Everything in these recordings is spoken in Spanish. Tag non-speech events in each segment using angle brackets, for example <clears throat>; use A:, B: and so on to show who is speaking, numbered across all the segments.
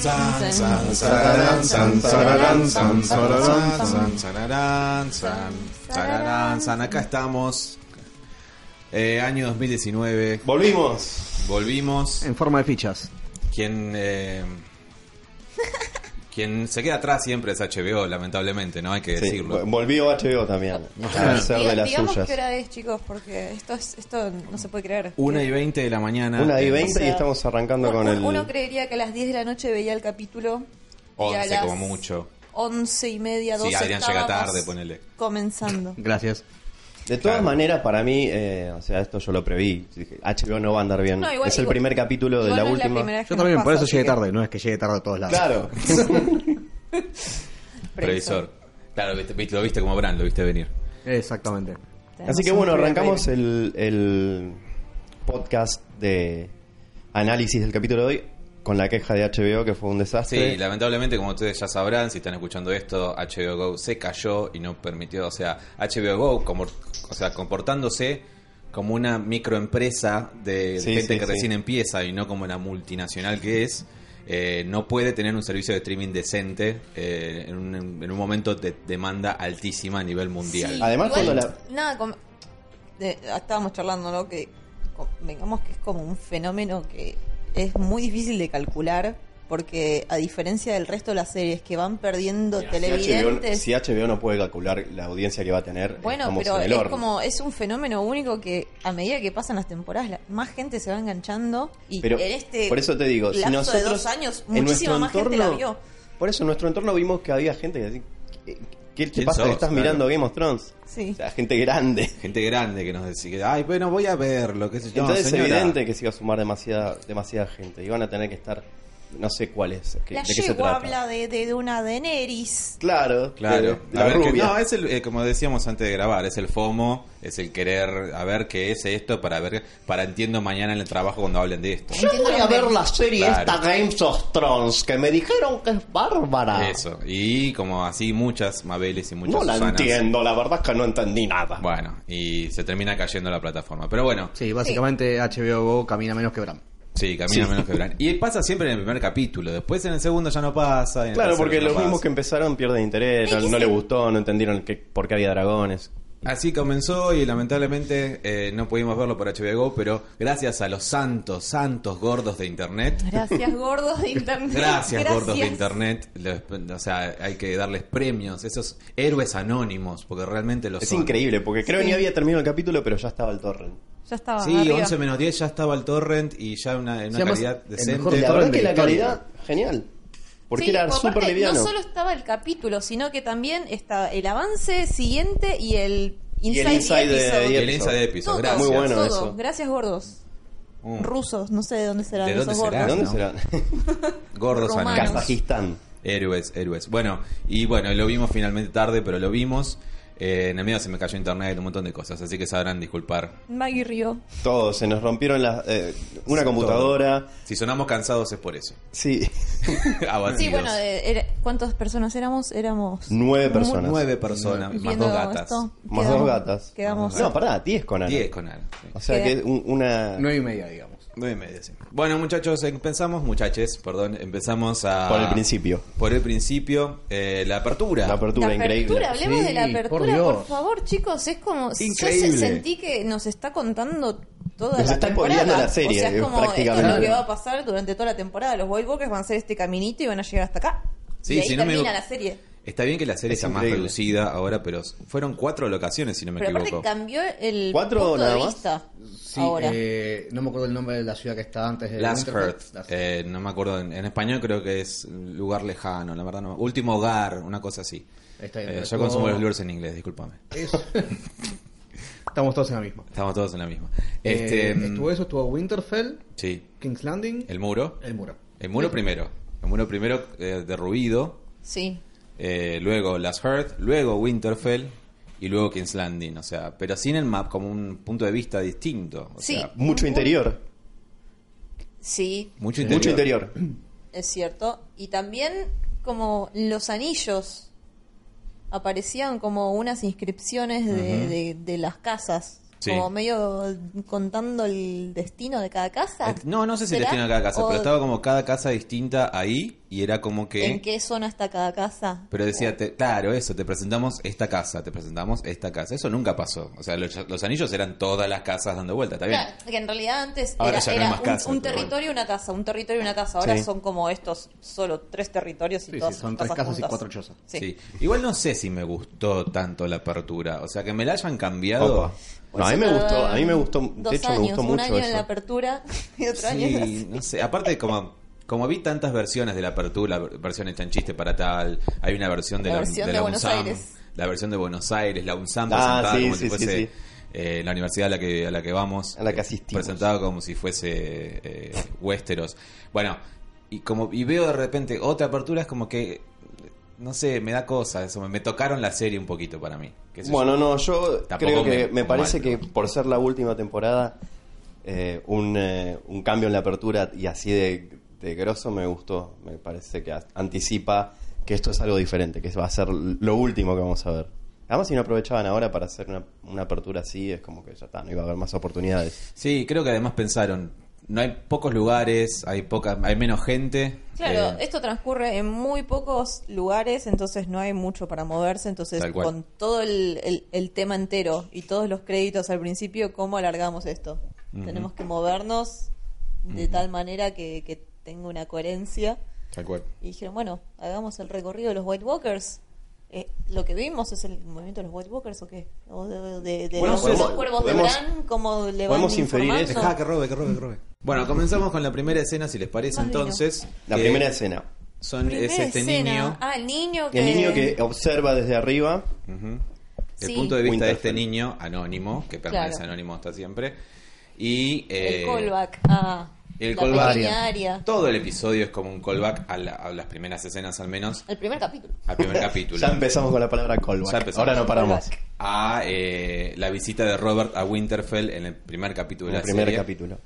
A: san, san, sararán, san, sararán, san, sararán, san, sararán, san, sararán, san. Acá estamos. Eh, año 2019.
B: Volvimos.
A: Volvimos.
C: En forma de fichas.
A: Quien, eh, quien se queda atrás siempre es HBO, lamentablemente, no hay que
B: Sí,
A: decirlo.
B: volvió HBO también. A hacer de
D: Diga-
B: las
D: digamos
B: suyas.
D: qué hora es, chicos, porque esto, es- esto no se puede creer.
A: Una y 20 de la mañana.
B: Una y
A: Eh,
B: 20 y
D: sea,
B: estamos arrancando con
D: Uno-
B: el.
D: Uno creería que a las 10 de la noche veía el capítulo. y a
A: 11
D: las
A: como mucho.
D: 11 y media,
A: Sí,
D: 12
A: Adrián llega
D: estábamos
A: tarde, ponele.
D: Comenzando.
C: Gracias.
B: De todas
A: Claro.
B: maneras, para mí, eh, o sea, esto yo lo preví. Dije, HBO no va a andar bien.
D: No, igual-
B: es el
D: igual-
B: primer capítulo de
D: igual
B: la
D: no es
B: última.
D: primera vez
C: Yo
D: que nos
C: también, por
D: pasa,
C: eso
D: así
C: llegué
D: que-
C: tarde, no es que llegué tarde a todos lados.
B: Claro.
D: Este,
B: <laughs>
A: Previsor. Claro, viste- viste- lo viste como Bran, lo viste venir.
C: Exactamente.
D: Tenemos
B: Así que
D: un
B: bueno,
D: primer
B: arrancamos
D: baile.
B: el, el podcast de análisis del capítulo de hoy con la queja de HBO que fue un
A: Sí,
B: desastre.
A: lamentablemente, como ustedes ya sabrán, si están escuchando esto, HBO Go se cayó y no permitió, o sea, HBO Go, como, o sea, comportándose como una microempresa de
B: Sí,
A: gente
B: sí,
A: que
B: sí.
A: recién empieza y no como la multinacional que es, eh, no puede tener un servicio de streaming decente eh, en, un, en un momento de demanda altísima a nivel mundial.
D: Sí,
B: Además,
D: igual,
B: cuando la-
D: Nada, com- de- ah, estábamos charlando, ¿no? Que vengamos que es como un fenómeno que es muy difícil de calcular. Porque a diferencia del resto de las series que van perdiendo
B: Si HBO,
D: televidentes,
B: si HBO no puede calcular la audiencia que va a tener,
D: Bueno,
B: estamos
D: pero
B: en el
D: es
B: horno.
D: como es un fenómeno único que a medida que pasan las temporadas la- más gente se va enganchando y
B: Pero
D: en este
B: por eso te digo, si
D: lapso
B: nosotros
D: de dos años
B: en nuestro
D: muchísima más gente la
B: entorno-
D: vio.
B: Por eso en nuestro entorno vimos que había gente que decía, "¿Qué- ¿qué te
A: ¿Quién
B: pasa?
A: sos?
B: que estás
A: Claro.
B: mirando Game of Thrones?
D: Sí.
B: O sea, gente grande.
A: Gente grande que nos decía, ay, bueno, voy a verlo, qué sé yo.
B: Entonces
A: señora".
B: es evidente que se iba a sumar demasiada, demasiada gente. Y van a tener que estar, no sé cuál es, que-
D: la
B: de qué se
D: yegua
B: trata.
D: habla de, de, de una Daenerys.
B: Claro, de-
A: Claro,
B: de
A: A
B: Eh, la
A: ver qué-
B: rubia.
A: no, es el, eh, como decíamos antes de grabar, es el FOMO, es el querer a ver qué es esto para ver, para entiendo mañana en el trabajo cuando hablen de esto.
B: Yo voy a ver la serie
A: Claro.
B: esta Games of Thrones que me dijeron que es bárbara.
A: Eso, y como así muchas Mabeles y muchas
B: Ah. no la
A: Susanas.
B: entiendo, la verdad es que no entendí nada.
A: Bueno, y se termina cayendo la plataforma. Pero bueno,
C: Sí, básicamente HBO Go camina menos que Bram.
A: sí, camina
B: Sí.
A: menos que Bran. Y pasa siempre en el primer capítulo, después en el segundo ya no pasa. y en el
B: Claro,
A: tercero
B: porque
A: ya no
B: los mismos
A: pasa.
B: que empezaron pierden interés, no, no le gustó, no entendieron que, por qué había dragones.
A: Así comenzó y lamentablemente eh, no pudimos verlo por HBO Go, pero gracias a los santos, santos gordos de internet,
D: Gracias gordos de internet.
A: Gracias, gordos de internet. Los- o sea, hay que darles premios, esos héroes anónimos, porque realmente los
B: Es
A: son.
B: increíble, porque creo que ni había terminado el capítulo, pero ya estaba el torrent.
D: Ya estaba
A: Sí,
D: Ah, arriba.
A: 11 menos 10 ya estaba el torrent y ya una,
C: Sí,
A: en una
C: además,
A: calidad
C: el
A: decente.
C: mejor
B: La verdad
C: torrent
B: que
C: de
B: la
C: la historia.
B: calidad, genial. Porque
D: Sí,
B: era
D: aparte,
B: súper liviano.
D: No solo estaba el capítulo, sino que también estaba el avance siguiente y el
B: Y el
D: inside,
B: inside de-
D: episode.
A: Y
B: de-
A: el Insta de episodio,
D: Todo,
A: gracias.
B: Muy bueno
D: todo.
B: eso.
D: Gracias gordos.
A: Mm.
D: Rusos, no sé de dónde serán
A: ¿De dónde
D: esos
A: será?
B: ¿De
D: gordos.
B: dónde
A: Ah, ¿no?
B: será?
A: Gordos
D: Romanos.
A: anónimos.
B: Kazajistán.
A: Héroes, héroes. Bueno, y bueno, lo vimos finalmente tarde, pero lo vimos. Eh, en el medio se me cayó internet, un montón de cosas, así que sabrán disculpar.
D: Maggie Río.
B: Todo, se nos rompieron las, eh, una
A: Todo.
B: computadora.
A: Si sonamos cansados es por eso. <laughs>
B: Sí,
A: Abatidos.
D: Sí, bueno, de- era- ¿cuántas personas éramos? Éramos
B: nueve personas.
A: Nueve personas, más
D: viendo
A: dos gatas.
D: esto.
B: Más
D: Quedamos-
B: dos gatas.
D: Quedamos.
B: No, pará, diez con Ana.
A: Diez con algo. sí.
B: O sea
D: eh.
B: que es un- una...
C: Nueve y media, digamos.
A: Nueve y media, sí. Bueno, muchachos, empezamos, muchaches, perdón, empezamos a...
B: Por el principio.
A: Por el principio, eh, la apertura.
B: La apertura
D: la
B: increíble.
D: apertura, hablemos
C: Sí,
D: de la apertura,
C: por
D: por,
C: Dios.
D: favor, chicos. Es como. yo se-
A: Increíble.
D: sentí que nos está contando toda
B: Nos
D: la
B: está
D: temporada.
B: spoileando la serie,
D: O sea, es
B: eh,
D: como,
B: prácticamente.
D: Esto es lo que va a pasar durante toda la temporada. Los White Walkers van a hacer este caminito y van a llegar hasta acá.
A: Sí,
D: y ahí
A: si no me
D: termina
A: equivoco-
D: la serie.
A: Está bien que la serie
B: Es
A: está más
B: increíble.
A: reducida ahora, pero fueron cuatro locaciones, si no me
D: Pero aparte
A: equivoco.
D: cambió el
B: ¿Cuatro
D: punto
B: nada
D: de
B: más?
D: vista.
C: Sí,
D: ahora.
C: eh, no me acuerdo el nombre de la ciudad que está antes de
A: Last
C: Winterfell.
A: Earth,
C: Last-
A: eh, no me acuerdo, en, en español creo que es lugar lejano, la verdad no. Último hogar, una cosa así.
C: Está bien,
A: Eh,
C: pero
A: yo consumo
C: todo-
A: los libros en inglés, discúlpame.
C: Eso. Estamos todos en la misma.
A: Estamos todos en la misma.
C: Este,
A: Este,
C: estuvo eso, estuvo Winterfell,
A: Sí,
C: King's Landing,
A: el muro.
C: el muro.
A: El muro primero. El muro primero eh, derruido.
D: Sí.
A: eh, luego Last Heart, luego Winterfell y luego King's Landing, o sea, pero sin el map como un punto de vista distinto, o
D: Sí.
A: sea,
B: Mucho interior.
D: Sí,
A: mucho interior.
B: Mucho interior.
D: Es cierto. Y también como los anillos aparecían como unas inscripciones de, de- de las casas.
A: Sí.
D: Como medio contando el destino de cada casa.
A: Eh, No, no sé si
D: ¿Será?
A: destino a cada casa,
D: O-
A: pero estaba como cada casa distinta ahí y era como que...
D: ¿En qué zona está cada casa?
A: Pero decía, te- claro, eso, te presentamos esta casa, te presentamos esta casa. Eso nunca pasó. O sea, los, los anillos eran todas las casas dando vuelta, está bien.
D: Claro, que en realidad antes
A: Ahora
D: era,
A: ya no hay
D: era
A: más
D: un,
A: casas,
D: un
A: pero
D: territorio y una casa, un territorio y una casa. Ahora
B: Sí.
D: son como estos solo tres territorios y
C: Sí, sí,
D: todas
C: son
D: sus
C: tres casas y
D: juntas.
C: cuatro chozas.
D: Sí.
A: Sí. Igual no sé si me gustó tanto la apertura. O sea, que me la hayan cambiado.
B: Opa. No, a mí me gustó, a mí me gustó,
D: Dos
B: de hecho
D: años,
B: me gustó
D: un
B: mucho
D: año en la
B: eso.
D: apertura <laughs> y otro año en la
A: Sí, no sé. Aparte, como, como vi tantas versiones de la apertura, ver- versión hecha en chiste para tal, hay una versión de
D: La
A: la,
D: versión de Buenos
A: UNSAM,
D: Aires.
A: la versión de Buenos Aires, la UNSAM
B: Ah,
A: presentada
B: sí,
A: como si
B: sí, sí,
A: fuese
B: sí.
A: eh, la universidad a la que a la que vamos,
B: A la que
A: eh,
B: asistimos.
A: presentada como si fuese eh, Westeros. Bueno, y como y veo de repente otra apertura es como que no sé, me da cosa eso, me, me tocaron la serie un poquito para mí. qué sé yo.
B: Bueno, no, yo
A: Tampoco
B: creo que
A: me-
B: me, parece
A: mal,
B: que por ser la última temporada, eh, un, eh, un cambio en la apertura y así de, de grosso me gustó. Me parece que a- anticipa que esto es algo diferente, que va a ser lo último que vamos a ver. Además, si no aprovechaban ahora para hacer una, una apertura así, es como que ya está, no iba a haber más oportunidades.
A: Sí, creo que además pensaron, no hay pocos lugares, hay poca, hay menos gente.
D: Claro,
A: eh,
D: esto transcurre en muy pocos lugares, entonces no hay mucho para moverse, entonces
A: Tal cual.
D: con todo el, el- el tema entero y todos los créditos al principio, ¿cómo alargamos esto? Tenemos que movernos de tal manera que, que tenga una coherencia.
A: Tal cual.
D: Y dijeron, bueno, hagamos el recorrido de los White Walkers. Eh, ¿Lo que vimos es el movimiento de los White Walkers o qué? ¿O de, de- de
B: Bueno,
D: los,
B: podemos-
D: los cuervos
B: podemos-
D: de Bran? ¿Cómo le van
B: podemos inferir
D: informando?
B: eso. Dejá
A: que robe, que robe, que robe. Bueno, comenzamos con la primera escena, si les parece,
D: Más vino.
A: entonces.
B: La
A: que
B: primera escena.
A: son
D: Primera
A: es este
D: escena.
A: niño.
D: Ah, el niño que...
B: El niño que observa desde arriba,
A: Ujú. El
D: Sí.
A: punto de vista de este
B: Winterfell.
A: niño anónimo, que permanece
D: Claro.
A: anónimo hasta siempre. Y. eh,
D: El callback a
A: el
D: la
A: callback.
D: pequeña área.
A: Todo el episodio es como un callback a, la- a las primeras escenas, al menos,
D: El primer capítulo.
B: <laughs>
A: al primer capítulo.
B: ya empezamos con la palabra
A: Ya
B: callback.
A: empezamos.
B: Ahora no paramos.
D: Callback.
A: a eh, la visita de Robert a Winterfell en el primer capítulo de
B: El
A: la
B: primer
A: serie.
B: capítulo.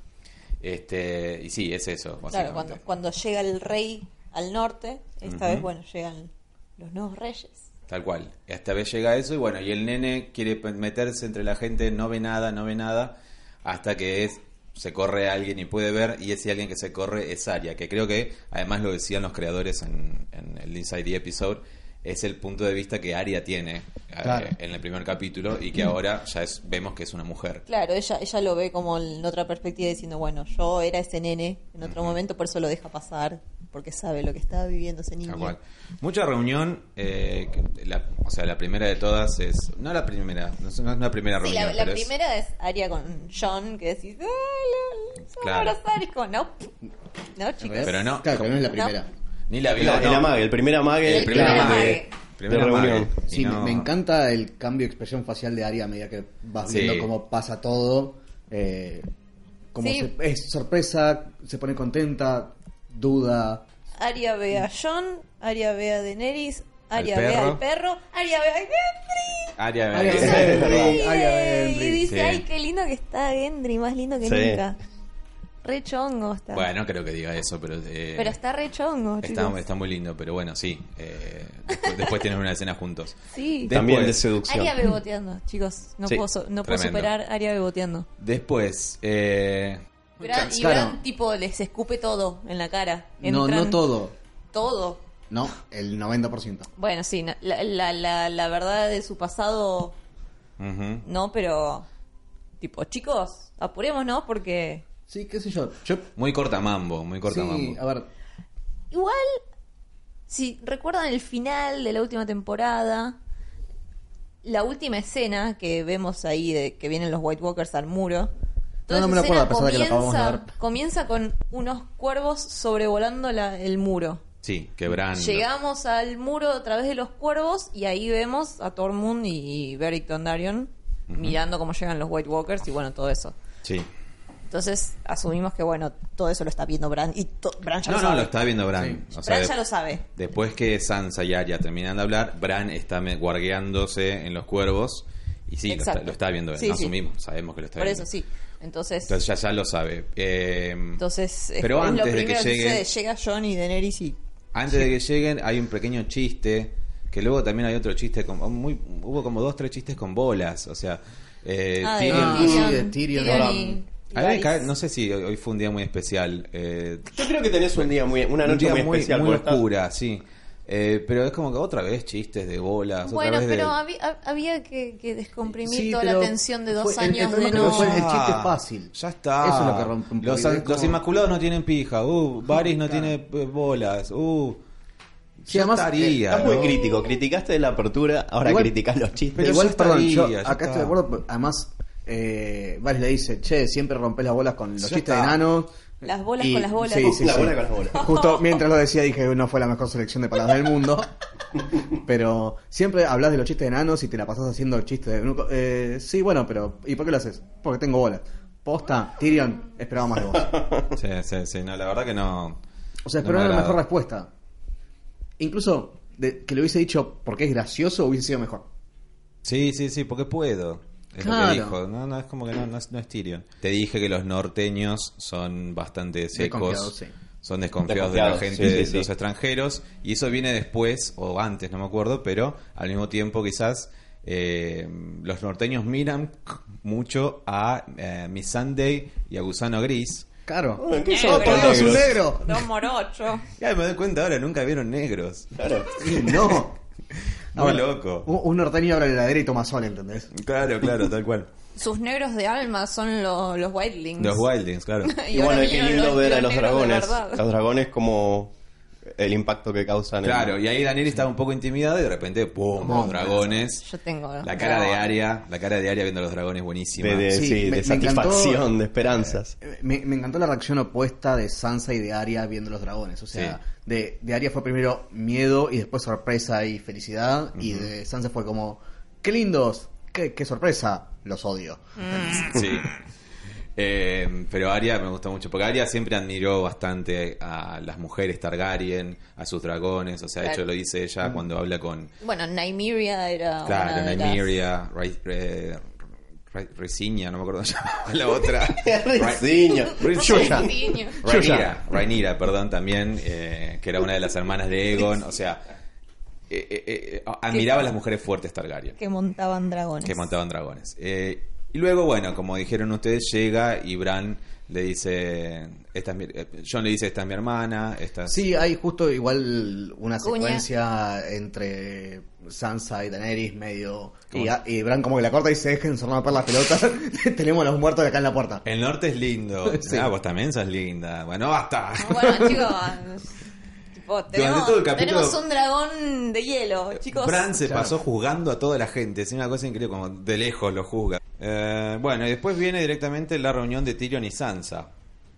A: Este, y sí, es eso, básicamente.
D: Claro, cuando, cuando llega el rey al norte, esta
A: Ujú.
D: vez, bueno, llegan los nuevos reyes.
A: Tal cual. Esta vez llega eso y bueno, y el nene quiere pe- meterse entre la gente, no ve nada, no ve nada, hasta que es se corre a alguien y puede ver, y ese alguien que se corre es Arya, que creo que, además lo decían los creadores en, en el Inside the Episode, es el punto de vista que Arya tiene eh,
C: Claro.
A: en el primer capítulo y que ahora ya es, vemos que es una mujer.
D: Claro, ella, ella lo ve como en otra perspectiva diciendo, bueno, yo era ese nene en otro momento, por eso lo deja pasar, porque sabe lo que estaba viviendo ese niño.
A: Tal cual. Mucha reunión, eh, que la- o sea, la primera de todas es. No la primera, no es no es una primera
D: Sí,
A: reunión.
D: la, la
A: pero es-
D: primera es Aria con John, que decís, ¡ah, lo- se van
A: Claro.
D: a abrazar! Y es como, no, no, chicos.
A: Pero no.
C: Claro, que no es la
D: No.
C: primera.
A: Ni la
B: El,
A: vio. no.
B: amague, el primer amague.
D: El
A: Primer
D: primer
B: de-
D: amague.
A: Primera
B: de
A: amague.
B: reunión.
A: Y
C: Sí, me-
A: no-
C: me encanta el cambio de expresión facial de Aria a medida que vas
A: Sí.
C: viendo cómo pasa todo. eh, como
D: Sí.
C: se- es sorpresa, se pone contenta, duda.
D: Aria ve a John, Aria ve a Daenerys,
A: Al
D: Aria ve
A: perro.
D: al perro, Aria ve a Gendry.
A: Aria,
C: Aria
A: eh,
C: ve- Gendry,
D: Ay,
C: Aria ve
D: Y
C: Gendry.
D: dice,
A: Sí.
D: ay, qué lindo que está Gendry, más lindo que
B: Sí.
D: nunca. Re chongo está.
A: Bueno, creo que diga eso, pero. eh,
D: Pero está re chongo,
A: está,
D: chicos.
A: está muy lindo, pero bueno, sí. eh, después, después tienen una escena juntos.
D: Sí.
A: De-
B: También de
A: Después.
B: seducción.
D: Aria beboteando, chicos. No,
B: Sí,
D: puedo, so- no puedo
A: tremendo.
D: superar Aria beboteando.
A: Después. eh,
D: Bran- y
C: Claro.
D: Bran, tipo, les escupe todo en la cara.
C: no, no
D: Entran-
C: todo.
D: Todo.
C: No, el 90%.
D: Bueno, sí, na- la, la, la, la verdad de su pasado
A: ujú.
D: No, pero. Tipo, chicos, apurémonos porque.
C: Sí, qué sé yo. Yo
A: Muy corta mambo, muy corta
C: sí,
A: mambo.
C: a ver,
D: Igual. Si recuerdan el final de la última temporada. La última escena que vemos ahí de que vienen los White Walkers al muro. toda
C: No, no
D: esa
C: me la acuerdo,
D: escena
C: a pesar de que la acabamos de
D: comienza-
C: ver.
D: Comienza con unos cuervos sobrevolando la- el muro.
A: Sí, quebran.
D: Llegamos al muro a través de los cuervos y ahí vemos a Tormund y Beric Dondarrion mirando cómo llegan los White Walkers y bueno, todo eso.
A: Sí.
D: Entonces asumimos que bueno, todo eso lo está viendo Bran y to- Bran ya
A: No,
D: lo
A: no,
D: sabe.
A: lo está viendo Bran. O sea,
D: Bran
A: de-
D: ya lo sabe.
A: Después que Sansa y Arya terminan de hablar, Bran está me- guardeándose en los cuervos. Y sí, lo está,
D: Exacto.
A: lo está viendo él.
D: Sí,
A: no
D: sí.
A: asumimos, sabemos que lo está
D: Por
A: viendo.
D: eso sí. Entonces,
A: Entonces ya, ya lo sabe. Eh,
D: entonces es-
A: Pero
D: es
A: antes
D: lo
A: de que
D: primero
A: llegue-
D: sucede. llega John y Daenerys y
A: antes de que lleguen, hay un pequeño chiste. Que luego también hay otro chiste. Con, oh, muy, hubo como dos, tres chistes con bolas. O sea, eh,
D: Ah, de
A: Tyrion-
C: Ah, sí,
D: Tyrion,
C: de Tyrion.
D: Tyrion
B: Ahora,
D: y-
A: A mí me
E: Guys.
A: cae- no sé si hoy hoy fue un día muy especial. eh,
B: Yo creo que tenés un día muy, una
A: un
B: noche
A: día
B: muy, especial. porque estás-
A: oscura, sí. Eh, pero es como que otra vez chistes de bolas.
D: Bueno,
A: otra vez de-
D: pero habi- ha- había que, que descomprimir
F: Sí,
D: toda la
F: pero
D: tensión de dos
F: fue- el- el
D: años de
F: problema
D: no.
F: es que fue- el chiste es fácil.
A: Ya está.
F: Eso es lo que rompe un poco.
A: Los,
F: Es como-
A: los Inmaculados no tienen pija. Uh, Baris no
F: Claro.
A: tiene eh, bolas. Uh,
F: Sí, además, eh,
A: estaría,
B: Estás muy
A: ¿no?
B: crítico. Criticaste la apertura, ahora
F: Igual-
B: criticás los chistes.
A: Pero
F: Igual,
A: ya
F: perdón,
A: estaría,
F: yo
A: ya
F: acá
A: está.
F: estoy de acuerdo. pero Además, eh, Vale le dice, che, siempre rompes las bolas con los
A: Ya
F: chistes
A: está.
F: de enanos.
E: Las bolas
F: Y-
E: con las bolas.
F: Sí, sí,
B: La
F: sí.
B: bola con las bolas.
F: Justo mientras lo decía dije, no fue la mejor selección de palabras del mundo. Pero siempre hablas de los chistes de enanos y te la pasas haciendo chistes de eunuco. Eh, sí, bueno, pero ¿y por qué lo haces? Porque tengo bolas. Posta, Tyrion, esperaba más de vos.
A: Sí, sí, sí. No, la verdad que no. <laughs>
F: O sea,
A: no me
F: esperaba una
A: agrada.
F: mejor respuesta. Incluso de- que lo hubiese dicho porque es gracioso hubiese sido mejor.
A: Sí, sí, sí, porque puedo. Es lo
F: Claro.
A: que dijo. No, no, es como que no, no, es, no es Tyrion. Te dije que los norteños son bastante secos.
F: Desconfiados, sí.
A: Son desconfiados de la
B: Desconfiados,
A: gente,
B: sí, sí,
A: de
B: sí.
A: los extranjeros. Y eso viene después, o antes, no me acuerdo, pero al mismo tiempo quizás eh, los norteños miran mucho a eh, Miss Sunday y a Gusano Gris.
F: Claro.
B: Bueno, ¿qué
E: Eh,
B: son
E: pero-
B: estos
F: ¡Dios, un
B: negros?
F: negro!
E: Dos morochos.
A: Ya me doy cuenta ahora, nunca vieron negros.
B: Claro.
F: <laughs> No.
A: Muy loco.
F: Un un norteño abre la heladera y toma sol, ¿entendés?
A: Claro, claro, tal cual.
D: Sus negros de alma son lo- los Wildlings.
A: Los Wildings, <laughs> claro.
D: <laughs> Y
B: Y bueno,
D: ahora
B: qué
D: vinieron
B: lindo ver a los
D: negros de
B: dragones.
D: verdad.
B: Los dragones como el impacto que causan. en-
A: Claro, y ahí Daniel estaba un poco intimidado y de repente, ¡pum! Los dragones.
D: Yo tengo.
A: La cara de
D: Aria
A: Aria, la cara de Aria viendo a los dragones buenísima.
B: de, de-
F: Sí,
B: sí,
F: me-
B: de
F: me
B: satisfacción,
F: encantó-
B: de esperanzas.
F: Me, me encantó la reacción opuesta de Sansa y de Arya viendo los dragones. O sea,
A: Sí.
F: de, de Arya fue primero miedo y después sorpresa y felicidad. Y de Sansa fue como, qué lindos, qué, qué sorpresa, los odio.
D: Mm.
A: Sí. Eh, pero Aria me gusta mucho, porque Aria siempre admiró bastante a las mujeres Targaryen, a sus dragones, o sea, de
D: Claro.
A: hecho lo dice ella cuando habla con,
D: Bueno, Nymeria era.
A: claro,
D: una de
A: Nymeria, Rai- eh, Rai- Rhaenyra, no me acuerdo cómo se llamaba <laughs> la otra. Ra-
B: Riciño.
D: las-
A: Rhaenyra.
D: Niño.
A: Rhaenyra, Rhaenyra, perdón, también, eh, que era una de las hermanas de Egon, o sea, eh, eh, eh, admiraba a las mujeres fuertes Targaryen.
E: Que montaban dragones.
A: Que montaban dragones. Eh, y luego, bueno, como dijeron ustedes, llega y Bran le dice. Esta es mi- eh, John le dice: Esta es mi hermana. Esta es-
F: Sí, hay justo igual una
D: Cuña.
F: secuencia entre Sansa y Daenerys medio... Y,
A: ¿Cómo?
F: a- y Bran como que la corta y se dejen romper las pelotas. <laughs> Tenemos a los muertos de acá en la puerta.
A: El norte es
B: <laughs>
A: lindo.
F: Sí.
A: Ah, vos también sos linda. Bueno, basta.
D: Ah, Bueno, chicos. tipo, tenemos,
A: todo el capítulo-
D: tenemos un dragón de hielo, chicos.
A: Bran se
F: Claro.
A: pasó juzgando a toda la gente. Es una cosa increíble, como de lejos lo juzga. Eh, bueno, y después viene directamente la reunión de Tyrion y Sansa.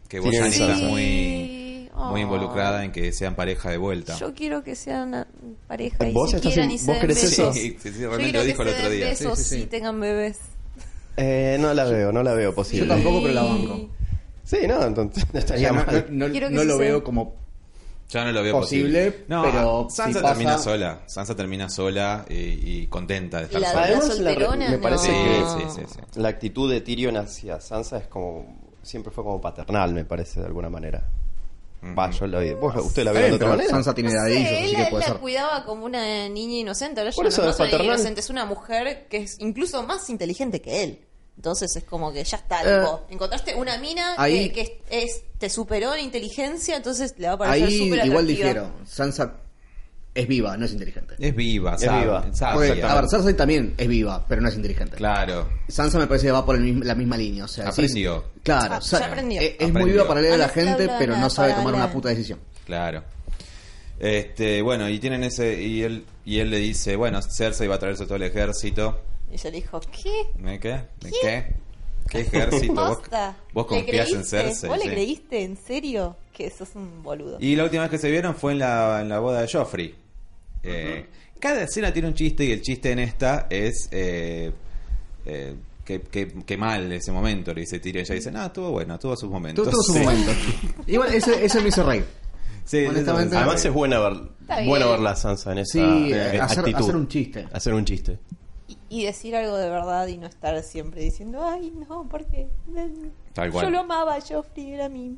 A: Que vos,
B: Tyrion y
A: Dani, estás
B: Sansa.
A: muy, muy
D: Oh.
A: involucrada en que sean pareja de vuelta.
D: Yo quiero que sean una pareja y
B: ¿Vos
D: se
B: estás
D: quieran
B: en-
D: y se
B: vos
D: den
B: querés eso?
D: besos.
A: Sí, sí, sí,
D: Yo
A: realmente
D: quiero
A: lo
D: que
A: dijo el
D: se
A: otro
D: den
A: día. Sí,
D: Besos
F: sí, sí.
D: y tengan bebés.
B: Eh, no la veo, no la veo
F: Yo
B: posible.
F: tampoco, pero la banco.
B: Sí, no, entonces <laughs> no
F: O
B: estaría
F: sea, no,
B: mal.
F: no- no-
D: Quiero que
F: no
D: sí
F: lo
D: sea.
F: veo como
A: Yo no lo veo posible.
F: Posible, pero
A: Sansa
F: si pasa-
A: termina sola. Sansa termina sola y, y contenta de estar
D: La,
A: sola.
D: la
B: Además, la re-
D: solterona,
B: me parece
D: no.
A: que- sí, sí, sí, sí.
B: La actitud de Tyrion hacia Sansa es como. Siempre fue como paternal, me parece, de alguna manera. Va, yo la vi. ¿vos- ¿Usted la
F: Está
B: vio de
F: bien,
B: otra
F: pero
B: manera?
F: Sansa tiene
D: No sé,
F: dadillos,
D: él
F: así
D: la,
F: que puede
D: la
F: ser.
D: cuidaba como una niña inocente. Ahora
B: Por
D: ya
B: eso
D: no, no
B: es
D: soy
B: paternal.
D: inocente, es una mujer que es incluso más inteligente que él. Entonces es como que ya está,
F: Eh,
D: tipo, encontraste una mina
F: ahí-
D: que, que es, es- te superó en inteligencia, entonces le va a parecer
F: Ahí
D: súper
F: igual
D: atractiva.
F: dijeron, Sansa es viva, no es inteligente.
A: Es viva,
B: Es
A: sabe,
B: viva.
A: sabe.
F: Porque, a ver, Cersei también es viva, pero no es inteligente.
A: Claro.
F: Sansa me parece que va por el mismo- la misma línea. O sea, decís-
A: Aprendió.
F: claro,
D: Ah,
F: o sea, eh,
D: ya aprendió. Ah,
F: Es, es muy
A: Aprendió.
F: viva para leer a la
D: Antes
F: gente,
D: hablan
F: pero no sabe
D: para
F: tomar una
D: hablar.
F: puta decisión.
A: Claro. Este, bueno, y tienen ese y él y él le dice, bueno, Cersei va a traerse todo el ejército.
D: Y ella dijo, ¿qué?
A: ¿Me qué? ¿Me qué? ¿Qué
D: <laughs>
A: ejército? ¿Vos,
D: Posta.
A: vos
D: ¿Le
A: confías en
D: creíste?
A: Cersei?
D: ¿Vos
A: sí.
D: le creíste en serio que sos un boludo?
A: Y la última vez que se vieron fue en la, en la boda de Joffrey. Eh, Cada escena tiene un chiste y el chiste en esta es eh, eh, que, que- que mal ese momento. Le dice Tyrion, ella dice, no, estuvo bueno, tuvo sus momentos.
F: Todo, todo su
A: Sí.
F: momento. Igual, ese, ese me hizo reír.
A: Sí, sí,
F: Honestamente,
A: sí, sí.
B: Además es buena ver,
D: bien.
B: bueno ver la Sansa en esa
F: Sí,
B: eh,
F: hacer-
B: actitud.
F: hacer un chiste.
B: Hacer un chiste. <laughs>
D: Y, y decir algo de verdad y no estar siempre diciendo, ay, no, porque
A: Tal cual.
D: yo lo amaba, Joffrey era mi...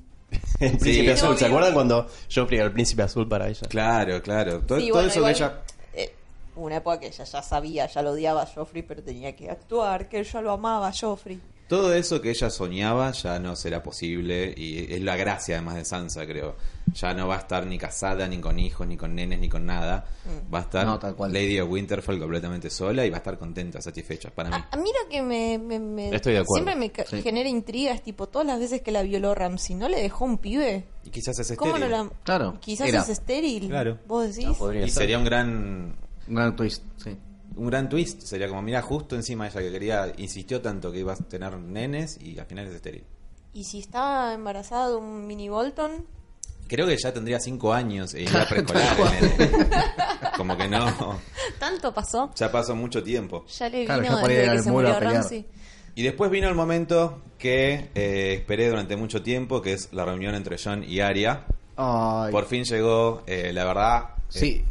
B: El príncipe
A: Sí.
B: azul. ¿Se
D: Obvio.
B: acuerdan cuando Joffrey era el príncipe azul para ella?
A: Claro, claro. Todo,
D: Sí,
A: todo
D: bueno,
A: eso
D: igual,
A: de ella...
D: eh, una época que ella ya sabía, ya lo odiaba a Joffrey, pero tenía que actuar, que ella lo amaba a Joffrey.
A: Todo eso que ella soñaba ya no será posible y es la gracia además de Sansa, creo. Ya no va a estar ni casada, ni con hijos, ni con nenes, ni con nada.
D: Mm.
A: Va a estar
F: No, tal cual.
A: Lady of Winterfell completamente sola y va a estar contenta, satisfecha, para mí.
G: A, a mí lo que me, me- me-
B: Estoy de acuerdo.
G: siempre me ca-
F: Sí.
G: genera intriga es tipo todas las veces que la violó Ramsey, ¿no le dejó un pibe?
A: Y quizás es
G: ¿Cómo no
A: estéril.
G: la...
F: Claro,
G: Quizás
F: era.
G: es estéril.
A: Claro.
G: Vos decís.
A: Y sería un gran
F: Un gran twist, sí.
A: un gran twist, sería como mira justo encima ella que quería insistió tanto que iba a tener nenes y al final es estéril.
G: ¿Y si estaba embarazada de un mini Bolton?
A: Creo que ya tendría cinco años e
G: <laughs>
A: iba a preescolar. nene. como que no,
G: ¿Tanto pasó?
A: ya pasó mucho tiempo.
G: Ya le
F: Claro,
G: vino
F: ya por ahí
G: desde
F: era
G: que
F: el
G: se
F: muro a
G: murió
F: pelear.
G: Ramsey.
A: Y después vino el momento que eh, esperé durante mucho tiempo, que es la reunión entre John y Aria.
F: Ay,
A: Por fin llegó, eh, la verdad, eh,
F: sí.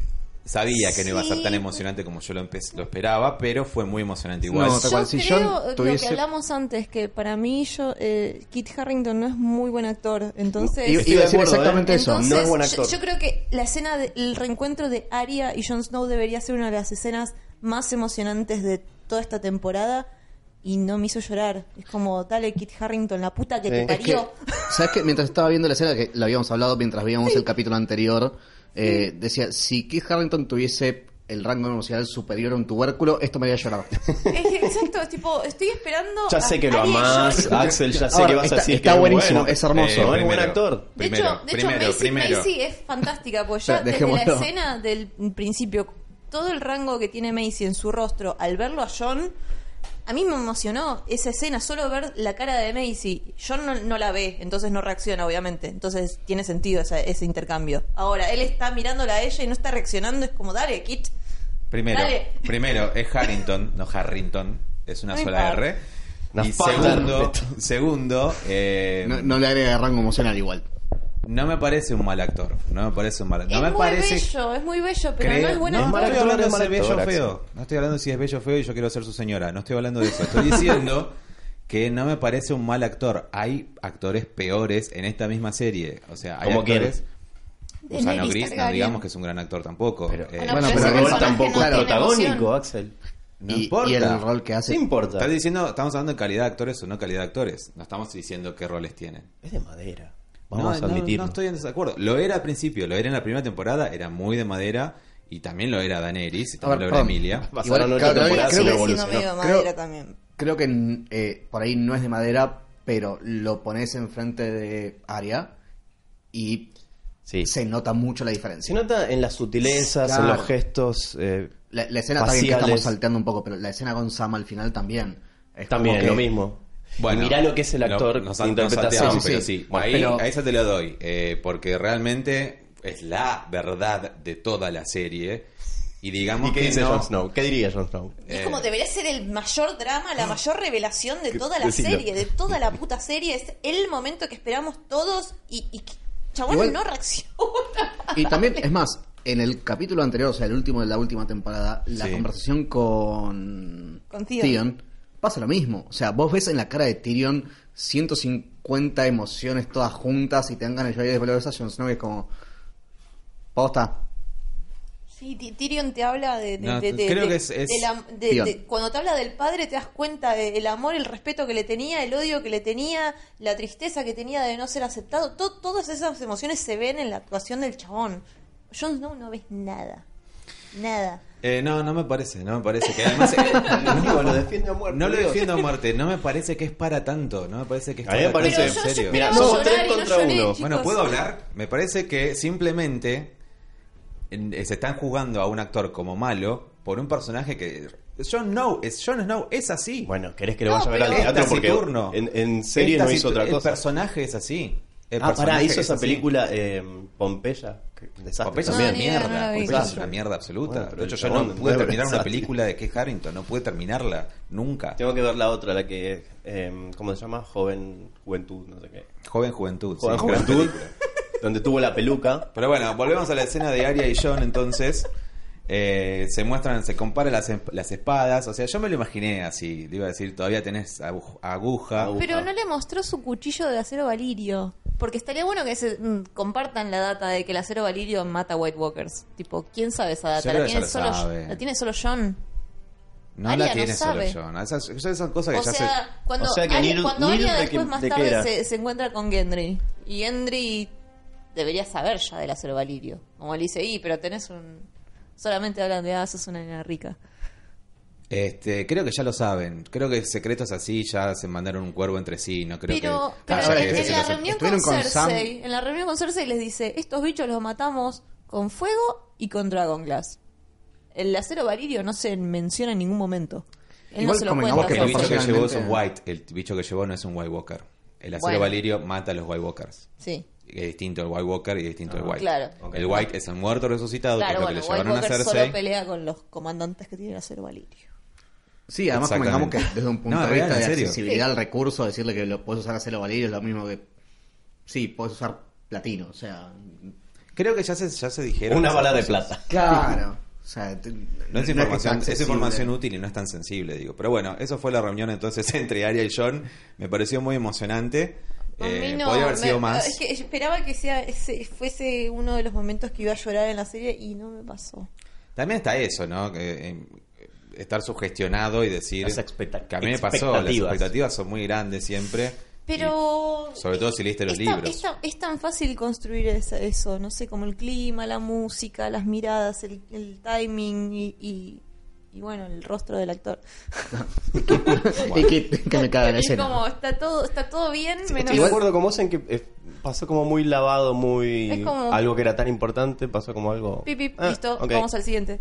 A: sabía que no iba a ser
G: Sí.
A: tan emocionante como yo lo, empe- lo esperaba, pero fue muy emocionante igual.
F: No, tal
G: Yo
F: cual, si John
G: creo eh,
F: tuviese-
G: lo que hablamos antes, que para mí yo, eh, Kit Harrington no es muy buen actor, entonces...
F: Iba-
B: Estoy
F: iba a
B: de
F: decir
B: acuerdo,
F: exactamente
B: ¿eh?
F: eso.
G: Entonces,
B: No es buen
G: yo-
B: actor.
G: Yo, creo que la escena del reencuentro de Arya y Jon Snow debería ser una de las escenas más emocionantes de toda esta temporada y no me hizo llorar. Es como, dale, Kit Harrington, la puta que
B: Sí.
G: te
B: Es
F: Es que,
G: parió.
F: ¿Sabes qué? Mientras estaba viendo la escena, que la habíamos hablado mientras veíamos el capítulo anterior, eh, decía, si Keith Harrington tuviese el rango emocional superior a un tubérculo, esto me haría llorar.
G: <laughs> Es que, exacto, es tipo, estoy esperando.
B: Ya
G: a
B: sé que lo
G: Arya y Jon-
B: amás,
F: ah,
B: Axel, ya sé
F: Ahora,
B: que vas
F: está-
B: a decir
F: está
B: que
F: buenísimo,
B: bueno.
F: es hermoso.
B: Eh, no es buen
A: primero,
B: actor.
G: De
A: primero,
G: hecho, de hecho,
A: primero,
G: Macy,
A: primero.
G: Macy es
A: <laughs>
G: fantástica, porque
F: O
G: ya
F: sea,
G: desde la
F: dejémoslo.
G: escena del principio, todo el rango que tiene Macy en su rostro al verlo a John, a mí me emocionó esa escena, solo ver la cara de Macy. John no, no la ve, entonces no reacciona, obviamente. Entonces tiene sentido esa- ese intercambio. Ahora, él está mirándola a ella y no está reaccionando, es como, dale, Kit.
A: Primero,
G: Dale.
A: primero es Harrington, no Harrington, es una
G: No
A: sola
G: importa.
A: R.
B: Una
A: y
B: falta de
A: segundo,
B: respeto.
A: segundo eh,
F: No, no le agrega rango emocional igual.
A: no me parece un mal actor. No me parece un mal actor.
G: es
A: No me
G: muy
A: parece.
G: bello, es muy bello, pero no
A: creo-
G: es buena
A: no,
G: actor.
A: estoy hablando de
B: mal
A: ser bello
B: actor,
A: o
B: Axel.
A: feo. No estoy hablando de si es bello o feo y yo quiero ser su señora. No estoy hablando de eso. Estoy diciendo que no me parece un mal actor. Hay actores peores en esta misma serie. O sea, hay
B: ¿Cómo
A: actores.
B: quién?
A: Gusano
G: Daenerys
A: Gris, no
G: Targaryen.
A: digamos que es un gran actor tampoco.
B: Pero-
A: Eh,
G: Bueno, pero,
F: Bueno, pero
G: ese
F: Robert
G: personaje
B: tampoco
G: no
B: es
G: tiene
B: protagónico,
G: emoción.
B: Axel.
A: no
F: y,
A: importa.
F: y el rol que hace.
B: Sí importa.
A: Estás diciendo, estamos hablando de calidad de actores o no calidad de actores. No estamos diciendo qué roles tienen.
B: Es de madera. Vamos
A: no,
B: a
A: no,
B: admitirlo.
A: No, estoy en desacuerdo. Lo era al principio, lo era en la primera temporada, era muy de madera y también lo era Daenerys y
F: A ver,
A: también lo era
F: perdón.
A: Emilia.
B: Pasaron
F: Igual,
B: ocho
F: claro, creo
B: temporadas y no
F: que-
G: Siendo
B: evolucionó.
G: medio
F: Creo-
G: madera también.
F: Creo que eh, por ahí no es de madera, pero lo pones enfrente de Aria y
B: Sí.
F: se nota mucho la diferencia.
B: Se nota en las sutilezas, en
F: Claro.
B: los gestos. eh,
F: La, la escena también que estamos
B: faciales.
F: salteando un poco, pero la escena con Sam al final también. Es
B: también,
F: como
B: lo
F: que-
B: mismo.
A: Bueno,
B: y mirá lo que es el actor
A: no, nos
B: que
A: sal- nos
B: interpreta a
A: salteamos,
B: Sam.
F: sí,
A: pero
F: sí.
A: sí.
F: Bueno,
A: ahí,
F: pero-
A: A esa te lo doy, eh, porque realmente es la verdad de toda la serie. Y digamos
B: ¿Y qué
A: que
B: dice
A: no-
B: Jon Snow? ¿Qué diría Jon Snow?
G: Es
A: Eh,
G: como debería ser el mayor drama,
A: Ah.
G: la mayor revelación de
B: Que-
G: toda la
B: decilo.
G: serie, de toda
A: <laughs>
G: la puta serie. Es el momento que esperamos todos y, y que- chabón
F: Igual-
G: no reacciona.
F: Y también, es más, en el capítulo anterior, o sea, el último de la última temporada, la
A: Sí.
F: conversación con,
G: Con Theon.
F: pasa lo mismo. O sea, vos ves en la cara de Tyrion 150 emociones todas juntas y te dan ganas de llorar y después lo ves a Jon Snow y es como... Posta.
G: Sí, Ti- Tyrion te habla de, de-
A: No,
G: de- de-
A: creo
G: de-
A: que es- es
G: de la- de-
F: Tyrion.
G: de- cuando te habla del padre te das cuenta del amor, el respeto que le tenía, el odio que le tenía, la tristeza que tenía de no ser aceptado. To- todas esas emociones se ven en la actuación del chabón. Jon Snow no ves nada, nada.
A: Eh, no, no me parece, no me parece que además no,
B: Digo, lo defiende a muerte,
A: No lo
B: Dios.
A: defiendo a muerte, no me parece que es para tanto, no me parece que es
B: A mí
A: para
B: me parece-
A: tanto,
G: Pero yo-
A: en serio.
G: yo
B: Mira,
G: esperaba llorar
B: somos tres
G: y no
B: contra
G: lloré,
B: uno.
G: chicos.
A: Bueno, ¿puedo hablar? Me parece que simplemente en- eh, se están jugando a un actor como malo por un personaje que. Jon Snow, es, Jon Snow es así.
B: Bueno, querés que lo
G: No,
B: vaya a ver
G: pero-
B: al
A: es
B: teatro porque
A: taciturno.
B: en, en serie
A: Es
B: no
A: tacitu-
B: hizo otra
A: El
B: cosa.
A: personaje es así. El
B: Ah, pará,
A: personaje
B: hizo
A: es
B: esa
A: así.
B: película eh, Pompeya. que- un desastre
A: Pompeya es
G: No,
A: una
B: también.
G: ni idea, no la
A: mierda.
G: vi.
A: Pompeya es
B: Claro.
A: una mierda absoluta.
B: Bueno, pero
A: de hecho,
B: el
A: yo
B: chabón
A: no pude
B: no es
A: terminar una
B: versátil.
A: película de Keith Harrington. No pude terminarla. Nunca.
B: Tengo que ver la otra, la que. eh, ¿Cómo se llama? Joven Juventud, no sé qué.
A: Joven Juventud.
B: Joven
A: sí, gran
B: Juventud,
A: película.
B: donde tuvo la peluca.
A: Pero bueno, volvemos a la escena de Arya y John entonces. Eh, se muestran, se comparan las, las espadas. O sea, yo me lo imaginé así. Te iba a decir, todavía tenés agu- aguja.
B: Agu-
G: Pero no le mostró su cuchillo de acero valirio. Porque estaría bueno que se mm, compartan la data de que el acero valirio mata White Walkers. Tipo, ¿quién sabe esa
A: Yo
G: data?
A: creo
G: La
A: que
G: tiene,
A: ya la
G: solo,
A: sabe.
G: la tiene solo John.
A: No
G: Arya
A: la
G: no
A: tiene solo
G: sabe.
A: John. Esas, esas son cosas que
G: O
A: ya
G: sea, cuando,
B: o sea que
G: Arya-
B: Needle-
G: cuando
B: Needle
G: Arya
B: de
G: después
B: que-
G: más
B: de qué
G: tarde
B: era.
G: se, se encuentra con Gendry. Y Gendry debería saber ya del acero valirio. Como le dice, y pero tenés un... Solamente hablan de, ah, sos una nena rica.
A: Este, creo que ya lo saben. Creo que secretos así ya se mandaron un cuervo entre sí. No creo
G: Pero,
A: que. Ah,
G: pero
A: haya
C: ahora
A: que
G: en,
C: es-
A: decir
G: la
A: eso.
G: reunión con,
C: estuvieron con Sam.
G: Cersei, en la reunión con Cersei les dice, estos bichos los matamos con fuego y con Dragon Glass. El acero valirio no se menciona en ningún momento. Él
C: Igual
G: no se lo
C: convengamos
G: cuenta.
A: Porque el
C: Porque
A: bicho que llevó es un
C: personalmente-
A: White. El bicho que llevó no es un White Walker. El acero
G: Bueno.
A: Valirio mata a los White Walkers.
G: Sí.
A: Es distinto el White Walker y es distinto el White.
G: Ah, claro.
A: El White es un muerto resucitado,
G: Claro,
A: que
G: bueno,
A: es lo que
G: White
A: le llevaron a
G: Walker solo
A: Cersei.
G: pelea con los comandantes que tienen acero valirio.
C: Sí, además convengamos que
A: Exactamente.
C: desde un punto
A: No,
C: de
A: real,
C: vista
A: en
C: de
A: serio.
C: accesibilidad al recurso, decirle que lo puedes usar a cero valirio es lo mismo que. Sí, puedes usar platino, o sea.
A: Creo que ya se, ya se dijeron.
B: Una
A: esas
B: bala de
A: cosas.
B: plata.
C: Claro. O sea, te-
A: No es
C: que sea
A: información, es
C: accesible.
F: <laughs>
A: información útil y no es tan sensible, digo. Pero bueno, eso fue la reunión entonces <laughs> entre Aria y John. Me pareció muy emocionante.
G: A mí
A: Eh,
G: no,
A: podría haber
G: me-
A: sido más.
G: Es que esperaba que sea ese- fuese uno de los momentos que iba a llorar en la serie y no me pasó.
A: También está eso, ¿no? Que, em, estar sugestionado y decir.
B: Las expecta-
A: que a mí me pasó, las
B: expectativas.
A: expectativas son muy grandes siempre.
G: Pero.
A: Y sobre todo si leíste los
G: es
A: libros.
G: Tan, es, tan, es tan fácil construir esa- eso, no sé, como el clima, la música, las miradas, el, el timing y, y, y bueno, el rostro del actor.
C: Y que, que me caga Ah, la
G: Es
C: escena.
G: como, está todo, está todo bien, menos.
B: Estoy de acuerdo con vos en que eh, pasó como muy lavado, muy.
G: Es como-
B: Algo que era tan importante, pasó como algo.
G: Pip, pip,
B: Ah,
G: listo,
B: ok.
G: vamos al siguiente.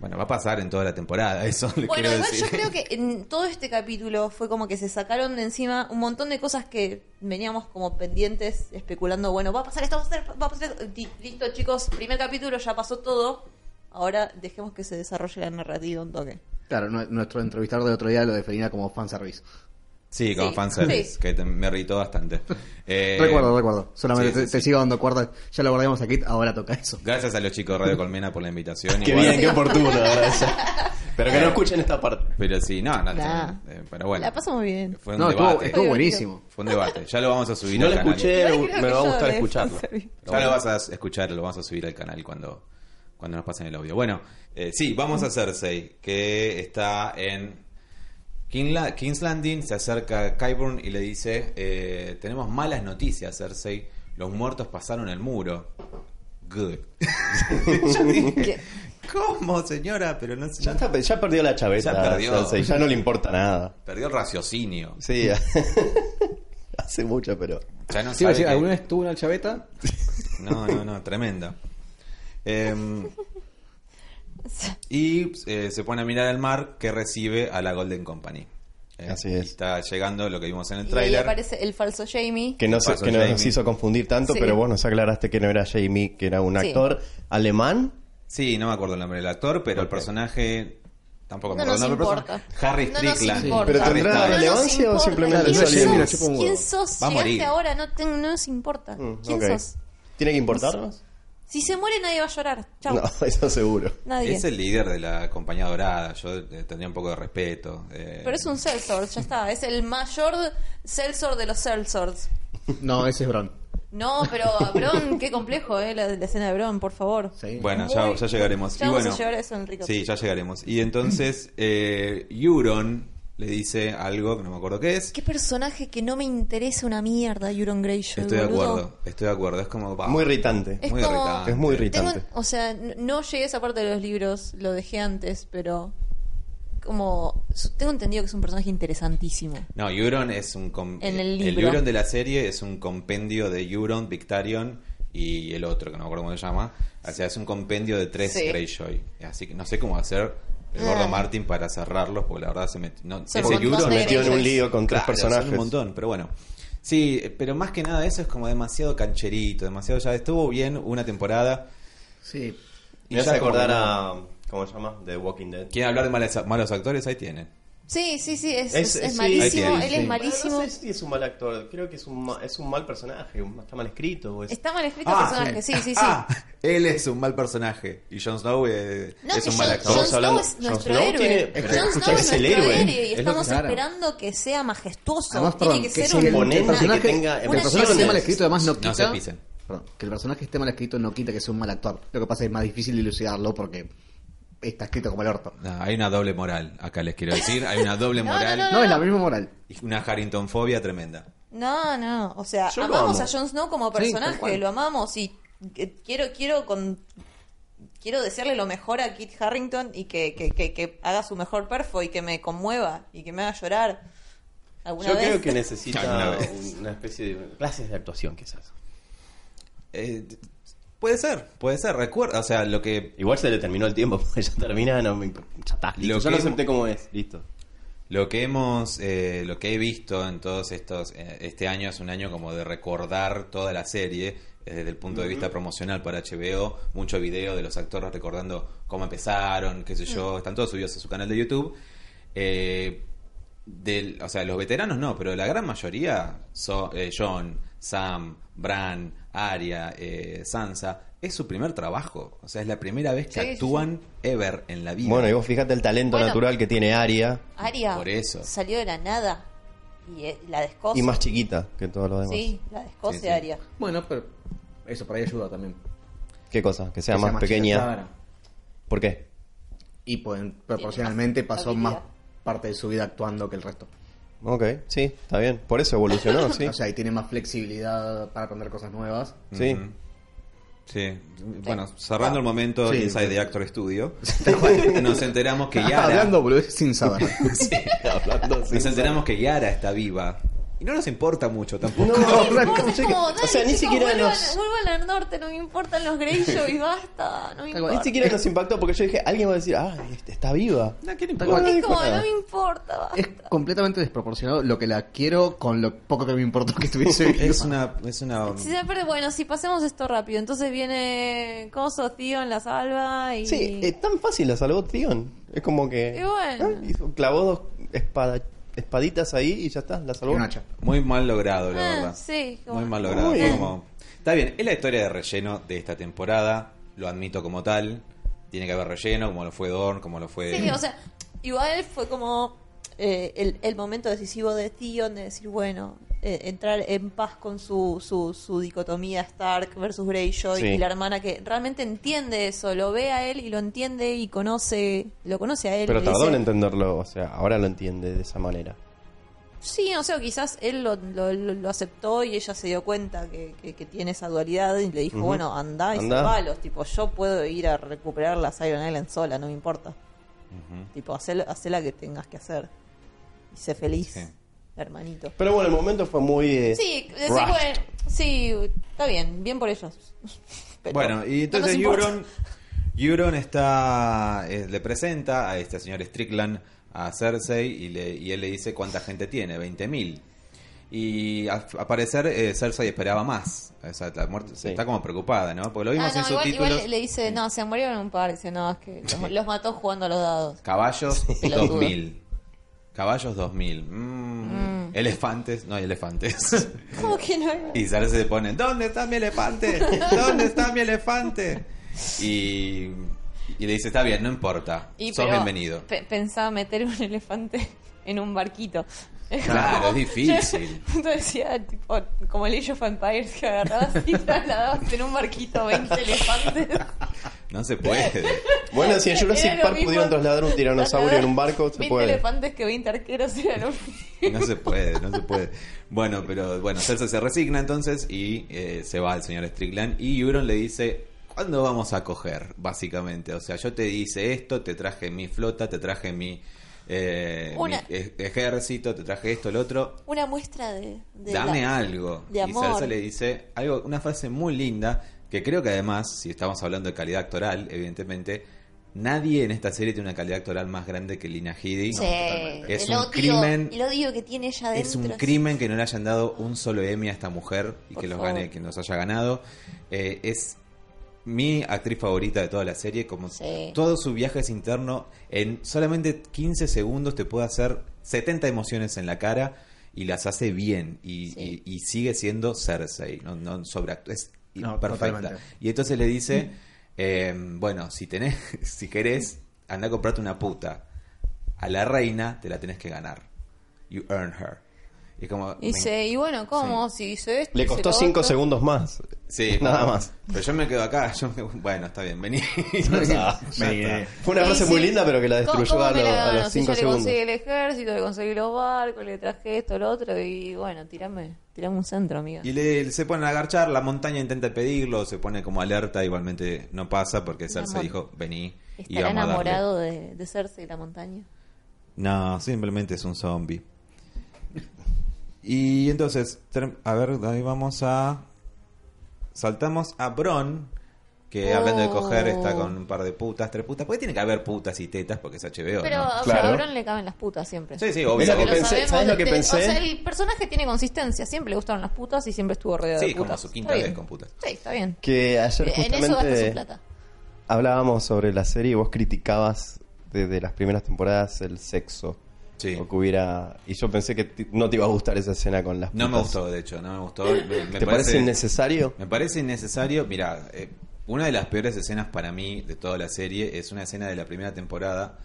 A: Bueno, va a pasar en toda la temporada, <laughs> eso le
G: Bueno,
A: quiero
G: igual
A: decir.
G: yo creo que en todo este capítulo fue como que se sacaron de encima un montón de cosas que veníamos como pendientes, especulando, bueno, va a pasar esto, va a pasar, va a pasar esto. Di- Listo, chicos, primer capítulo, ya pasó todo. Ahora dejemos que se desarrolle la narrativa un toque.
C: Claro, nue- nuestro entrevistador del otro día lo definía como fanservice.
A: Sí, con
G: Sí,
A: fanservice,
G: sí.
A: que te- me
C: <laughs>
A: irritó bastante. Eh,
C: recuerdo, recuerdo. Solamente
A: sí,
C: te,
A: sí,
C: te sigo dando cuerda. Ya lo guardamos aquí, ahora toca eso.
A: Gracias a los chicos de Radio Colmena por la invitación.
B: Qué
A: igual. Eh,
G: <laughs>
B: bien, qué oportuno. ¿verdad? Pero que no escuchen esta parte.
A: Pero sí, no, no,
G: Nah.
A: eh, pero bueno.
G: La paso muy bien.
A: Fue un
C: No, estuvo,
A: debate.
C: estuvo
G: Fue
C: buenísimo.
A: Fue un debate. Ya lo vamos a subir
B: Si no
A: al
B: la
A: canal.
B: escuché,
G: Igual creo
B: me
G: que
B: va a
G: yo
B: gustar
G: de
B: escucharlo.
A: <laughs>
G: fanservice.
A: Ya lo vas a escuchar, lo vamos a subir al canal cuando, cuando nos pasen el audio. Bueno, eh, sí, vamos a Cersei, que está en Kingla- King's Landing, se acerca a Qyburn y le dice, eh, tenemos malas noticias, Cersei, los muertos pasaron el muro. Good. <laughs> Yo dije, ¿Cómo, señora? Pero no se
B: Ya, está- ya perdió la chaveta.
A: Ya perdió.
B: Cersei, ya no le importa nada.
A: Perdió el raciocinio. <laughs>
B: Sí, <laughs> hace mucho, pero.
A: Ya no
C: Sí, iba a
A: sabe
C: decir,
A: que-
C: ¿alguna vez tuvo una chaveta?
A: No, no, no, tremenda. Em, y eh, se pone a mirar al mar que recibe a la Golden Company. Eh,
B: Así es.
A: y Está llegando lo que vimos en el
G: Y ahí
A: tráiler.
G: aparece el falso Jamie.
B: Que, no se-
A: Pasó
B: que nos
A: Jamie.
B: hizo confundir tanto,
G: Sí.
B: pero vos nos aclaraste que no era Jamie, que era un
G: Sí.
B: actor alemán.
A: Sí, no me acuerdo el nombre del actor, pero el
B: Ok.
A: personaje tampoco me
G: No
A: acuerdo
G: nos
A: el nombre del
G: importa.
A: personaje. Harry
G: No nos
A: Strickland.
G: importa.
B: Pero
A: Harry
B: tendrá
A: Strickland.
B: relevancia.
G: nos importa.
B: o simplemente
G: ¿Quién
C: salió
G: sos?
C: bien y la chupa un huevo?
G: ¿Quién sos?
A: Va a
G: Llegaste
A: morir.
G: ahora, no, te- no nos importa.
B: Mm,
G: ¿Quién
B: ok.
G: sos?
B: ¿Tiene que importarnos?
G: Si se muere nadie va a llorar. Chau.
B: No, <laughs> eso seguro.
G: Nadie.
A: Es el líder de la compañía dorada. Yo eh, tendría un poco de respeto. eh.
G: Pero es un Celsord, ya está. Es el mayor Celsord de los Celsords.
C: No, ese es Bron.
G: No, pero a Bron, qué complejo, ¿eh? La, la escena de Bron, por favor.
C: Sí.
A: Bueno, ya,
G: Muy-
A: ya llegaremos.
G: Eh, Ya
A: y
G: vamos
A: bueno,
G: a llegar a eso, Enrico.
A: Sí, ya llegaremos. Y entonces, eh, Euron le dice algo que no me acuerdo qué es.
G: Qué personaje que no me interesa una mierda, Euron Greyjoy.
A: Estoy de
G: boludo.
A: acuerdo, estoy de acuerdo. Es como. bah,
B: Muy irritante.
G: Es
A: muy
G: como-
A: irritante.
B: Es muy irritante.
G: Tengo- o sea, n- no llegué a esa parte de los libros, lo dejé antes, pero como su- tengo entendido que es un personaje interesantísimo.
A: No, Euron es un. com-
G: En el
A: el
G: libro.
A: Euron de la serie es un compendio de Euron, Victarion y el otro, que no me acuerdo cómo se llama. O sea, es un compendio de tres
G: Sí.
A: Greyjoy. Así que no sé cómo hacer el gordo
G: Ah.
A: Martin para cerrarlos, porque la verdad se metió. No,
G: Son
A: ese
G: un montón
A: Euron
G: de
B: Metió en un
G: Greyjoys.
B: lío con tres
A: Claro, son
B: personajes.
A: un montón, pero bueno. Sí, pero más que nada eso es como demasiado cancherito, demasiado ya estuvo bien una temporada.
C: Sí.
A: Y
B: Me hace
A: ya
B: acordar
A: como-
B: a. ¿Cómo se llama? The Walking Dead.
A: ¿Quieren hablar de malas- malos actores? Ahí tienen.
G: Sí, sí, sí, es,
B: Es-
G: es-
B: es-
G: es
B: sí.
G: malísimo,
A: Ahí tiene,
G: él es
C: sí.
G: malísimo.
B: No sé si es un mal actor. Creo que es un, ma- es un mal personaje. un- Está mal escrito. o es-
G: Está mal escrito el personaje, sí, sí, sí.
A: Ah, él es un mal personaje y Jon Snow eh,
G: No,
A: es
G: que
A: un mal
G: Jon-
A: actor.
G: Jon
B: Estamos hablando-
G: Snow es nuestro
B: Jon Snow
G: héroe.
B: tiene-
G: Jon
B: Pero
G: Snow
B: escucha,
G: es,
B: es el
G: nuestro
B: héroe.
G: héroe. y
B: Es
C: lo que-
G: estamos
C: claro.
G: esperando que sea majestuoso.
C: Además,
G: tiene
C: perdón,
G: que
C: que,
G: ser
C: si el,
G: un
B: ponente
C: el personaje,
B: que tenga
C: que el
G: una
C: personaje esté
G: esencia.
C: mal escrito, además no quita.
A: No se pisen.
C: perdón, que el personaje esté mal escrito no quita que sea un mal actor. Lo que pasa es que es más difícil dilucidarlo porque está escrito como el orto.
A: No, hay una doble moral, acá les quiero decir. Hay una doble
G: No, no,
A: moral
C: No es la misma moral.
A: y una Harringtonfobia tremenda.
G: No, no, o sea,
B: Yo lo
G: amamos
B: amo.
G: a Jon Snow como
A: tal
G: personaje,
A: cual.
G: lo amamos y eh, quiero quiero con quiero desearle lo mejor a Kit Harrington y que, que, que- que haga su mejor perfo y que me conmueva y que me haga llorar. ¿Alguna
B: Yo
G: vez?
B: creo que
A: Alguna
B: necesita
A: vez.
B: una especie de clases de actuación, quizás.
A: Eh, puede ser, puede ser. Recuerda, o sea, lo que
B: Igual se le terminó el tiempo, <laughs> porque ya termina, no me importa. Ya está, listo.
A: Lo
B: ya lo
A: que-
B: acepté como es, listo.
A: Lo que hemos, eh, lo que he visto en todos estos, eh, este año es un año como de recordar toda la serie eh, desde el punto de vista promocional para HBO, mucho video de los actores recordando cómo empezaron, qué sé yo, están todos subidos a su canal de YouTube. Eh, del, o sea, los veteranos no, pero la gran mayoría, son eh, John, Sam, Bran, Arya, eh, Sansa, es su primer trabajo, o sea, es la primera vez que
G: Sí, sí, sí.
A: actúan ever en la vida.
B: Bueno, y vos fíjate el talento
G: Bueno.
B: natural que tiene Aria
G: Aria
A: Por eso.
G: salió de la nada y eh, la de Escocia.
B: y más chiquita que todos los demás.
G: Sí, la de Escocia
A: Sí, sí.
G: Aria.
C: Bueno, pero eso por ahí ayuda también.
B: ¿Qué cosa? Que sea
C: Que
B: más
C: chica,
B: pequeña.
C: claro.
B: ¿Por qué?
C: Y pues, proporcionalmente
G: más
C: pasó
G: habilidad.
C: más parte de su vida actuando que el resto.
B: Ok, sí, está bien. Por eso evolucionó, sí.
C: O sea, y tiene más flexibilidad para aprender cosas nuevas.
B: Sí.
A: Ujú. Sí. Bueno, cerrando el momento
C: Sí,
A: Inside
C: sí.
A: the Actor Studio, <laughs> nos enteramos que Yara.
C: Hablando boludeces sin
F: <laughs>
C: saber.
B: <laughs> Hablando así.
A: nos enteramos que Yara está viva. Y no nos importa mucho tampoco.
B: No,
C: Correcto.
G: Vos es como,
B: o sea,
G: dale,
B: ni
G: chicos,
B: siquiera
G: vuelvan,
B: nos-
G: vuelvan al norte, no me importan los Greyjoy y basta, no
C: Tal cual.
G: me
B: Ni
G: importa.
B: siquiera nos impactó porque yo dije, alguien va a decir, ah, este está viva.
A: No, ¿qué le
C: Tal
A: importa?
C: cual.
G: Es como, no me importa, basta.
C: Es completamente desproporcionado lo que la quiero con lo poco que me importó que estuviese <laughs> viva.
A: Es una. Es una
G: Si se pierde, bueno, si pasemos esto rápido, entonces viene Coso, tío, en la salva y...
B: Sí, eh, es tan fácil la salvó Tion. Es como que.
G: Y bueno.
B: ah, hizo- clavó dos espada- espaditas ahí y ya está, la salvó.
C: Un hacha.
A: Muy mal logrado, la
G: Ah,
A: verdad.
G: sí, como-
A: Muy mal logrado.
B: Muy bien.
A: como- Está bien, es la historia de relleno de esta temporada. Lo admito como tal. Tiene que haber relleno, como lo fue Dorn, como lo fue.
G: Sí, o sea, igual fue como eh, el, el momento decisivo de Tion de decir, bueno, eh, entrar en paz con su, su, su dicotomía Stark versus Greyjoy
B: Sí.
G: y la hermana que realmente entiende eso, lo ve a él y lo entiende y conoce, lo conoce a él.
B: Pero
G: y le
B: tardó en
G: dice-
B: entenderlo, o sea, ahora lo entiende de esa manera.
G: Sí, no sé, o quizás él lo, lo- lo- lo aceptó y ella se dio cuenta que, que- que tiene esa dualidad y le dijo,
B: Ujú.
G: bueno, andá y
B: Andá.
G: salvalos, tipo, yo puedo ir a recuperar la Siren Island sola, no me importa.
A: Ujú.
G: Tipo, hacé, hacé la que tengas que hacer. Y sé feliz,
A: Sí.
G: hermanito.
B: Pero bueno, el momento fue muy. eh,
G: Sí, sí,
B: rushed.
G: bueno, sí, está bien, bien por ellos. Pero
A: bueno, y
G: no nos
A: entonces
G: importa.
A: Euron, Euron está, eh, le presenta a este señor Strickland a Cersei y, le- y él le dice cuánta gente tiene, 20.000. Y a, a parecer eh, Cersei esperaba más. O sea, la muerte,
B: Sí.
A: está como preocupada, ¿no? Porque lo
G: Ah,
A: vimos
G: no,
A: en
G: igual,
A: subtítulos.
G: igual le dice, no, se murieron un par, dice, no, es que los, los mató jugando a los
A: <laughs>
G: dados.
A: Caballos,
G: Sí, lo
A: 2.000. Caballos, 2.000. Mm. Elefantes, no hay
G: <laughs>
A: elefantes.
G: ¿Cómo que no?
A: Y Sara se pone, ¿dónde está mi elefante? ¿Dónde está mi elefante? Y, y le dice, está bien, no importa.
G: Y
A: Sos
G: pero
A: bienvenido.
G: pe- pensaba meter un elefante <laughs> en un barquito. <laughs>
A: Claro,
G: como-
A: es
G: <laughs>
A: difícil.
G: Yo- Yo decía, tipo, como el Age of Empires que agarrabas <laughs> y trasladabas en un barquito 20
A: <laughs>
G: elefantes.
A: No se puede.
B: Bueno, si en
G: <laughs>
B: Jurassic
G: Era lo
B: Park
G: mismo.
B: pudieron trasladar un tiranosaurio en un barco, se
G: 20
B: puede.
G: elefantes que 20 arqueros eran un... <laughs>
A: No se puede, no se puede. Bueno, pero bueno, Cersei se resigna entonces y eh, se va el señor Strickland. Y Euron le dice, ¿cuándo vamos a coger? Básicamente, o sea, yo te hice esto, te traje mi flota, te traje mi, eh, mi
G: Una-
A: ej- ejército, te traje esto, el otro.
G: Una muestra de... de
A: dame
G: la-
A: algo.
G: de amor.
A: Y Salsa le dice algo, una frase muy linda, que creo que además, si estamos hablando de calidad actoral, evidentemente, nadie en esta serie tiene una calidad actoral más grande que Lina Headey.
G: Sí,
A: Es
G: el
A: un
G: odio,
A: crimen-
G: El odio que tiene ella
A: Es
G: dentro.
A: un crimen que no le hayan dado un solo Emmy a esta mujer y
G: Por
A: que los
G: favor.
A: gane, que nos haya ganado. Eh, es mi actriz favorita de toda la serie, como
G: Sí.
A: todo su viaje es interno, en solamente 15 segundos te puede hacer 70 emociones en la cara y las hace bien y,
G: Sí.
A: y- y sigue siendo Cersei, no, no sobreactu- es
C: No,
A: perfecta.
C: totalmente.
A: Y entonces le dice,
G: Mm.
A: eh, bueno, si tenés, <laughs> si querés, anda a comprarte una puta. A la reina te la tenés que ganar. You earn her. Y como. me-
G: Dice, y bueno, ¿cómo? Si hice esto.
B: Le
G: hice
B: costó
G: lo
B: 5
G: otro".
B: segundos más.
A: Sí,
B: Nada
A: pero-
B: más.
A: Pero yo me quedo acá. <laughs> yo me- bueno, está bien, vení. <laughs>
B: está.
A: Ya
C: Me-
A: está.
B: Fue una frase
G: Sí,
B: muy
G: sí.
B: linda, pero que la
G: ¿Cómo-
B: destruyó
G: cómo
B: a,
G: me
B: lo-
G: la
B: a
G: gano?
B: los
G: Si
B: 5
G: yo le
B: segundos.
G: conseguí el ejército, le conseguí los barcos, le traje esto, lo otro, y bueno, tirame, tirame un centro, amiga.
A: Y le- se ponen a agarchar, la montaña intenta pedirlo, se pone como alerta, igualmente no pasa porque Cersei
G: amor.
A: dijo, vení. y
G: ¿Estará
A: vamos a darle.
G: enamorado de, de Cersei de la montaña?
A: No, simplemente es un zombie. Y entonces, ter- a ver, ahí vamos a... Saltamos a Bron, que hablando de
G: Oh.
A: coger está con un par de putas, tres putas. Porque tiene que haber putas y tetas porque es HBO,
G: Pero
A: ¿no?
G: o sea,
B: Claro.
G: a Bron le caben las putas siempre.
A: Sí, sí,
B: Es
A: obvio.
B: lo que
A: obvio.
B: pensé, ¿sabes lo que
G: de-
B: pensé?
G: O sea, el personaje tiene consistencia, siempre le gustaron las putas y siempre estuvo rodeado
A: Sí,
G: de
A: como
G: putas.
A: su quinta
G: Está bien.
A: vez con putas.
G: Sí, está bien.
B: Que ayer
G: Eh, en eso gasta su
B: justamente
G: plata.
B: hablábamos sobre la serie y vos criticabas desde las primeras temporadas el sexo.
A: Sí.
B: O que hubiera... Y yo pensé que ti- no te iba a gustar esa escena con las
A: No me
B: putas.
A: gustó, de hecho, no me gustó. Me, me
B: ¿Te parece, innecesario?
A: Me parece innecesario. Mira, eh, una de las peores escenas para mí de toda la serie es una escena de la primera temporada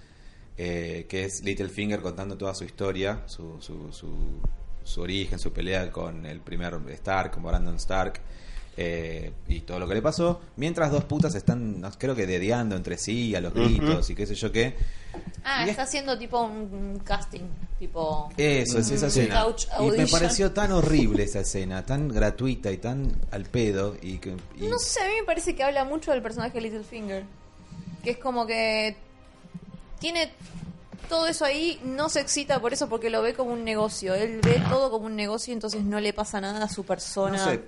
A: eh, que es Littlefinger contando toda su historia, su, su, su- su origen, su pelea con el primer Stark, con Brandon Stark. eh, y todo lo que le pasó, mientras dos putas están, no, creo que dediando entre sí, a los gritos y qué sé yo qué.
G: Ah,
A: Y Eh.
G: está haciendo tipo un casting, tipo...
A: Eso es esa
G: Sí.
A: escena.
G: Couch
A: Y me
G: audition.
A: pareció tan horrible esa escena, tan gratuita y tan al pedo. Y que, y-
G: No sé, a mí me parece que habla mucho del personaje de Littlefinger. Que es como que tiene todo eso ahí, no se excita por eso porque lo ve como un negocio. Él ve todo como un negocio, entonces no le pasa nada a su persona.
A: No sé.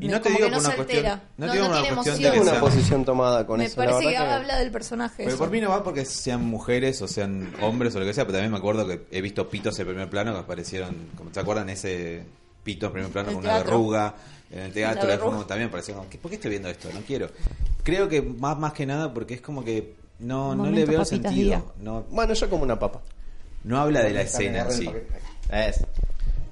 A: Y
G: Me-
A: no te
G: como
A: digo
G: que no
A: por una
G: se
A: cuestión.
G: altera.
A: No, te
G: No,
A: digo
G: no
A: por una
G: tiene
A: cuestión de
G: emoción.
A: que
B: Tengo una
A: sean-
B: posición tomada con
G: Me
B: eso. la
G: parece que,
B: verdad que-
G: habla del personaje.
A: Pero
G: eso.
A: por mí no va porque sean mujeres o sean hombres o lo que sea, pero también me acuerdo que he visto pitos en primer plano que aparecieron, como se acuerdan ese pito en primer plano
G: El
A: con una
G: teatro.
A: verruga en el teatro,
G: La
A: es como
G: verruga.
A: también parecía como, ¿qué- ¿por qué estoy viendo esto? No quiero. Creo que más más que nada porque es como que no, no le
D: Momento
A: veo el
D: papitas día.
A: sentido. No,
B: Bueno, yo como una papa.
A: no habla de la escena en sí.
B: Es.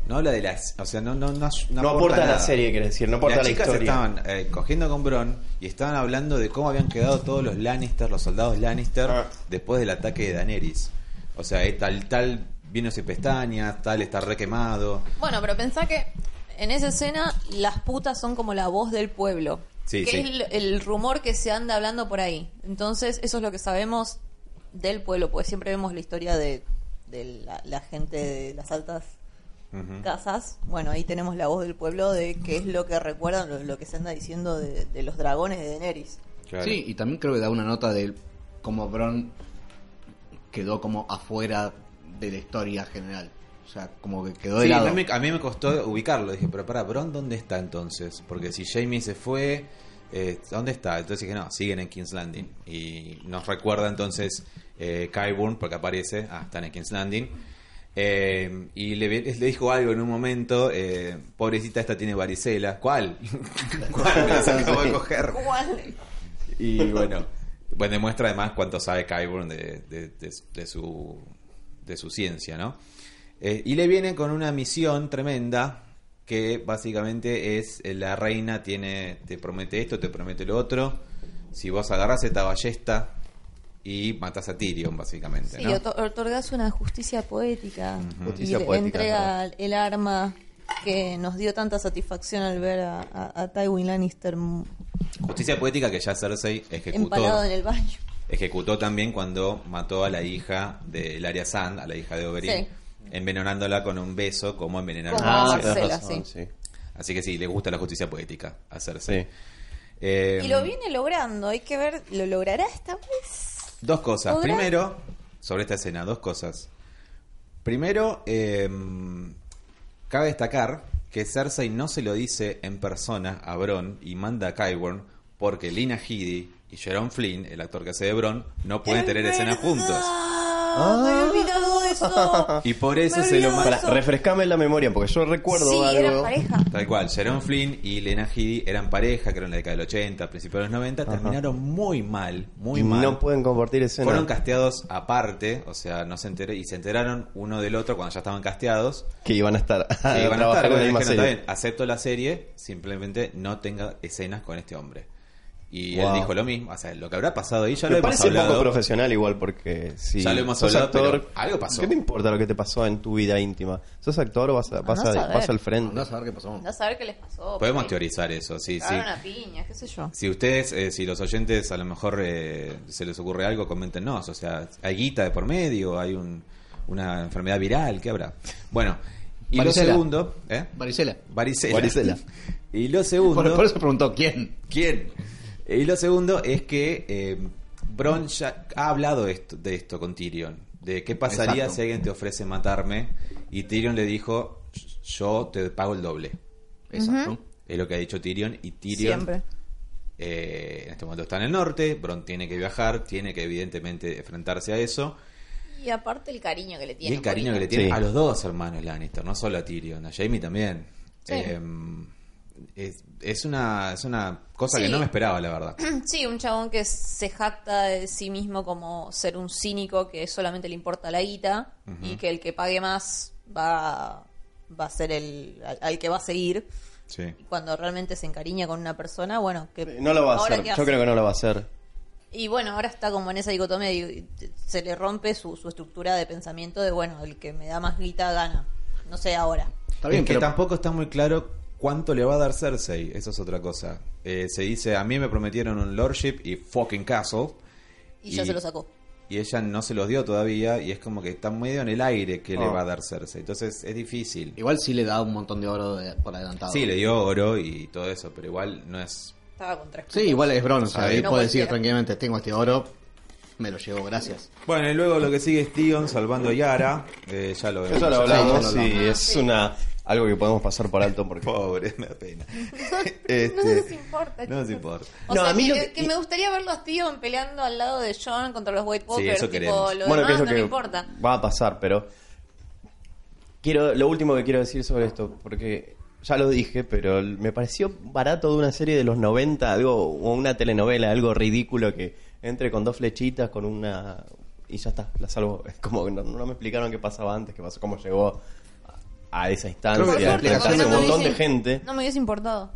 A: No habla de la es- o sea, no, no, no,
B: No, aporta a la
A: nada.
B: serie, quiere decir, no aporta a
A: Las
B: la
A: chicas
B: historia.
A: estaban eh, cogiendo con Bron y estaban hablando de cómo habían quedado todos los Lannister, los soldados Lannister,
B: Ah.
A: después del ataque de Daenerys. O sea, eh, tal, tal vino sin pestañas, tal está re quemado.
G: Bueno, pero pensá que en esa escena las putas son como la voz del pueblo.
A: Sí,
G: que
A: sí.
G: es el, el rumor que se anda hablando por ahí. Entonces, eso es lo que sabemos del pueblo, porque siempre vemos la historia de, de la, la gente de las altas
A: Ujú.
G: casas. Bueno, ahí tenemos la voz del pueblo de qué es lo que recuerdan, lo, lo que se anda diciendo de, de los dragones de Daenerys.
A: Claro.
F: Sí, y también creo que da una nota de cómo Bron quedó como afuera de la historia general. O sea, como que quedó de
A: Sí, a
F: lado.
A: mí, me- a mí me costó ubicarlo. Dije, pero para, Bron, ¿dónde está entonces? Porque si Jamie se fue, eh, ¿dónde está? Entonces dije, no, siguen en King's Landing. Y nos recuerda entonces eh, Qyburn, porque aparece, ah, están en King's Landing. Eh, y le, vi- le dijo algo en un momento, eh, pobrecita esta tiene varicela. ¿Cuál? <laughs> ¿Cuál? Me
F: <laughs>
A: la acabo de coger. Y
G: <laughs>
A: bueno, bueno, demuestra además cuánto sabe Kyburn de, de- de- de su, de su ciencia, ¿no? Eh, y le viene con una misión tremenda que básicamente es eh, la reina tiene te promete esto, te promete lo otro. Si vos agarrás esta ballesta y matás a Tyrion, básicamente,
G: Sí,
A: ¿no?
G: otor- otorgas una justicia poética
B: Justicia
G: y le
B: poética,
G: entrega el arma que nos dio tanta satisfacción al ver a, a- a Tywin Lannister m-
A: Justicia poética que ya Cersei ejecutó.
G: empalado en el baño.
A: Ejecutó también cuando mató a la hija de Laria Sand, a la hija de Oberyn,
G: Sí.
A: envenenándola con un beso, como envenenaron
G: Como
A: a
G: a
A: Marcela.
G: Marcela.
B: tenés
G: sí.
A: Así que sí, le gusta la justicia poética hacerse.
B: Sí.
A: Eh,
G: Y lo viene logrando, hay que ver, ¿lo logrará esta vez?
A: Dos cosas.
G: ¿Podrá?
A: Primero, sobre esta escena, dos cosas. Primero, eh, cabe destacar que Cersei no se lo dice en persona a Bron y manda a Qyburn porque Lina Headey y Jerome Flynn, el actor que hace de Bron, no pueden tener escenas juntos.
G: ¡Ah! ¡Me he olvidado de eso!
A: Y por eso
G: Me
A: se lo
G: olvidaba
A: manda.
B: Pará, refrescame la memoria, porque yo <laughs> recuerdo
G: sí,
B: algo.
G: eran pareja.
A: Tal cual, Sharon Flynn y Lena Headey eran pareja, que eran en la década del 80, principios de los 90, terminaron muy mal, muy
B: y
A: mal.
B: no pueden compartir escena.
A: Fueron casteados aparte, o sea, no se enteré, y se enteraron uno del otro cuando ya estaban casteados.
B: que iban a estar a
A: que iban a
B: Ah, trabajar
A: estar,
B: con
A: bueno, dijeron,
B: la misma
A: "Está
B: serie.
A: bien, acepto la serie, simplemente no tenga escenas con este hombre. Y
B: Wow.
A: él dijo lo mismo. O sea, lo que habrá pasado ahí ya
B: Me
A: lo hemos
B: parece poco
A: hablado.
B: profesional igual porque si
A: Ya lo hemos
B: sos
A: hablado,
B: actor,
A: pero algo pasó.
B: ¿Qué te importa lo que te pasó en tu vida íntima? ¿Sos actor o vas, a- vas,
D: Andá
B: a-
D: a saber.
B: vas al frente?
F: Andá a saber qué pasó.
G: No saber qué les pasó.
A: Podemos
G: porque
A: teorizar eso, sí, sí.
G: cagaron a piña, qué sé yo.
A: Si ustedes, eh, si los oyentes a lo mejor eh, se les ocurre algo, coméntenos. O sea, hay guita de por medio, hay un- una enfermedad viral, ¿qué habrá? Bueno, y
F: Varicela.
A: lo segundo, ¿eh?
F: Varicela.
A: Varicela.
B: Varicela.
A: <laughs> Y lo
C: Uh,
A: segundo,
F: Por, por eso preguntó quién.
A: ¿quién? Y lo segundo es que eh, Bron ya ha hablado esto- de esto con Tyrion, de qué pasaría
F: Exacto.
A: si alguien te ofrece matarme y Tyrion le dijo, yo te pago el doble.
F: Exacto.
A: Es lo que ha dicho Tyrion y Tyrion
D: Siempre.
A: eh, en este momento está en el norte, Bron tiene que viajar, tiene que evidentemente enfrentarse a eso.
G: Y aparte el cariño que le
A: Y
G: tiene.
A: el cariño que le
G: poquito.
A: tiene
B: Sí.
A: a los dos hermanos Lannister, no solo a Tyrion, a Jamie también.
G: Sí.
A: Eh, es, es una, es una cosa que
G: Sí.
A: no me esperaba, la
G: <clears throat>
A: verdad.
G: Sí, un chabón que se jacta de sí mismo como ser un cínico que solamente le importa la guita y que el que pague más va, va a ser el al, al que va a seguir.
A: Sí.
G: Y cuando realmente se encariña con una persona, bueno, que
A: Eh,
B: No lo va a
G: ahora
B: hacer.
G: qué
B: Yo
G: hace.
B: creo que no lo va a hacer.
G: Y bueno, ahora está como en esa dicotomía y se le rompe su, su estructura de pensamiento de, bueno, el que me da más guita gana. No sé ahora.
F: Está bien,
A: es que
F: pero-
A: tampoco está muy claro cuánto le va a dar Cersei. Eso es otra cosa. Eh, se dice, a mí me prometieron un lordship y fucking castle.
G: Y, ya se lo sacó.
A: Y ella no se los dio todavía y es como que está medio en el aire que le
B: Oh.
A: va a dar Cersei. Entonces es difícil.
F: Igual sí le da un montón de oro de- por adelantado.
A: Sí, le dio oro y todo eso, pero igual no es...
G: Estaba con tres
F: Sí, igual es bronce.
A: Sabe.
F: ahí
G: No
F: puede decir
G: cualquiera.
F: tranquilamente, tengo este oro, me lo llevo, gracias.
A: Bueno, y luego lo que sigue es Tion salvando a Yara. Eh, ya lo vemos.
B: Eso lo hablamos
F: Sí, ya lo
B: y es una algo que podemos pasar por alto porque
A: <laughs> Pobre, me da pena.
G: <laughs>
A: Este,
G: No nos importa.
A: No nos
G: chicos.
A: importa.
G: O
B: No,
G: sea,
B: a mí
G: que,
B: lo que-
G: que me gustaría verlo a Steven peleando al lado de John contra los White
A: Sí,
G: Walkers.
A: eso
G: tipo,
A: queremos.
G: lo
B: bueno,
G: demás
B: que es lo
G: no
B: que
G: me importa.
B: va a pasar, pero quiero lo último que quiero decir sobre esto porque ya lo dije, pero me pareció barato de una serie de los 90, algo o una telenovela, algo ridículo que entre con dos flechitas con una y ya está, la salvo. <laughs> Es como que no, no me explicaron qué pasaba antes, qué pasó, cómo llegó a, a esa instancia,
F: Creo que la
B: de enfrentarse a
F: explicación
G: no
B: un
G: me
B: montón de
G: hubiese-
B: gente.
G: No me hubiese importado.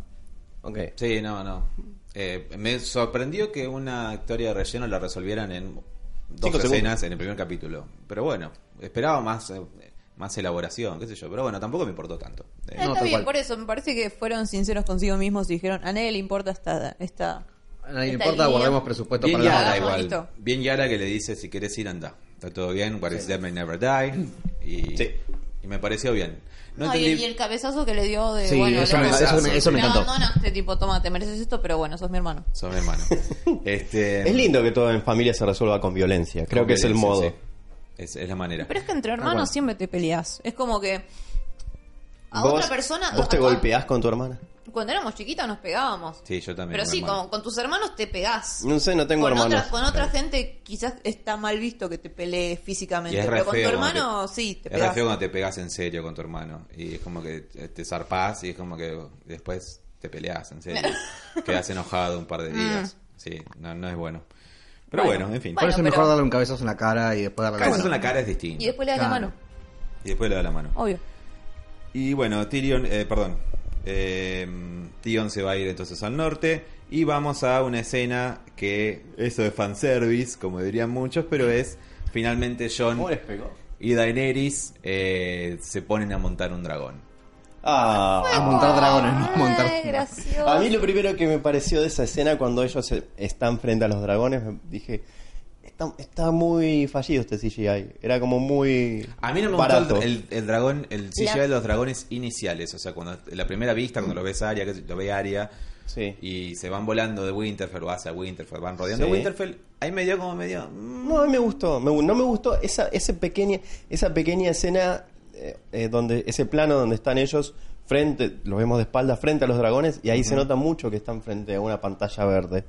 B: Ok.
A: Sí, no, no. Eh, me sorprendió que una historia de relleno la resolvieran en dos
B: Cinco
A: escenas en el primer capítulo. Pero bueno, esperaba más, eh, más elaboración, qué sé yo. Pero bueno, tampoco me importó tanto. Eh,
G: Eh,
F: No,
G: está
F: tal
G: bien,
F: cual.
G: por eso. Me parece que fueron sinceros consigo mismos y dijeron, a nadie le importa esta... esta...
F: A nadie le
G: Esta
F: importa,
G: línea.
F: guardemos
B: Eh,
F: presupuesto
A: Bien
F: para la
A: Yara
G: hagamos,
F: boda.
A: igual.
G: listo.
A: Bien Yara que le dice, si quieres ir, anda. Está todo bien, What is dead may never die. Y,
B: Sí.
A: y me pareció bien. No,
G: No, y-
A: entendí...
G: y, el cabezazo que le dio de...
F: Sí,
G: bueno,
F: eso,
G: loco,
F: me, eso me- eso me
G: me
F: encantó.
G: abandonaste, este tipo, toma, te mereces esto, pero bueno, sos mi hermano.
A: Sos mi
B: <laughs>
A: hermano. este,
B: Es lindo que todo en familia se resuelva con violencia. Creo
A: con
B: que es el
A: violencia,
B: modo.
A: sí. Es, es la manera.
G: Pero es que entre hermanos
F: bueno.
G: siempre te peleás. Es como que a
B: ¿Vos,
G: otra persona.
B: ¿Vos te
G: a- a-
B: golpeás con tu hermana?
G: Cuando éramos chiquitas nos pegábamos.
A: Sí, yo también,
G: Pero
A: con
G: sí,
A: hermanos.
G: con, con tus hermanos te pegás.
B: No sé, no tengo
G: con
B: hermanos.
G: Otra, con otra gente quizás está mal visto que te pelees
A: Y
G: físicamente.
A: es re
G: pero con tu
A: feo cuando
G: hermano sí, te
A: es re
G: pegás.
A: feo cuando te pegas en serio con tu hermano. Y es como que te zarpás y es como que después te peleas en
G: <laughs>
A: serio. Quedás enojado un par de días. Sí, no, no es bueno. Pero bueno,
G: Mm. Bueno,
A: en fin.
G: bueno.
F: Por eso es mejor
G: pero-
F: darle un cabezazo en la cara y después darle la
A: Cada vez
F: mano.
A: en la cara es distinto.
G: Y después Oh. le das la
F: Claro.
G: mano,
A: Y después le da la mano.
G: obvio.
A: Y bueno, Tyrion, eh, perdón. Eh, Tyrion se va a ir entonces al norte. Y vamos a una escena que eso es fanservice, como dirían muchos, pero es finalmente John
B: pegó?
A: y Daenerys eh, se ponen a montar un dragón.
B: Ah,
F: A montar dragones, no a montar.
G: Ay, gracioso.
B: a mí lo primero que me pareció de esa escena cuando ellos se- están frente a los dragones, me dije, está, está muy fallido este CGI. Era como muy
A: A mí no me
B: barato.
A: gustó el, el- el dragón, el CGI
G: La-
A: de los dragones iniciales, o sea, cuando la primera vista, cuando lo ves a Aria, que lo ve Aria,
B: Sí.
A: y se van volando de Winterfell, o hacia Winterfell, van rodeando
B: Sí.
A: Winterfell, ahí me dio como medio... mm,
B: No, a mí me gustó. Me gu- no me gustó esa, ese pequeña, esa pequeña escena, eh, eh, donde ese plano donde están ellos frente, los vemos de espalda frente a los dragones y ahí se nota mucho que están frente a una pantalla verde.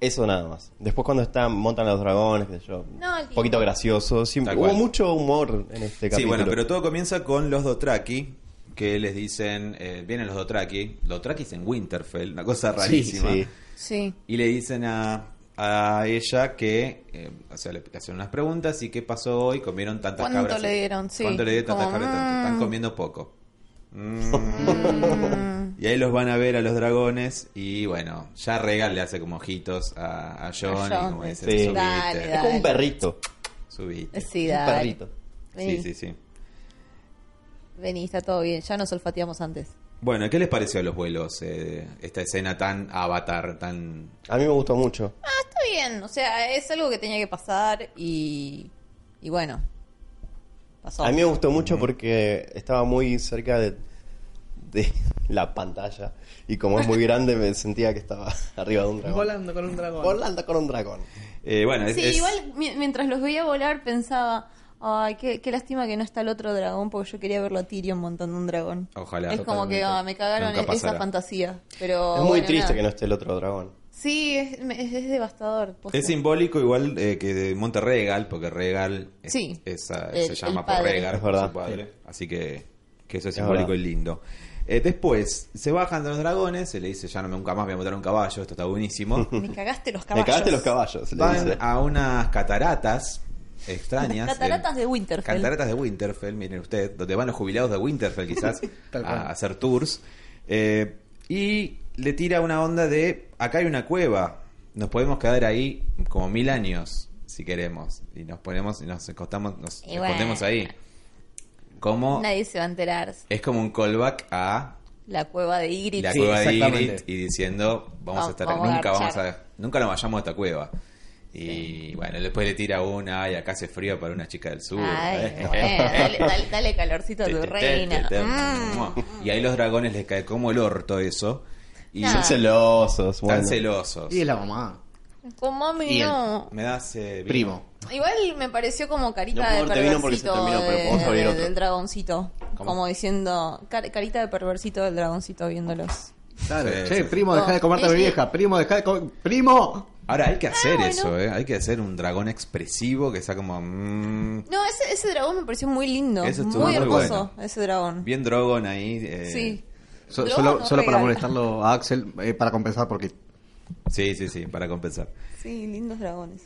B: Eso nada más. Después cuando están montan a los dragones, qué sé yo,
G: No, el
B: un poquito
G: tiempo.
B: gracioso. sí,
A: Tal
B: hubo
A: cual.
B: mucho humor en este capítulo.
A: Sí, bueno, pero todo comienza con los Dotraki, que les dicen, eh, vienen los Dotraki, Dotraki es en Winterfell, una cosa rarísima.
B: sí.
G: Sí.
A: Y le dicen a, a ella que, eh, o sea, le le hacen unas preguntas y qué pasó hoy, comieron tantas
G: ¿Cuánto
A: cabras.
G: le dieron? Sí,
A: ¿Cuánto le dieron tantas
G: como,
A: cabras? Tanto-
G: mm.
A: Están comiendo poco. Mm. y ahí los van a ver a los dragones. Y bueno, ya Regal le hace como ojitos a, a John.
D: A John,
A: y como dice,
B: sí.
A: subite,
D: Dale,
B: Es
D: dale.
B: como un perrito.
A: subite.
D: Sí,
B: Un
D: dale.
B: perrito.
A: Sí,
D: Vení,
A: sí, sí.
D: vení, está todo bien. Ya nos olfateamos antes.
A: Bueno, ¿qué les pareció a los vuelos? eh, esta escena tan avatar, tan...
B: A mí me gustó mucho.
D: Está bien, o sea, es algo que tenía que pasar y. Y bueno. Pasó.
B: A mí me gustó mucho porque estaba muy cerca de, de la pantalla y como es muy grande me sentía que estaba <laughs> arriba de un dragón.
C: Volando con un dragón.
B: Volando con un dragón.
A: Eh, bueno, es-
G: Sí,
A: es-
G: igual mi- mientras los veía volar pensaba, ay, qué, qué lástima que no está el otro dragón, porque yo quería verlo a Tyrion montando un dragón.
A: Ojalá.
G: Es como que ah, me cagaron
A: Nunca
G: esa
A: pasará.
G: fantasía. Pero
B: es muy
G: Oh, bueno,
B: triste
G: nada.
B: que no esté el otro dragón.
G: Sí, es, me- es- es devastador. posta.
A: Es simbólico igual eh, que de Monte Regal, porque Regal es-
G: Sí.
A: es, ah, se
G: El-
A: llama por
G: el padre.
A: Regal,
B: Es verdad.
A: su padre. Así que, que eso es,
B: Es
A: simbólico
B: verdad.
A: y lindo. Eh, después, se bajan de los dragones, se le dice, ya no me nunca más voy a montar un caballo, esto está
B: <laughs>
A: buenísimo.
G: Me
A: <laughs>
G: cagaste los
B: Me
G: caballos.
B: cagaste los caballos. le
A: Van
B: dice.
A: a unas cataratas extrañas.
D: Las cataratas de Winterfell.
A: Cataratas de Winterfell, miren usted, donde van los jubilados de Winterfell
D: <laughs>
A: quizás
C: Tal cual.
A: a hacer tours. Eh, y le tira una onda de, acá hay una cueva, nos podemos quedar ahí como mil años, si queremos. Y nos ponemos y nos escostamos, nos
D: Y bueno.
A: escondemos ahí. Como,
D: Nadie se va a enterar.
A: es como un callback a
D: La cueva de Ygritte.
A: la
C: Sí,
A: cueva de
C: exactamente.
A: Ygritte y diciendo vamos a
D: Vamos-
A: estar
D: vamos a
A: nunca vamos
D: garchar.
A: a nunca nos vayamos a esta cueva y bueno después le tira una y acá hace frío para una chica del sur
D: Ay,
A: <laughs> ¿eh?
G: <laughs>
D: bueno, dale, dale- dale calorcito a
A: Te,
D: tu
A: te, te,
D: reina.
A: te, te.
D: Mm.
A: y ahí los dragones les cae como el orto eso y
D: Nah.
B: Son celosos.
A: están
B: bueno.
A: celosos
F: Y es la mamá.
D: Con mami
F: Y él.
D: no.
A: me das eh, vino?
F: Primo.
D: Igual me pareció como carita
B: No puedo
D: de
B: darte vino porque se
D: perversito
B: terminó, pero
D: de-
B: podemos abrir
D: de-
B: otro.
D: del dragoncito.
A: ¿Cómo?
D: Como diciendo, car- carita de perversito del dragoncito viéndolos.
F: Claro.
A: Sí,
F: che,
A: sí, sí.
F: primo, deja de comerte a mi
D: Sí, sí.
F: vieja. Primo, deja de comer. ¡Primo!
A: ahora hay que hacer
D: bueno.
A: eso ¿eh? hay que hacer un dragón expresivo que sea como mm,
G: No, ese, ese dragón me pareció muy lindo.
A: Eso estuvo
G: muy
A: muy
G: hermoso,
A: bueno.
G: ese dragón.
A: bien dragón ahí eh,
G: Sí.
F: So-
G: Luego
F: solo
G: nos
F: solo para
G: regala.
F: molestarlo a Axel, eh, para compensar, porque
A: sí sí sí para compensar
G: Sí, lindos dragones.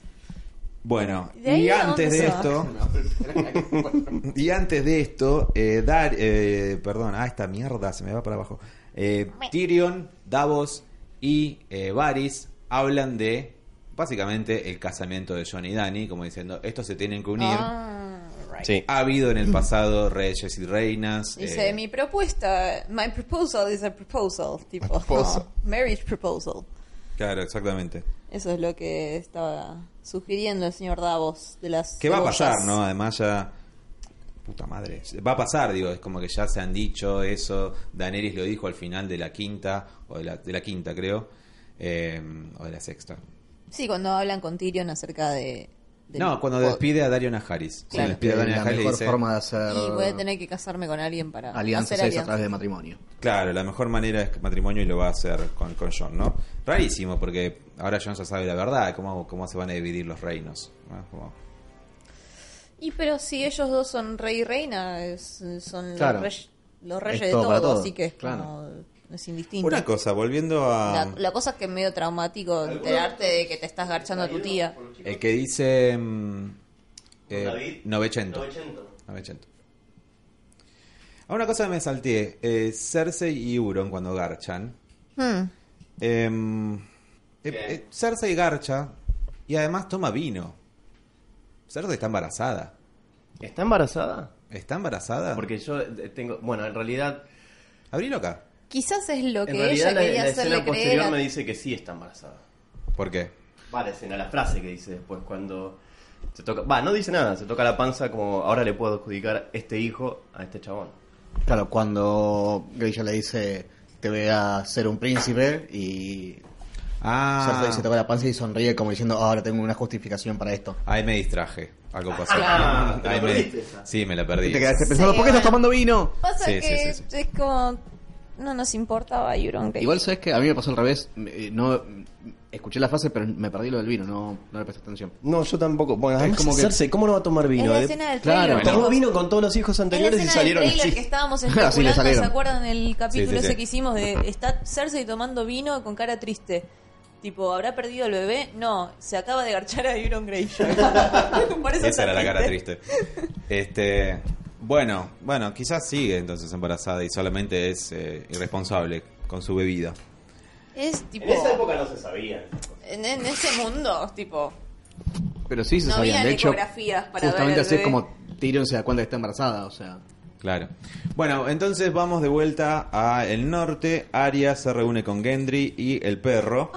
A: bueno
G: ¿De ahí
A: y
G: a dónde
A: antes
G: se
A: de
G: va?
A: esto <laughs> Y antes de esto, eh, Dar, eh, perdón, ah, esta mierda se me va para abajo. Eh, Tyrion, Davos y eh, Varys hablan de básicamente el casamiento de John y Dany, como diciendo, estos se tienen que unir.
D: Ah, right.
B: Sí.
A: Ha habido en el pasado reyes y reinas.
D: Dice,
A: eh,
D: mi propuesta, my proposal is a proposal, tipo,
B: proposal.
D: no, <laughs> marriage proposal.
A: Claro, exactamente.
D: Eso es lo que estaba sugiriendo el señor Davos de las...
A: Que va a
D: cebollas.
A: pasar, ¿no? Además ya... Puta madre. Va a pasar, digo, es como que ya se han dicho eso. Daenerys lo dijo al final de la quinta, o de la, de la quinta creo, eh, o de la sexta.
D: Sí, cuando hablan con Tyrion acerca de... del-
A: No, cuando despide a Dario Najaris. Cuando
D: Claro.
A: despide a Dario
F: la
A: Najaris le
F: mejor
A: dice,
F: forma de hacer
D: Y voy a tener que casarme con alguien para
F: alianzas
D: hacer
F: es a
D: alianzas.
F: través de matrimonio.
A: Claro, la mejor manera es que matrimonio y lo va a hacer con, con John, ¿no? Rarísimo, porque ahora John ya sabe la verdad, cómo, cómo se van a dividir los reinos. ¿no? Como-
D: Y pero si ellos dos son rey y reina, es- son
F: Claro.
D: los, rey- los reyes
F: Es
D: de
F: todo
D: todo,
F: para todo.
D: así que es
F: Claro.
D: como- es indistinto.
A: Una cosa, volviendo a...
D: la, la cosa es que es medio traumático enterarte de que te estás garchando a tu tía.
A: El que dice... mm, eh,
B: David.
A: 900. 900. A una cosa que me salté. eh, Cersei y Euron cuando garchan.
D: Hmm.
A: Em, eh, eh, Cersei garcha y además toma vino. Cersei está embarazada.
B: ¿Está embarazada?
A: ¿Está embarazada?
B: Porque yo eh, tengo... Bueno, en realidad...
A: Abrilo acá.
G: Quizás es lo
B: En
G: que
B: realidad
G: ella
B: la,
G: quería
B: la
G: hacerle
B: escena
G: creer.
B: posterior
G: a-
B: me dice que sí está embarazada.
A: ¿Por qué?
B: Va la escena, la frase que dice después cuando se toca, va, no dice nada, se toca la panza como ahora le puedo adjudicar este hijo a este chabón.
F: Claro, cuando Grilla le dice, te voy a ser un príncipe, y
A: Ah,
F: Cersei se toca la panza y sonríe como diciendo, "Ah, ahora tengo una justificación para esto.
A: ahí me distraje. Algo pasó.
B: Ah, te
A: <laughs>
B: la
A: Ahí me-
B: perdiste esa.
A: Sí, me la perdí.
F: Y te quedaste pensando, ¿por qué estás
D: bueno.
F: tomando vino?
D: Pasa
A: Sí, sí,
D: que
A: sí,
D: es como no nos importaba Euron Grey.
F: Igual sabes que a mí me pasó al revés, eh, no eh, escuché la frase, pero me perdí lo del vino, no, no le presté atención.
B: No, yo tampoco. Bueno, además
F: como que-
B: Cersei, ¿cómo no va a tomar
G: en
B: vino?
G: la
B: De-
G: escena del
F: ¿eh? Claro,
G: trailer.
F: bueno.
B: Tomó vino con todos los hijos
G: En la
B: anteriores y
G: escena del
B: salieron
G: trailer
B: así.
G: que estábamos
F: Así le
G: especulando, ¿se
F: salieron.
G: acuerdan el capítulo
A: Sí, sí, sí.
G: ese que hicimos de está Cersei tomando vino con cara triste? Tipo, ¿habrá perdido el bebé? No, se acaba de garchar a Euron Grey. Por eso
A: Esa
G: está
A: era la cara triste. Este, Bueno, bueno, quizás sigue entonces embarazada y solamente es eh, irresponsable con su bebida.
G: Es tipo.
B: En esa época no se sabía.
G: En, en ese mundo, tipo.
C: Pero sí se
G: No
C: sabían,
G: había
C: de hecho.
G: ecografías para ver
C: Justamente
G: al
C: así es
G: bebé.
C: como Tyrion se da cuenta que está embarazada, o sea.
A: Claro. Bueno, entonces vamos de vuelta a el norte. Arya se reúne con Gendry y el perro.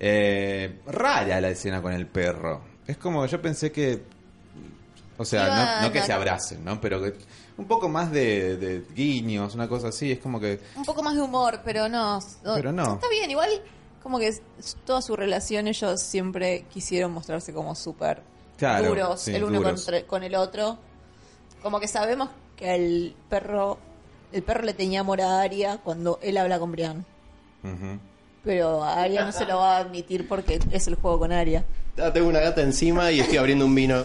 A: Eh, rara la escena con el perro. Es como, yo pensé que... O sea,
G: Iba-
A: no, no que
G: no,
A: se
G: no.
A: abracen, ¿no? Pero que un poco más de, de guiños, una cosa así. Es como que...
G: Un poco más de humor, pero no.
A: Pero no.
G: Está bien, igual. Como que es- toda su relación, ellos siempre quisieron mostrarse como súper
A: Claro,
G: duros,
A: sí,
G: el uno
A: duros.
G: contra- con el otro. Como que sabemos que el perro. El perro le tenía amor a Aria cuando él habla con Brian.
A: Ujú.
G: Pero a Aria no se lo va a admitir porque es el juego con Aria.
B: Ah, tengo una gata encima y estoy abriendo
G: <laughs>
B: un vino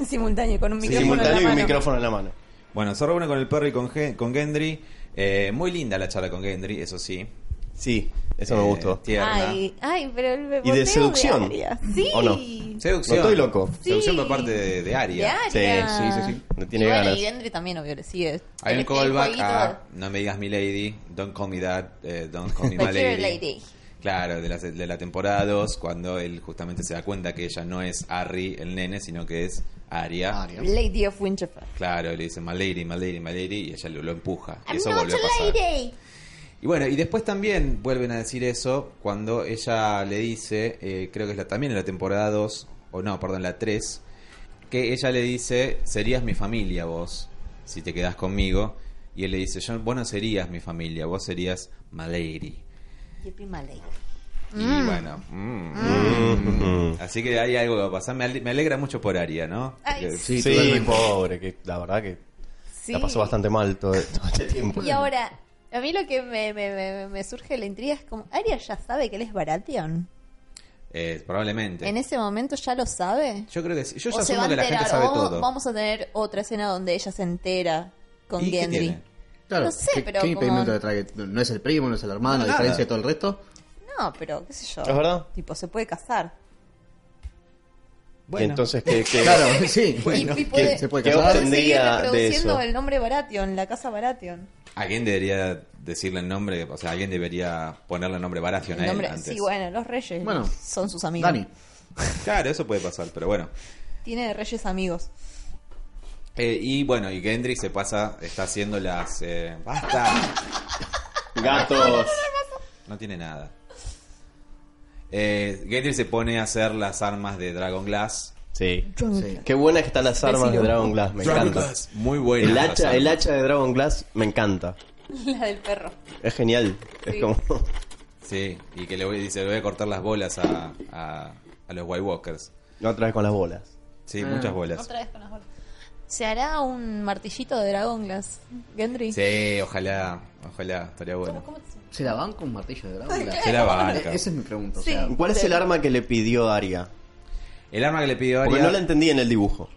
G: En <laughs> simultáneo, con un micrófono. en la
B: simultáneo y un
G: mano.
B: micrófono en la mano.
A: Bueno, se reúne con el perro y con, Gen- con Gendry. Eh, muy linda la charla con Gendry, eso sí.
B: Sí, eso me
A: Eh,
B: gustó.
A: Tierna.
G: Ay, ay, pero el
B: Y
G: beboteo
B: de seducción.
G: Aria. Sí.
B: ¿O no?
A: Seducción.
B: No estoy loco.
A: Seducción
G: Sí.
A: por parte de, de
G: De
A: Aria.
G: Aria.
B: Sí,
C: sí, sí, sí.
B: No tiene
G: y bueno,
B: ganas.
G: Y Gendry también, obvio, le sigue.
A: Hay un
G: Este
A: callback
G: jueguito
A: a No me digas mi lady, don't call me that, eh, don't call me
G: de
A: my
G: Dear
A: lady.
G: Lady.
A: Claro, de la, de la temporada 2, cuando él justamente se da cuenta que ella no es Harry, el nene, sino que es Aria.
F: Aria.
G: Lady of Winterfell.
A: Claro, le dice my lady, my lady, my lady, y ella lo, lo empuja. Y
G: I'm
A: eso
G: not
A: volvió a
G: a
A: pasar.
G: lady.
A: Y bueno, y después también vuelven a decir eso cuando ella le dice, eh, creo que es la, también en la temporada 2, o no, perdón, la 3, que ella le dice, serías mi familia vos, si te quedás conmigo. Y él le dice, yo, vos no serías mi familia, vos serías my lady.
G: Yo fui my lady.
A: Y bueno, mm, mm. así que hay algo que pasa. Me, ale- me alegra mucho por Aria, ¿no?
G: Ay,
A: Porque-
B: Sí,
C: totalmente.
B: pobre, que la verdad que
G: Sí.
B: la pasó bastante mal todo, todo este tiempo.
G: Y ahora, a mí lo que me, me, me, me surge la intriga es como, ¿Aria ya sabe que él es Baratheon?
A: eh, probablemente.
G: ¿En ese momento ya lo sabe?
A: Yo creo que sí. Yo ya
G: o se
A: asumo
G: va a
A: que la
G: enterar,
A: gente
G: o
A: sabe
G: vamos,
A: todo.
G: vamos a tener otra escena donde ella se entera con
A: ¿Y qué
G: Gendry.
A: tiene?
C: Claro,
G: No sé,
C: ¿qué,
G: pero
C: qué
G: como-
C: impedimento le trae? No es el primo, no es el hermano,
A: No,
C: a
A: nada.
C: diferencia de todo el resto.
G: No, pero qué sé yo.
B: ¿Es verdad?
G: Tipo, se puede casar.
B: Y entonces, ¿qué,
G: <laughs>
F: <laughs>
B: qué-
C: Claro, sí,
G: Y-
C: bueno.
G: y puede-
C: se puede
B: ¿Qué
C: casar.
B: opción tendría
G: Seguir
B: de
G: reproduciendo
B: eso?
G: el nombre Baratheon, la casa Baratheon.
A: Alguien debería decirle el nombre, o sea, alguien debería ponerle el nombre Baratheon
G: El
A: a él
G: nombre-
A: antes.
G: sí, bueno, los reyes
C: Bueno,
G: son sus amigos.
C: Dani.
A: Claro, eso puede pasar, pero bueno.
G: Tiene reyes amigos.
A: Eh, y bueno, y Gendry se pasa, está haciendo las... eh, ¡Basta!
B: Gatos.
A: No tiene nada. Eh, Gendry se pone a hacer las armas de Dragon Glass.
B: Sí.
C: Sí.
B: Qué buenas que están las armas de
G: Vecino.
B: Dragon Glass, me
A: Dragon
B: encanta.
A: Glass, Muy buena.
B: El hacha, el hacha de Dragon Glass me encanta.
G: <laughs> La del perro.
B: Es genial.
G: Sí.
B: Es como. <laughs>
A: Sí, y que le voy, dice, le voy a cortar las bolas a, a, a los White Walkers.
B: Otra vez con las bolas.
A: Sí, muchas bolas.
G: Ah. Otra vez con las bolas. ¿Se hará un martillito de Dragonglass, Gendry?
A: Sí, ojalá, ojalá, estaría bueno.
G: ¿Cómo te-
F: ¿Se la van con martillo de dragón?
A: Se
G: <laughs>
A: la banca.
F: Esa es mi pregunta. o
G: Sí.
F: sea,
B: ¿Cuál es el arma que le pidió Aria?
A: El arma que le pidió
B: Porque
A: Arya...
B: no la entendí en el dibujo.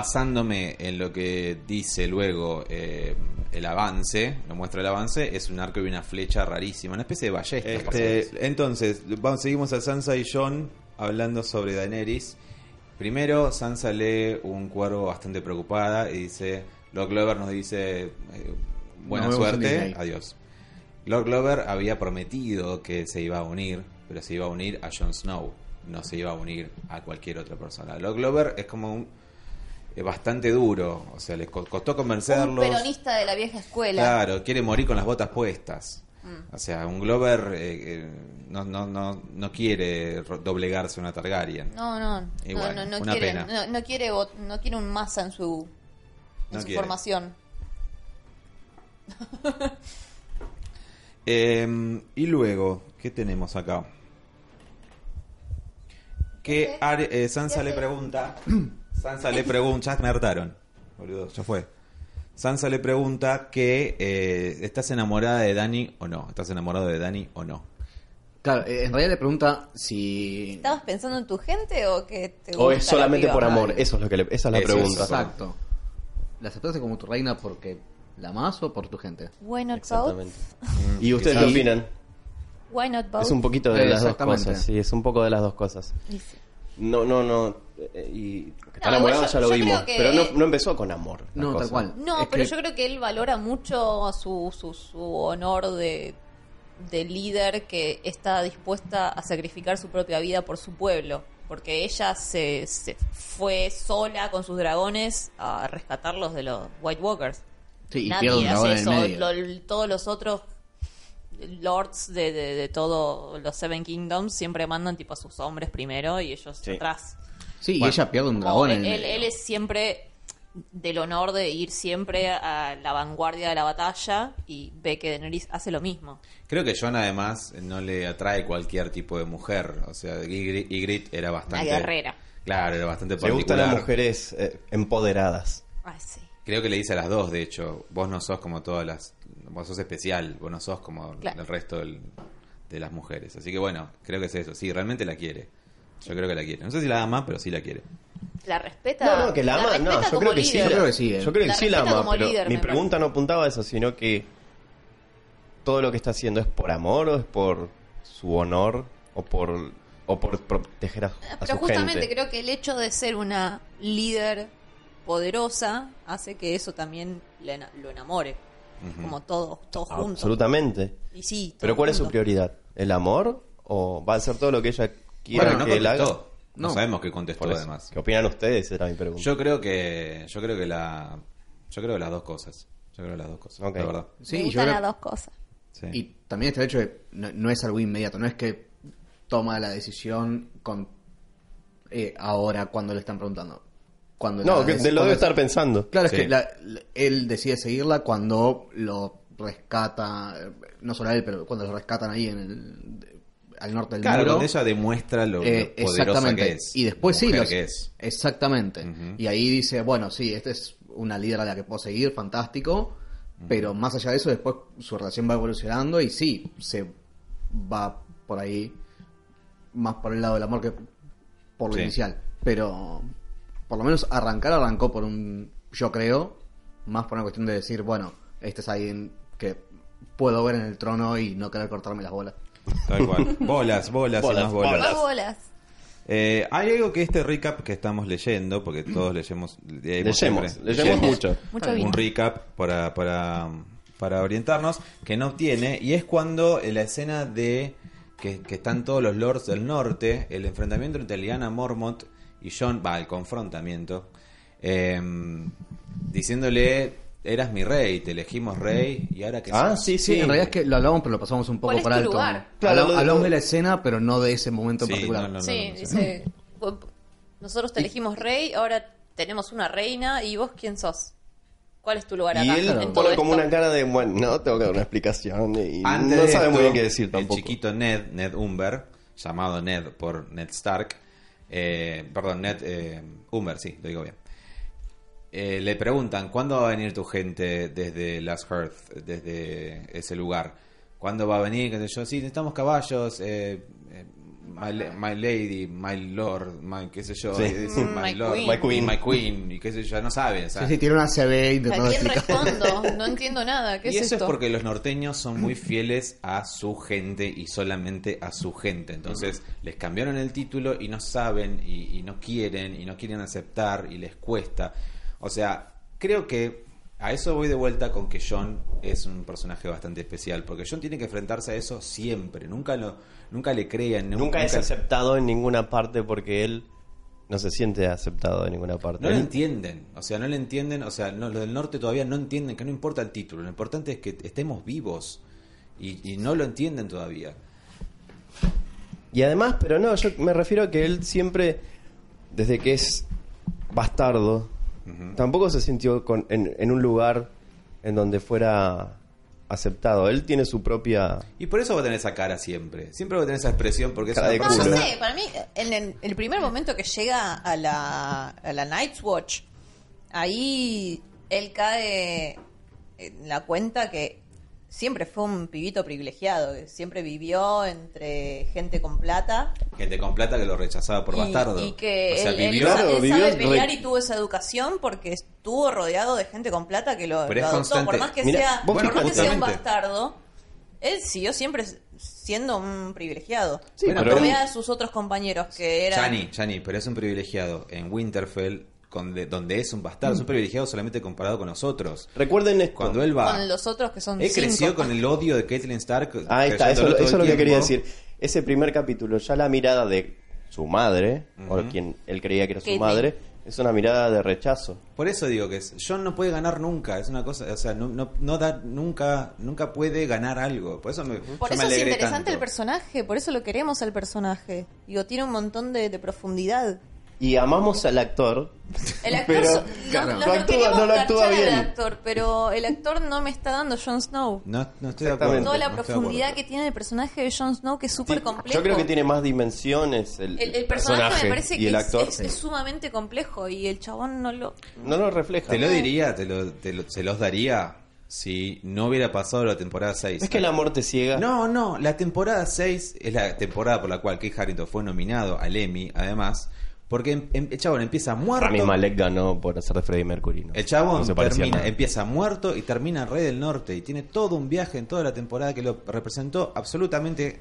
A: basándome en lo que dice luego eh, el avance, lo muestra el avance, es un arco y una flecha rarísima, una especie de ballesta. Este, entonces, vamos, seguimos a Sansa y John hablando sobre Daenerys. Primero, Sansa lee un cuadro bastante preocupada y dice, Lord Glover nos dice, eh, buena
C: Nos vemos en
A: suerte,
C: Disney".
A: adiós. Lord Glover había prometido que se iba a unir, pero se iba a unir a Jon Snow, no se iba a unir a cualquier otra persona. Lord Glover es como un, es bastante duro, o sea, les co- costó
G: Un
A: convencerlos.
G: peronista de la Mm. vieja escuela.
A: Claro, quiere morir con las botas puestas. O sea, un Glover eh, eh, no, no, no, no quiere ro- doblegarse a una Targaryen.
G: No, no,
A: Y
G: no,
A: bueno,
G: no, no
A: una
G: quiere,
A: pena.
G: no, no quiere, vot- no quiere un masa en su, en
A: No
G: su
A: quiere.
G: formación.
A: Eh, y luego, ¿qué tenemos acá? Que Ar- eh, Sansa le pregunta. <clears throat> Sansa le pregunta. Ya me hartaron. Boludo, ya fue. Sansa le pregunta que eh, ¿estás enamorada de Dani o no? ¿Estás enamorado de Dani o no?
F: claro, eh, en realidad le pregunta si.
G: ¿Estabas pensando en tu gente o que te
B: ¿O
G: gusta
B: es
G: la
B: solamente
G: piba?
B: por amor? Eso es lo que le- esa es la
A: Eso,
B: pregunta.
A: eso.
F: Exacto. ¿La aceptaste como tu reina porque la amas o por tu gente?
G: Why not both?
B: Exactamente. ¿Y ustedes qué
A: Quizás.
B: opinan?
G: Why not both?
B: Es un poquito de las dos
F: Exactamente.
B: cosas. Sí, es un poco de las dos cosas.
G: Y sí.
B: No, no, no. eh, y que
G: No,
B: está enamorado
G: igual yo-
B: ya lo
G: yo
B: vimos.
G: creo que-
B: Pero no, no empezó con amor. la
F: No,
B: cosa.
F: tal cual.
G: No,
F: Es
G: pero
F: que-
G: yo creo que él valora mucho su, su, su honor de, de líder que está dispuesta a sacrificar su propia vida por su pueblo. Porque ella se, se fue sola con sus dragones a rescatarlos de los White Walkers.
F: Sí, y
G: Nadie
F: pierde un dragón en
G: hace
F: el
G: eso.
F: medio.
G: Lo- todos los otros lords de, de, de todos los Seven Kingdoms siempre mandan tipo a sus hombres primero y ellos
B: Sí.
G: atrás.
F: Sí, y
B: Bueno.
F: ella pierde un
G: Como
F: dragón en
G: él,
F: el
G: él,
F: medio.
G: él es siempre del honor de ir siempre a la vanguardia de la batalla y ve que Daenerys hace lo mismo.
A: Creo que John además no le atrae cualquier tipo de mujer. O sea, Ygritte Ygritte era bastante...
G: guerrera.
A: Claro, era bastante
B: Le gustan
A: particular.
B: las mujeres eh, empoderadas.
G: Ay, sí.
A: Creo que le dice a las dos, de hecho. Vos no sos como todas las... Vos sos especial, vos no sos como
G: Claro.
A: el resto del- de las mujeres. Así que bueno, creo que es eso. Sí, realmente la quiere. Yo creo que la quiere. No sé si la ama, pero sí la quiere.
G: La respeta.
B: No, no, que la ama, no,
G: respeta
B: yo
G: como
B: creo que sí.
G: líder.
F: Yo creo que sí, eh.
B: Yo creo que
G: La
B: sí la
G: respeta
B: ama,
G: como
B: pero
G: líder,
B: mi
G: me
B: pregunta no apuntaba a eso, sino que todo lo que está haciendo es por amor o es por su honor o por o por proteger a, a
G: Pero
B: su
G: justamente
B: gente.
G: creo que el hecho de ser una líder poderosa hace que eso también la ena- lo enamore.
A: Ujú.
G: Como todos, todos juntos.
B: Absolutamente.
G: Y sí, todos
B: Pero ¿cuál es su
G: juntos.
B: prioridad? ¿El amor o va a hacer todo lo que ella quiera
A: Bueno, no
B: que él haga?
A: contestó. No,
F: No.
A: sabemos qué contestó
B: Por eso.
A: además.
B: ¿Qué opinan ustedes? Era mi pregunta.
A: Yo creo que yo creo que la yo creo que las dos cosas. Yo creo que las dos cosas,
B: Ok.
A: la verdad.
F: Sí,
G: Me
F: yo
G: gustan
F: creo-
G: las dos cosas.
A: Sí.
F: Y también está el hecho de no, no es algo inmediato, no es que toma la decisión con eh, ahora cuando le están preguntando. Cuando
B: no,
F: la
B: que
F: dec-
B: te lo
F: cuando
B: debe
F: es-
B: estar pensando.
F: Claro,
A: Sí.
F: es que la- la- él decide seguirla cuando lo rescata, eh, no solo a él, pero cuando lo rescatan ahí en el, de- al norte del
A: claro,
F: muro.
A: cuando ella demuestra lo, lo
F: Eh,
A: poderosa que es.
F: Y después sí,
A: mujer
F: los-
A: que es.
F: Exactamente.
A: Ujú.
F: Y ahí dice, bueno, sí, esta es una líder a la que puedo seguir, fantástico. Pero más allá de eso, después su relación va evolucionando y sí, se va por ahí más por el lado del amor que por lo
A: Sí.
F: inicial. Pero por lo menos arrancar arrancó por un, yo creo, más por una cuestión de decir, bueno, este es alguien que puedo ver en el trono y no querer cortarme las bolas.
A: Tal cual. Bolas, bolas, y
B: Bolas,
A: más bolas.
G: Más bolas.
A: Eh, hay algo que este recap que estamos leyendo, porque todos leyemos, leemos,
B: Leyemos,
A: siempre.
B: leyemos mucho.
G: Mucho
A: un
G: vino.
A: recap para, para, para orientarnos, que no tiene, y es cuando en la escena de que, que están todos los lords del norte, el enfrentamiento entre Lyanna Mormont y John, va, el confrontamiento, eh, diciéndole, eras mi rey, te elegimos rey, y ahora que
B: Ah,
A: sos-
B: sí,
F: Sí,
B: sí.
F: en realidad es que lo hablamos, pero lo pasamos un poco
G: ¿Cuál es
F: por
G: tu
F: alto.
G: este lugar?
B: Claro,
F: Habla-
B: lo-
F: hablamos
B: lo-
F: de la escena, pero no de ese momento en
A: Sí,
F: particular.
A: no, no, no,
G: sí,
A: no sé.
G: dice, "Vos- nosotros te elegimos rey, ahora tenemos una reina y vos quién sos. ¿Cuál es tu lugar
B: Y
G: acá
B: él
G: en todo
B: pone
G: esto?
B: como una cara de, bueno, no, tengo que dar una explicación y
A: Antes
B: no
A: de
B: sabe
A: esto,
B: muy bien qué decir tampoco.
A: El chiquito Ned, Ned Umber, llamado Ned por Ned Stark, eh, perdón, Ned eh, Umber, sí, lo digo bien. Eh, le preguntan, ¿cuándo va a venir tu gente desde Last Earth, desde ese lugar? ¿Cuándo va a venir? Que yo, sí, necesitamos caballos, eh, eh, my, la- my lady, my lord, my, qué sé yo,
B: Sí.
A: y dice,
G: Mm, my queen.
A: my queen, my queen, y qué sé yo, no sabe, o sea,
F: Sí, sí, tiene una CB
G: ¿A
F: intentando
G: quién
F: explicar.
G: respondo? No entiendo nada.
B: <laughs>
G: ¿Qué
A: y
G: es
A: eso
G: esto?
A: es porque los norteños son muy fieles a su gente y solamente a su gente. Entonces les cambiaron el título y no saben y, y no quieren y no quieren aceptar y les cuesta. O sea, creo que a eso voy de vuelta con que John es un personaje bastante especial. Porque John tiene que enfrentarse a eso siempre. Nunca, lo, nunca le crean. nu-
B: Nunca es aceptado en ninguna parte porque él no se siente aceptado en ninguna parte.
A: No lo
B: Él-
A: entienden, o sea, no lo entienden, o sea, no, los del norte todavía no entienden que no importa el título, lo importante es que estemos vivos y, y no lo entienden todavía.
B: Y además, pero no, yo me refiero a que él siempre, desde que es bastardo, tampoco se sintió con- en, en un lugar en donde fuera aceptado. Él tiene su propia...
A: Y por eso va a tener esa cara siempre, siempre va a tener esa expresión porque es
B: Cara
A: una
B: de
G: No, no
A: persona-
B: culo.
G: sé, para mí, en el, el
B: Ah.
G: primer momento que llega a la, a la Night's Watch, ahí él cae en la cuenta que siempre fue un pibito privilegiado, que siempre vivió entre gente con plata
A: gente con plata que lo rechazaba por
G: y,
A: bastardo.
G: y que
A: o sea,
G: él, él
A: vivió,
G: sa- él
B: Claro,
G: sabe
B: vivió
G: pelear
B: re-
G: y tuvo esa educación porque estuvo rodeado de gente con plata que lo,
A: Pero
G: lo
A: es
G: adoptó,
A: constante.
G: por más que
B: Mira,
G: sea, por
B: vos
G: más que sea un
A: justamente-
G: bastardo, Él siguió siempre siendo un privilegiado.
B: Sí,
G: bueno,
B: pero-
G: pero vea a sus otros compañeros que eran...
A: Chani, Chani, pero es un privilegiado en Winterfell, con de- donde es un bastardo.
B: Mm.
A: Es un privilegiado solamente comparado con nosotros.
B: Recuerden esto.
A: Cuando él va.
G: Con los otros que son
A: Él
G: cinco.
A: creció con el odio de Catelyn Stark.
B: Ahí está,
A: cayéndole todo
B: eso, eso
A: el
B: es lo que
A: tiempo.
B: quería decir. Ese primer capítulo, ya la mirada de su madre,
A: Ujú.
B: o quien él creía que era su
G: Caitlyn.
B: madre, es una mirada de rechazo.
A: Por eso digo que es, John no puede ganar nunca, es una cosa, o sea, no, no, no da, nunca, nunca puede ganar algo. Por eso me,
G: Por
A: yo me
G: eso es
A: alegré
G: interesante
A: tanto.
G: el personaje, por eso lo queremos al personaje. Digo, tiene un montón de, de profundidad.
B: Y amamos al actor.
G: El actor
B: Pero,
G: so-
B: claro,
G: no, no,
B: no
G: no
B: actúa-
G: queríamos
B: no lo actúa
G: garchar al
B: bien.
G: actor, pero el actor no me está dando Jon Snow.
A: No, no estoy de acuerdo.
B: Exactamente.
G: Toda la
A: no estoy de
G: profundidad
A: acuerdo.
G: que tiene el personaje de Jon Snow, que es súper complejo.
B: Yo creo que tiene más dimensiones el,
G: El, el personaje, me parece
B: y
G: que
B: el
G: es-
B: actor.
G: es, es sumamente complejo y el chabón no lo...
B: No lo refleja.
A: Te lo diría, te lo, te lo- se los daría si no hubiera pasado la temporada 6.
B: ¿Ves que el amor te ciega?
A: No, no, la temporada 6 es la temporada por la cual Kate Harrington fue nominado al Emmy, además, porque em- em- el chabón empieza muerto.
B: Rami Malek ganó por hacer de Freddie Mercury. ¿no?
A: El chabón
B: No se parecía
A: termina,
B: nada.
A: empieza muerto y termina en Rey del Norte y tiene todo un viaje en toda la temporada que lo representó absolutamente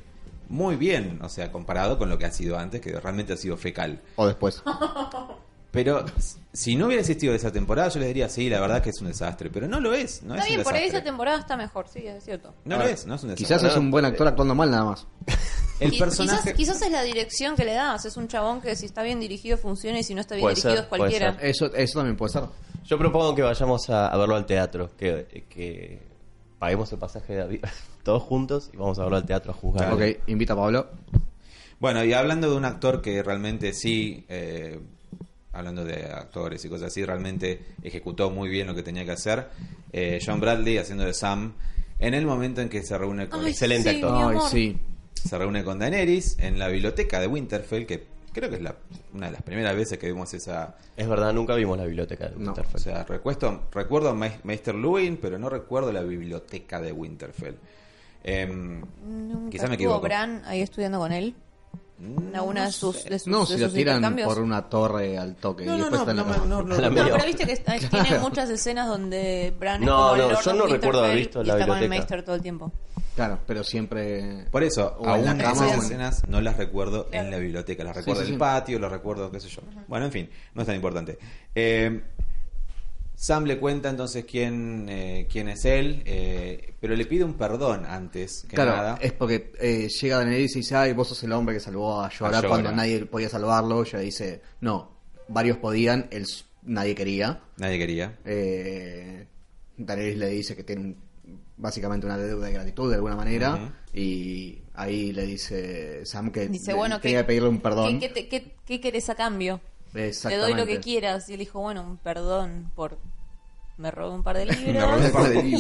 A: muy bien, o sea, comparado con lo que ha sido antes, que realmente ha sido fecal.
F: O
G: <laughs>
F: después.
A: Pero s- si no hubiera existido esa temporada, yo les diría, sí, la verdad que es un desastre, pero no lo es, no
G: está
A: es un
G: bien, por ahí
A: desastre.
G: esa temporada está mejor, sí, es cierto.
A: No lo es, no es un desastre.
F: Quizás es un buen actor actuando mal nada más.
A: el
G: Qui-
A: personaje...
G: quizás, quizás es la dirección que le das, es un chabón que si está bien dirigido funciona y si no está bien
B: Puede
G: dirigido
B: ser,
G: es cualquiera.
B: puede
F: Eso, eso también puede ser.
B: Yo propongo que vayamos a, a verlo al teatro. Que, que paguemos el pasaje de avión <laughs> todos juntos y vamos a verlo al teatro a juzgar.
F: Ok, invita a Pablo.
A: Bueno, y hablando de un actor que realmente sí, eh, hablando de actores y cosas así, realmente ejecutó muy bien lo que tenía que hacer, eh, John Bradley haciendo de Sam, en el momento en que se reúne con,
G: Ay,
B: excelente
G: sí,
B: actor.
G: mi
F: Ay,
G: amor.
F: sí.
A: se reúne con Daenerys en la biblioteca de Winterfell, que creo que es la- una de las primeras veces que vimos esa...
B: Es verdad, nunca vimos la biblioteca
F: No,
B: de
A: O
B: Winterfell.
A: sea, recuesto- recuerdo a Mai- Meister Lewin, pero no recuerdo la biblioteca de Winterfell. Em,
G: Nunca
A: quizás me
G: estuvo
A: equivoco.
G: Bran ahí estudiando con él.
B: Mm,
G: A una de sus, de sus-
F: No,
G: de
F: si lo
G: sus
F: tiran
G: intercambios.
F: por una torre al toque
A: No,
F: y
A: no,
F: después
A: no,
F: está en la
A: no,
F: cama.
A: no, no,
B: <laughs> La
A: no.
B: medio.
G: No, pero viste que
F: <laughs>
G: está- tiene muchas escenas donde Bran es
B: No,
G: como el
B: no,
G: Lord
B: yo
G: of
B: no recuerdo haber
G: Winterfell
B: visto
G: y
B: la
G: está con el
B: biblioteca.
G: Maester todo el tiempo.
F: Claro, pero siempre.
A: Por eso,
F: O en
A: aún
F: la
A: esas
F: cama, o en-
A: escenas no las recuerdo en la biblioteca, las recuerdo
F: sí,
A: en el
F: sí.
A: patio, las recuerdo, qué sé yo. Bueno, en fin, no es tan importante. Eh, Sam le cuenta entonces quién, eh, quién es él, eh, pero le pide un perdón antes que
F: claro,
A: nada.
F: es porque eh, llega Daenerys y dice, ay, vos sos el hombre que salvó a Jorah
A: A Jorah.
F: cuando nadie podía salvarlo. Ella dice, no, varios podían, él s- nadie quería.
A: Nadie quería.
F: Eh, Daenerys le dice que tiene un- básicamente una deuda de gratitud de alguna manera
A: Ujú.
F: y ahí le dice Sam que
G: Dice,
F: le-
G: bueno,
F: tenía
G: ¿qué-
F: que pedirle un perdón.
G: ¿qué, qué, te- qué- qué querés a cambio? Te doy
F: Exactamente.
G: lo que quieras. Y él dijo, bueno, un perdón por... Me robé un par de libros.
A: Me robé un par de
G: Y,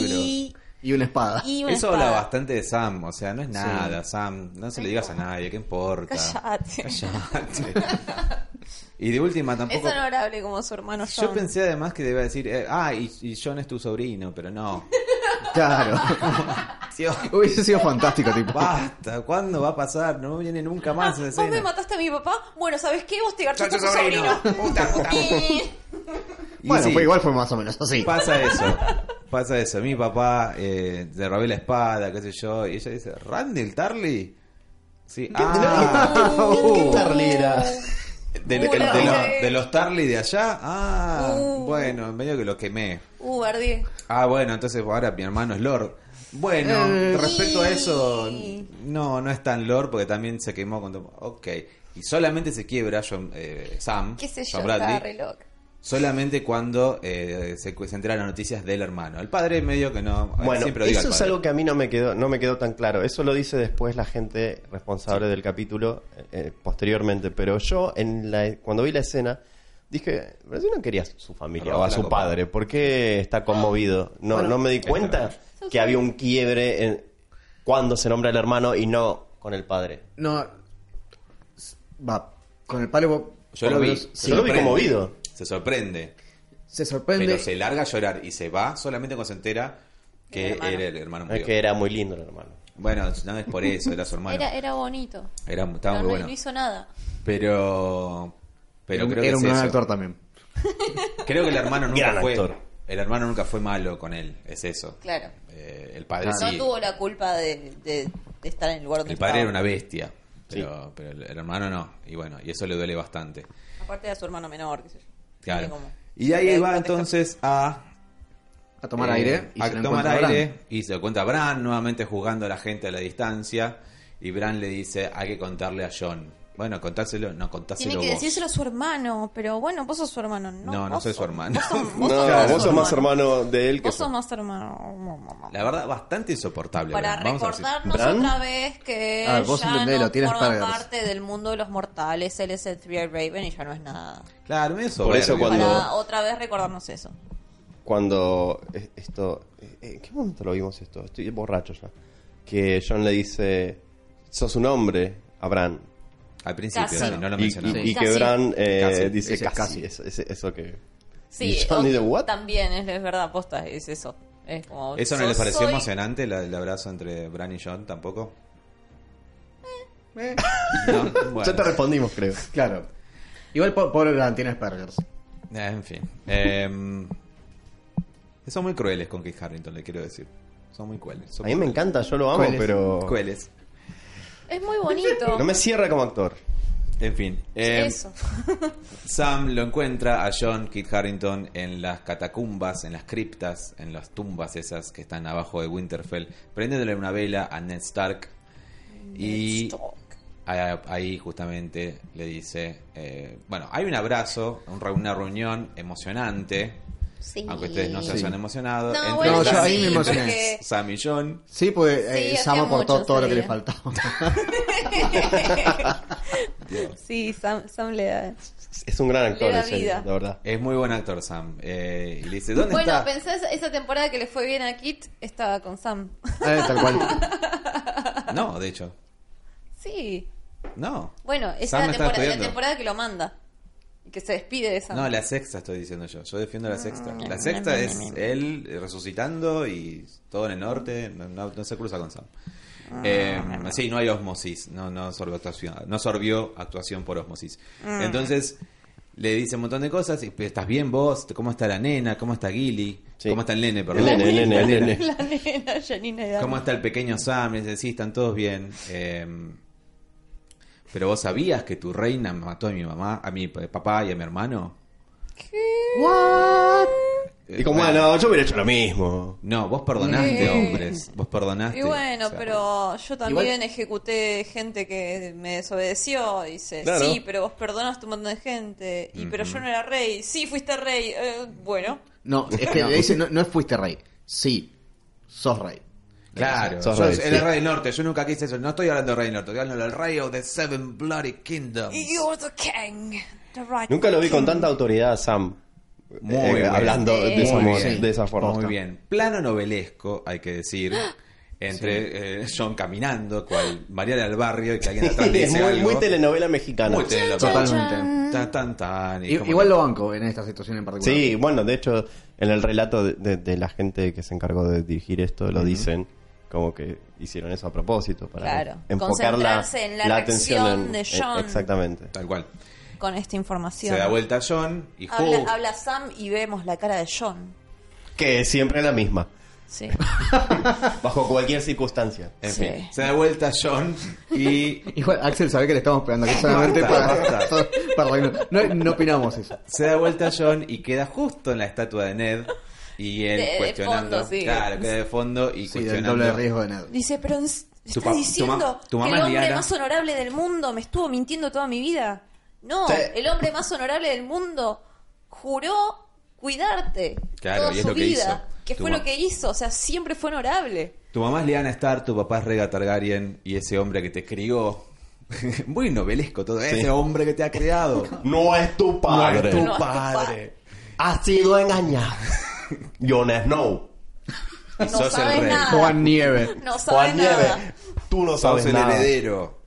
A: libros.
F: Y una espada.
G: y una
A: Eso habla
G: espada.
A: bastante de Sam, o sea, no es nada, Sam, no se le digas a nadie, ¿qué importa?
G: Cállate.
A: Cállate. <laughs> y de última tampoco...
G: Es honorable como su hermano John.
A: Yo pensé además que debía decir, eh, ah, y, y John es tu sobrino, pero no.
F: <laughs>
A: <laughs>
G: <laughs>
F: Claro.
A: Dios,
F: Hubiese sido fantástico, tipo.
A: Basta, ¿cuándo va a pasar? No viene nunca
G: Ah,
A: más esa
G: ¿Vos me
A: escena.
G: mataste a mi papá? Bueno, ¿sabes qué? Vos te garchaste a
A: Chacho
G: tu sobrino.
A: sobrino. <laughs> Puta, puta.
G: Y- <laughs>
A: Y
F: Bueno,
A: sí,
F: fue igual fue más o menos así.
A: Pasa eso. Pasa eso. Mi papá eh, le robé la espada, qué sé yo. Y ella dice, ¿Randall Tarly? Sí. Ah,
B: ¿Qué tarlera?
A: de, de- de los,
G: Una vez.
A: de los Tarly de allá. Ah,
G: Uh.
A: bueno, medio que lo quemé.
G: Uh, Bardi.
A: Ah, bueno, entonces ahora mi hermano es Lord. Bueno,
F: Eh.
A: respecto a eso,
G: Y-
A: no, no es tan Lord porque también se quemó con... Ok. Y solamente se quiebra John, eh, Sam,
G: ¿Qué sé yo?
A: John Bradley,
G: Estaba re loca.
A: solamente cuando eh, se, cu- se enteran las noticias del hermano. El padre medio que no... eh,
B: Bueno,
A: siempre lo diga
B: eso
A: el
B: es
A: padre.
B: algo que a mí no me quedó, no me quedó tan claro. Eso lo dice después la gente responsable del capítulo eh, eh, posteriormente. Pero yo en la, cuando vi la escena dije, pero si no quería a su familia
A: Roja
B: o a
A: la
B: su
A: copa.
B: padre, ¿por qué está conmovido? No, no me di cuenta
G: verdad.
B: que había un quiebre en cuando se nombra el hermano y no con el padre.
F: No. s- Va. Con el palo.
A: Yo lo vi. se
F: Sí,
B: Yo lo vi
A: sorprende.
B: conmovido.
A: Se sorprende.
F: se
A: Pero
F: sorprende.
A: se larga a llorar y se va solamente cuando se entera que
G: El hermano.
A: era el hermano
B: Es
A: murió.
B: que era muy lindo el hermano.
A: Bueno, no es por eso, era su hermano.
G: Era,
A: Era,
G: era bonito.
A: estaba
G: Pero
A: muy
G: no,
A: Ah, bueno.
G: no hizo nada.
A: Pero... Pero creo
F: era
A: que
F: un
A: es
F: gran
A: eso.
F: actor también.
A: Creo que el hermano nunca
B: Gran
A: fue.
B: actor.
A: El hermano nunca fue malo con él, es eso.
D: Claro.
A: Eh, el padre
B: Claro.
D: No
A: sí.
D: tuvo la culpa de, de- de estar en el lugar donde
A: El padre
D: estaba.
A: era una bestia,
B: Sí.
A: pero, pero el el hermano no. Y bueno, y eso le duele bastante.
D: Aparte de su hermano menor, qué sé yo. Tiene
A: Claro.
D: como-
A: Y de ahí
D: Porque
A: va
D: hay-
A: entonces a
F: A tomar
A: eh,
F: aire. Y
A: a
F: se lo
A: tomar
F: encuentra
A: aire
F: Bran.
A: y se lo cuenta Bran nuevamente jugando a la gente a la distancia y Bran le dice hay que contarle a John. Bueno, contárselo, no contárselo
G: Tiene que
A: vos.
G: decírselo a su hermano, pero bueno, vos sos su hermano, ¿no?
A: no, no,
G: Vos
A: soy su
G: sos-
A: hermano.
G: Vos
B: no,
G: sos más
B: vos sos más
G: hermano.
B: hermano de él que
G: Vos
B: yo.
G: sos más hermano.
A: La verdad, bastante insoportable.
G: Para
A: Bran. Vamos a ver si-
G: recordarnos
B: ¿Bran?
G: otra vez que
F: Ah, vos
G: ya
F: entendelo,
G: no
F: tiene
G: forma
F: Asperger's.
G: parte del mundo de los mortales, él es el Three-Eyed Raven y ya no es nada.
A: Claro, eso.
B: Por eso cuando-
G: Para otra vez recordarnos eso.
B: cuando es- esto eh, ¿en qué momento lo vimos esto? Estoy borracho ya. Que John le dice sos un hombre a Bran
A: Al principio,
G: Casi.
A: dale, no lo
B: y,
A: mencionamos.
B: y- y que
G: Casi.
B: Bran eh,
A: Casi.
B: dice
F: Dice
B: casi,
F: casi.
B: Eso, ese- eso que
G: Sí,
B: y John
G: o-
B: dice what?
G: también es, es verdad, posta, es eso. Es como,
A: ¿Eso no
G: yo
A: les pareció
G: soy-
A: emocionante, la- el abrazo entre Bran y John tampoco?
C: Eh,
A: No, bueno.
B: ya te respondimos creo
C: claro.
F: Igual po- pobre Bran tiene Asperger's.
A: Eh, En fin. Em, son muy crueles con Kit Harrington, le quiero decir. Son muy crueles.
B: a
A: son
B: mí
A: muy
B: me encanta yo lo amo
F: Cueles,
B: pero
A: Crueles.
G: Es muy
A: <laughs>
G: bonito.
B: no me cierra como actor
A: En fin. em,
G: Eso.
A: Sam lo encuentra a John Kit Harrington en las catacumbas, en las criptas, en las tumbas esas que están abajo de Winterfell, prendiéndole una vela a Ned Stark. Y a- ahí justamente le dice, eh, bueno, hay un abrazo, un re- una reunión emocionante,
G: Sí.
A: aunque ustedes no se
F: Sí.
A: hayan emocionado.
G: No,
A: entre
G: bueno,
F: No, yo
A: Sam-
F: ahí me
G: sí,
F: emocioné.
G: porque-
A: <laughs> Sam y John.
F: Sí, pues eh,
G: Sí,
F: Sam
G: hacía
F: aportó
G: mucho
F: todo lo que
G: ese
F: le
G: día.
F: faltaba.
G: <laughs> Sí, Sam, Sam le da.
B: es un gran actor
G: Le da
B: en serio,
G: vida.
B: la
A: <laughs>
B: verdad
A: Es muy buen actor Sam. Eh, y le dice, ¿dónde
G: Bueno,
A: está?
G: pensás, esa temporada que le fue bien a Kit estaba con Sam. <laughs>
F: Eh, tal cual.
A: No, de hecho.
G: Sí.
A: No.
G: Bueno, esa
A: Sam
G: la
A: está
G: temporada, la
A: estudiando.
G: temporada que lo manda. Y que se despide de Sam. <laughs>
A: No, la sexta estoy diciendo yo. Yo defiendo la sexta. La sexta es él resucitando y todo en el norte. No, no- no se cruza con Sam. Eh, sí, no hay osmosis. No, no sorbió actuación. No sorbió actuación por osmosis. Entonces le dice un montón de cosas. Y estás bien vos. ¿Cómo está la nena? ¿Cómo está Gilly?
B: Sí.
A: ¿Cómo está el nene? Perdón.
B: el nene el nene, el nene.
G: La nena Janina de
A: ¿Cómo está el pequeño Sam? Le dice, sí, están todos bien. Eh, pero vos sabías que tu reina mató a mi mamá, a mi papá y a mi hermano. ¿What?
B: y como ah, no yo hubiera hecho lo mismo
A: No, vos perdonaste,
G: Eh.
A: hombres. Vos perdonaste.
G: Y bueno,
A: O sea,
G: pero yo también
F: Igual-
G: ejecuté gente que me desobedeció. Dice,
B: Claro.
G: sí, pero vos perdonaste un montón de gente. Y pero yo no era rey. Sí, fuiste rey. Eh, bueno.
F: <laughs> No, es que le dice, no, no fuiste rey. Sí, sos rey.
A: Claro,
B: Sos
A: yo
B: rey,
A: soy
B: sí.
A: el rey del norte. Yo nunca quise eso. No estoy hablando del rey del norte. Estoy hablando del rey of the seven bloody kingdoms.
G: You're the king. The right
B: nunca lo vi con
G: king.
B: tanta autoridad a Sam
A: Muy
B: eh,
A: bien.
B: hablando de, esa,
F: Muy
B: mo-
F: bien.
B: de esa forma
A: Muy bien. Plano novelesco, hay que
G: <gasps>
A: decir. Entre eh, John caminando, cual María del Barrio, y que
B: <laughs>
A: alguien atrás le
B: es
A: dice
B: muy,
A: algo.
B: muy telenovela mexicana
A: Muy telenovela.
F: Totalmente.
A: Tan, tan, tan. y
F: I-
A: como
F: Igual
A: que-
F: lo banco en esta situación en particular.
B: Sí, bueno, de hecho, en el relato de, de- de la gente que se encargó de dirigir esto, lo dicen como que hicieron eso a propósito para
G: Claro,
B: enfocar la,
G: concentrarse en la
B: atención
G: reacción
B: en-
G: de
B: en-
G: John.
B: exactamente.
A: Tal cual.
G: Con esta información.
A: Se da vuelta John y
G: Habla,
A: ¡ju!
G: habla Sam y vemos la cara de John.
B: Que siempre
G: <laughs>
B: la misma,
A: <laughs>
G: Sí.
B: bajo cualquier circunstancia.
A: En
G: Sí.
A: fin, se da vuelta John y <laughs>
F: Igual Axel sabe que le estamos pegando aquí solamente
A: Basta,
F: para,
A: basta.
F: <laughs> para reírnos. no, no opinamos eso.
A: se da vuelta John y queda justo en la estatua de Ned y él
G: De- de
A: cuestionando.
G: fondo, sí.
A: Claro, queda de fondo y
F: Sí, del
A: cuestionando.
F: doble de riesgo de Ned.
G: Dice, pero en-
A: Tu
G: ¿estás
A: pa- tu
G: diciendo
A: ma- tu mamá
G: que el
A: es
G: hombre
A: Liara.
G: más honorable del mundo me estuvo mintiendo toda mi vida? No,
B: Sí.
G: el hombre más honorable del mundo juró cuidarte
A: Claro,
G: toda
A: y es
G: su
A: lo que
G: vida.
A: hizo.
G: Que
A: Tu
G: fue
A: ma-
G: lo que hizo, o sea, siempre fue honorable.
A: Tu mamá es Liana Stark, tu papá es Rega Targaryen y ese hombre que te crió. <laughs> Muy novelesco todo. Ese hombre que te ha creado.
B: No es tu
A: Padre.
G: No
A: Tu
G: es tu
A: padre.
B: Ha sido engañado. <laughs> Jon Snow.
G: No
A: Sos el
G: sabes
A: rey.
G: nada.
F: Juan Nieve.
G: No sabes nada.
B: Tú no
A: Sos
B: sabes
A: el
B: nada.
A: heredero.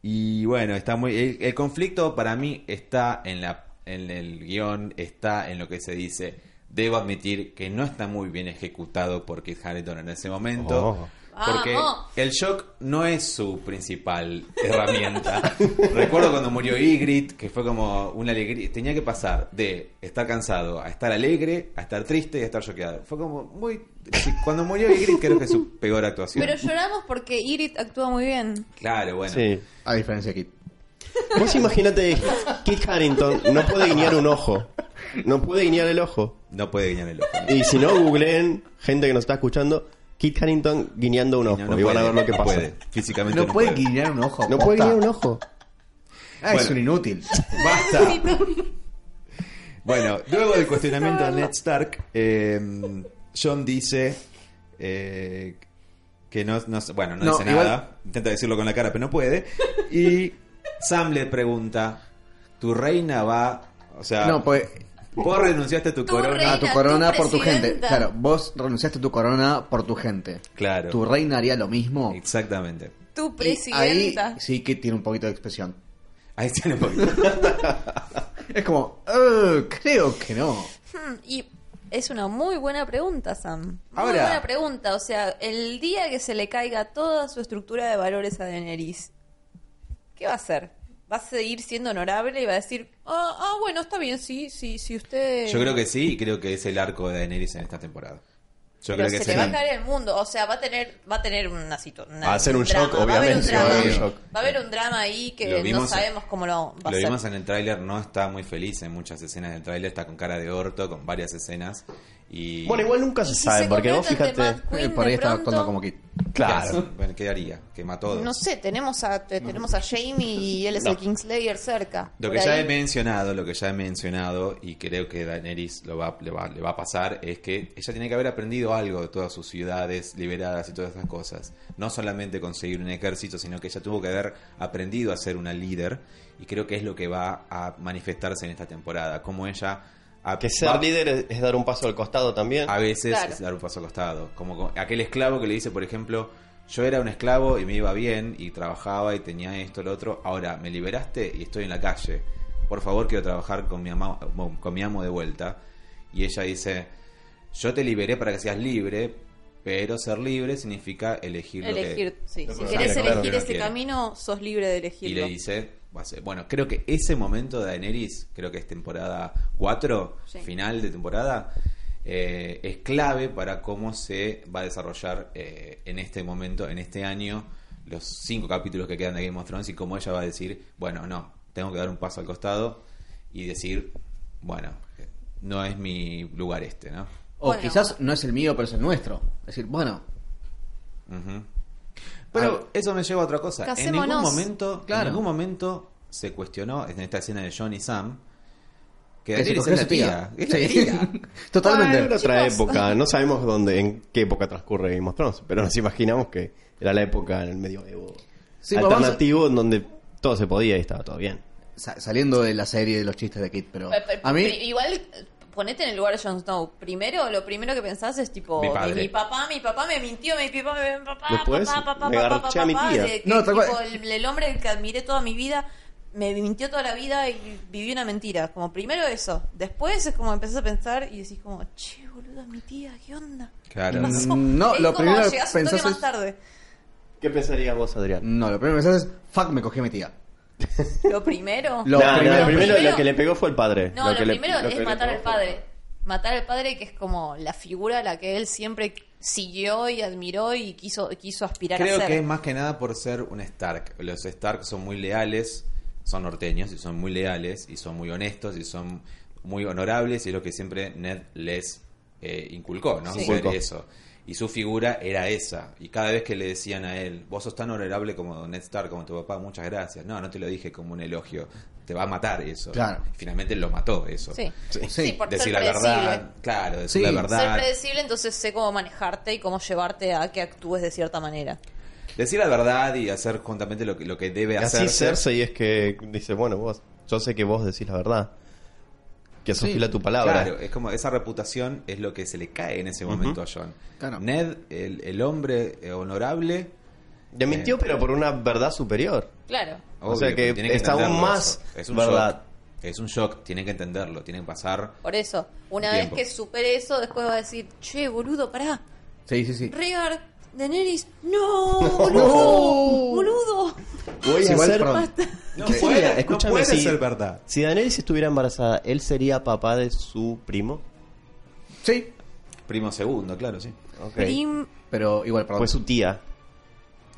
A: Y bueno, está muy. El, el conflicto para mí está en la en el guión, está en lo que se dice. Debo admitir que no está muy bien ejecutado por Kit Harington en ese momento.
B: Oh.
A: Porque
G: Vamos.
A: el shock no es su principal herramienta. <laughs> Recuerdo cuando murió Ygritte, que fue como una alegría. Tenía que pasar de estar cansado a estar alegre, a estar triste y a estar choqueado. Fue como muy. Cuando murió Ygritte, creo que es su peor actuación.
G: Pero lloramos porque Irit actúa muy bien.
A: Claro, bueno.
B: Sí.
F: A diferencia de Kit.
B: Vos imaginate, Kit Harrington no puede guiñar un ojo. No puede guiñar el ojo.
A: No puede guiñar el ojo.
B: Y si no, googleen, gente que nos está escuchando, Kit Harrington guiñando un ojo.
A: No, no
B: y van a
A: puede,
B: ver lo que
A: no
B: pasa.
A: puede. Físicamente
C: No puede guiñar un ojo.
B: No puede
C: posta.
B: guiñar un ojo.
C: Ah, es
A: Bueno.
C: un inútil.
A: ¡Basta! bueno, luego del cuestionamiento a Ned Stark, eh, John dice eh, que no, no- bueno, no,
C: No,
A: dice
C: igual-
A: nada, intenta decirlo con la cara, pero no puede. Y Sam le pregunta, ¿tu reina va...? O sea,
C: No, pues.
A: vos renunciaste a tu,
G: Tu
A: corona.
G: reina.
C: A tu
G: tu
C: corona por tu
G: presidenta.
C: gente. Claro, vos renunciaste a tu corona por tu gente.
A: Claro.
C: ¿Tu reina haría lo mismo?
A: Exactamente.
G: Tu
C: Y Ahí
G: presidenta.
C: sí que tiene un poquito de expresión.
A: Ahí tiene un poquito.
C: Es como, "Eh, creo que no.
G: Hmm, Y es una muy buena pregunta, Sam. Muy
A: Ahora-
G: buena pregunta. O sea, el día que se le caiga toda su estructura de valores a Daenerys, ¿qué va a hacer? ¿Va a seguir siendo honorable y va a decir, ah, ah, bueno, está bien, sí, sí, sí, usted...
A: Yo creo que sí, y creo que es el arco de Daenerys en esta temporada. Yo
G: Pero
A: creo que
G: se le
A: es
G: va
A: el-
G: a caer el mundo, o sea, va a tener, va a tener una situación.
B: Va a ser un shock, obviamente,
G: Va a
A: va a haber un
G: haber un drama,
B: shock.
G: va a haber un drama ahí
A: Lo
G: que no
A: vimos-
G: sabemos cómo lo va
A: Lo
G: a ser.
A: vimos en el tráiler, no está muy feliz en muchas escenas del tráiler, está con cara de orto, con varias escenas. Y...
B: Bueno, igual nunca se
G: Y si
B: sabe,
G: se
B: porque vos
G: convierte en
B: fíjate.
G: The Mad
C: Eh,
G: Queen
C: por ahí
G: de
C: estaba
G: pronto.
C: actuando como Kit.
A: ¿Qué hace?
B: Claro.
A: Bueno, ¿qué haría? Quema todo.
G: No sé, tenemos a, te- tenemos a Jamie y él es el Kingslayer cerca.
A: Lo
G: Por
A: que ya he
G: ahí.
A: mencionado, lo que ya he mencionado, y creo que Daenerys lo va, le, va, le va a pasar, es que ella tiene que haber aprendido algo de todas sus ciudades liberadas y todas esas cosas. No solamente conseguir un ejército, sino que ella tuvo que haber aprendido a ser una líder, y creo que es lo que va a manifestarse en esta temporada. Como ella... a-
B: Que ser
A: va-
B: líder es, es dar un paso al costado también.
A: A veces
G: Claro.
A: es dar un paso al costado. Como co- aquel esclavo que le dice, por ejemplo, yo era un esclavo y me iba bien y trabajaba y tenía esto, lo otro. Ahora me liberaste y estoy en la calle. Por favor, quiero trabajar con mi, ama- con mi amo de vuelta. Y ella dice, yo te liberé para que seas libre, pero ser libre significa elegir, lo
G: Elegir,
A: que...
G: sí.
A: lo
G: Si
A: que
G: querés
A: quiere,
B: claro,
G: elegir
A: lo que no
G: ese
A: quiere.
G: camino, sos libre de
A: Y
G: elegirlo.
A: le dice, va a ser- bueno, creo que ese momento de Daenerys, creo que es temporada 4,
G: Sí.
A: final de temporada, eh, es clave para cómo se va a desarrollar eh, en este momento, en este año, los cinco capítulos que quedan de Game of Thrones y cómo ella va a decir, bueno, no, tengo que dar un paso al costado y decir, bueno, eh, no es mi lugar este, ¿no?
C: O
G: Bueno.
C: quizás no es el mío, pero es el nuestro. Es decir, bueno,
A: Ujú. Pero eso me lleva a otra cosa. En ningún
G: Casémonos.
A: momento,
C: Claro.
A: en ningún momento se cuestionó en esta escena de John y Sam que
C: se
A: Daenerys
C: cogió
A: es
C: a
A: la
C: su tía.
A: tía. Es la
C: Sí.
A: tía.
C: <laughs> Totalmente.
B: Bueno, era otra época. No sabemos dónde, en qué época transcurre Game of Thrones, pero nos imaginamos que era la época en el medioevo
C: Sí, pues,
B: alternativo en donde todo se podía y estaba todo bien.
C: Sa- saliendo de la serie de los chistes de Kit, pero
G: Pe- pe-
C: a mí
G: eh, pri- Igual, eh, ponete en el lugar de Jon Snow. Primero, lo primero que pensás es tipo...
A: Mi
G: Mi,
A: padre.
G: papá, mi papá me mintió, mi papá me... Papá,
B: Después,
G: papá, papá,
B: me
G: papá,
B: garché a mi
G: papá,
B: tía.
G: de que,
C: No, tal
G: tipo,
C: cual.
G: el, el hombre que admiré toda mi vida... Me mintió toda la vida y viví una mentira. Como primero eso. Después es como empezás a pensar y decís como, che, boluda, mi tía, ¿qué onda?
A: <laughs> Claro.
G: ¿Qué pasó?
C: No,
G: Es
C: lo
G: como
C: primero que
G: llegás un toque
C: pensás
G: más
C: es-
G: tarde.
B: ¿Qué pensarías vos, Adrián?
C: no, lo primero que pensás es fuck, me cogí a mi tía.
G: Lo primero.
C: Lo
B: No, no,
C: primero-
B: lo primero,
G: primero-
B: lo que le pegó fue el padre.
G: No, lo,
B: que le-
G: primero
B: lo que
G: es
B: le
G: matar
B: pegó
G: al
B: fue-
G: padre. Matar al padre que es como la figura a la que él siempre siguió y admiró y quiso, quiso aspirar a
A: Creo
G: ser.
A: que es más que nada por ser un Stark. Los Stark son muy leales, son norteños y son muy leales y son muy honestos y son muy honorables y es lo que siempre Ned les eh, inculcó, ¿no?
G: Sí.
A: Ser
B: Inculcó.
A: eso. Y su figura era esa. Y cada vez que le decían a él, vos sos tan honorable como Ned Stark, como tu papá, muchas gracias. No, no te lo dije como un elogio. Te va a matar eso.
C: Claro.
A: Y finalmente lo mató eso.
G: Sí.
C: Sí.
G: Sí, por
A: Decir
G: ser
A: la
G: predecible.
A: verdad. Claro,
C: Sí.
A: decir la
G: Ser
A: verdad.
G: predecible, entonces sé cómo manejarte y cómo llevarte a que actúes de cierta manera.
A: Decir la verdad y hacer justamente lo que, lo que debe
B: Y
A: hacer.
B: así Cersei es que dice, bueno, vos, yo sé que vos decís la verdad. Que sos
C: Sí,
B: fiel a tu palabra.
A: Claro, es como esa reputación es lo que se le cae en ese momento a John.
C: Claro.
A: Ned, el, el hombre eh, honorable,
B: Le mintió,
A: Eh.
B: pero por una verdad superior.
G: Claro.
B: O sea que
A: tiene
B: es aún
A: entenderlo
B: más
A: eso. es un
B: verdad.
A: shock. Es un shock, tiene que entenderlo, tiene que pasar.
G: Por eso, una
A: Tiempo.
G: vez que supere eso, después va a decir, che, boludo, pará,
C: Sí, sí, sí.
G: Rigar, Daenerys, no, boludo, boludo.
B: Voy a
C: Igual
B: hacer-
C: perdón.
A: No
B: ¿Qué
A: puede-
B: sería?
A: no
B: Escúchame,
A: puede
B: si-
A: ser verdad.
B: Si Daenerys estuviera embarazada, ¿él sería papá de su primo?
C: Sí,
A: Primo segundo, claro, sí.
B: Ok.
G: Prim-
F: Pero igual, perdón.
A: Pues
B: Fue su tía.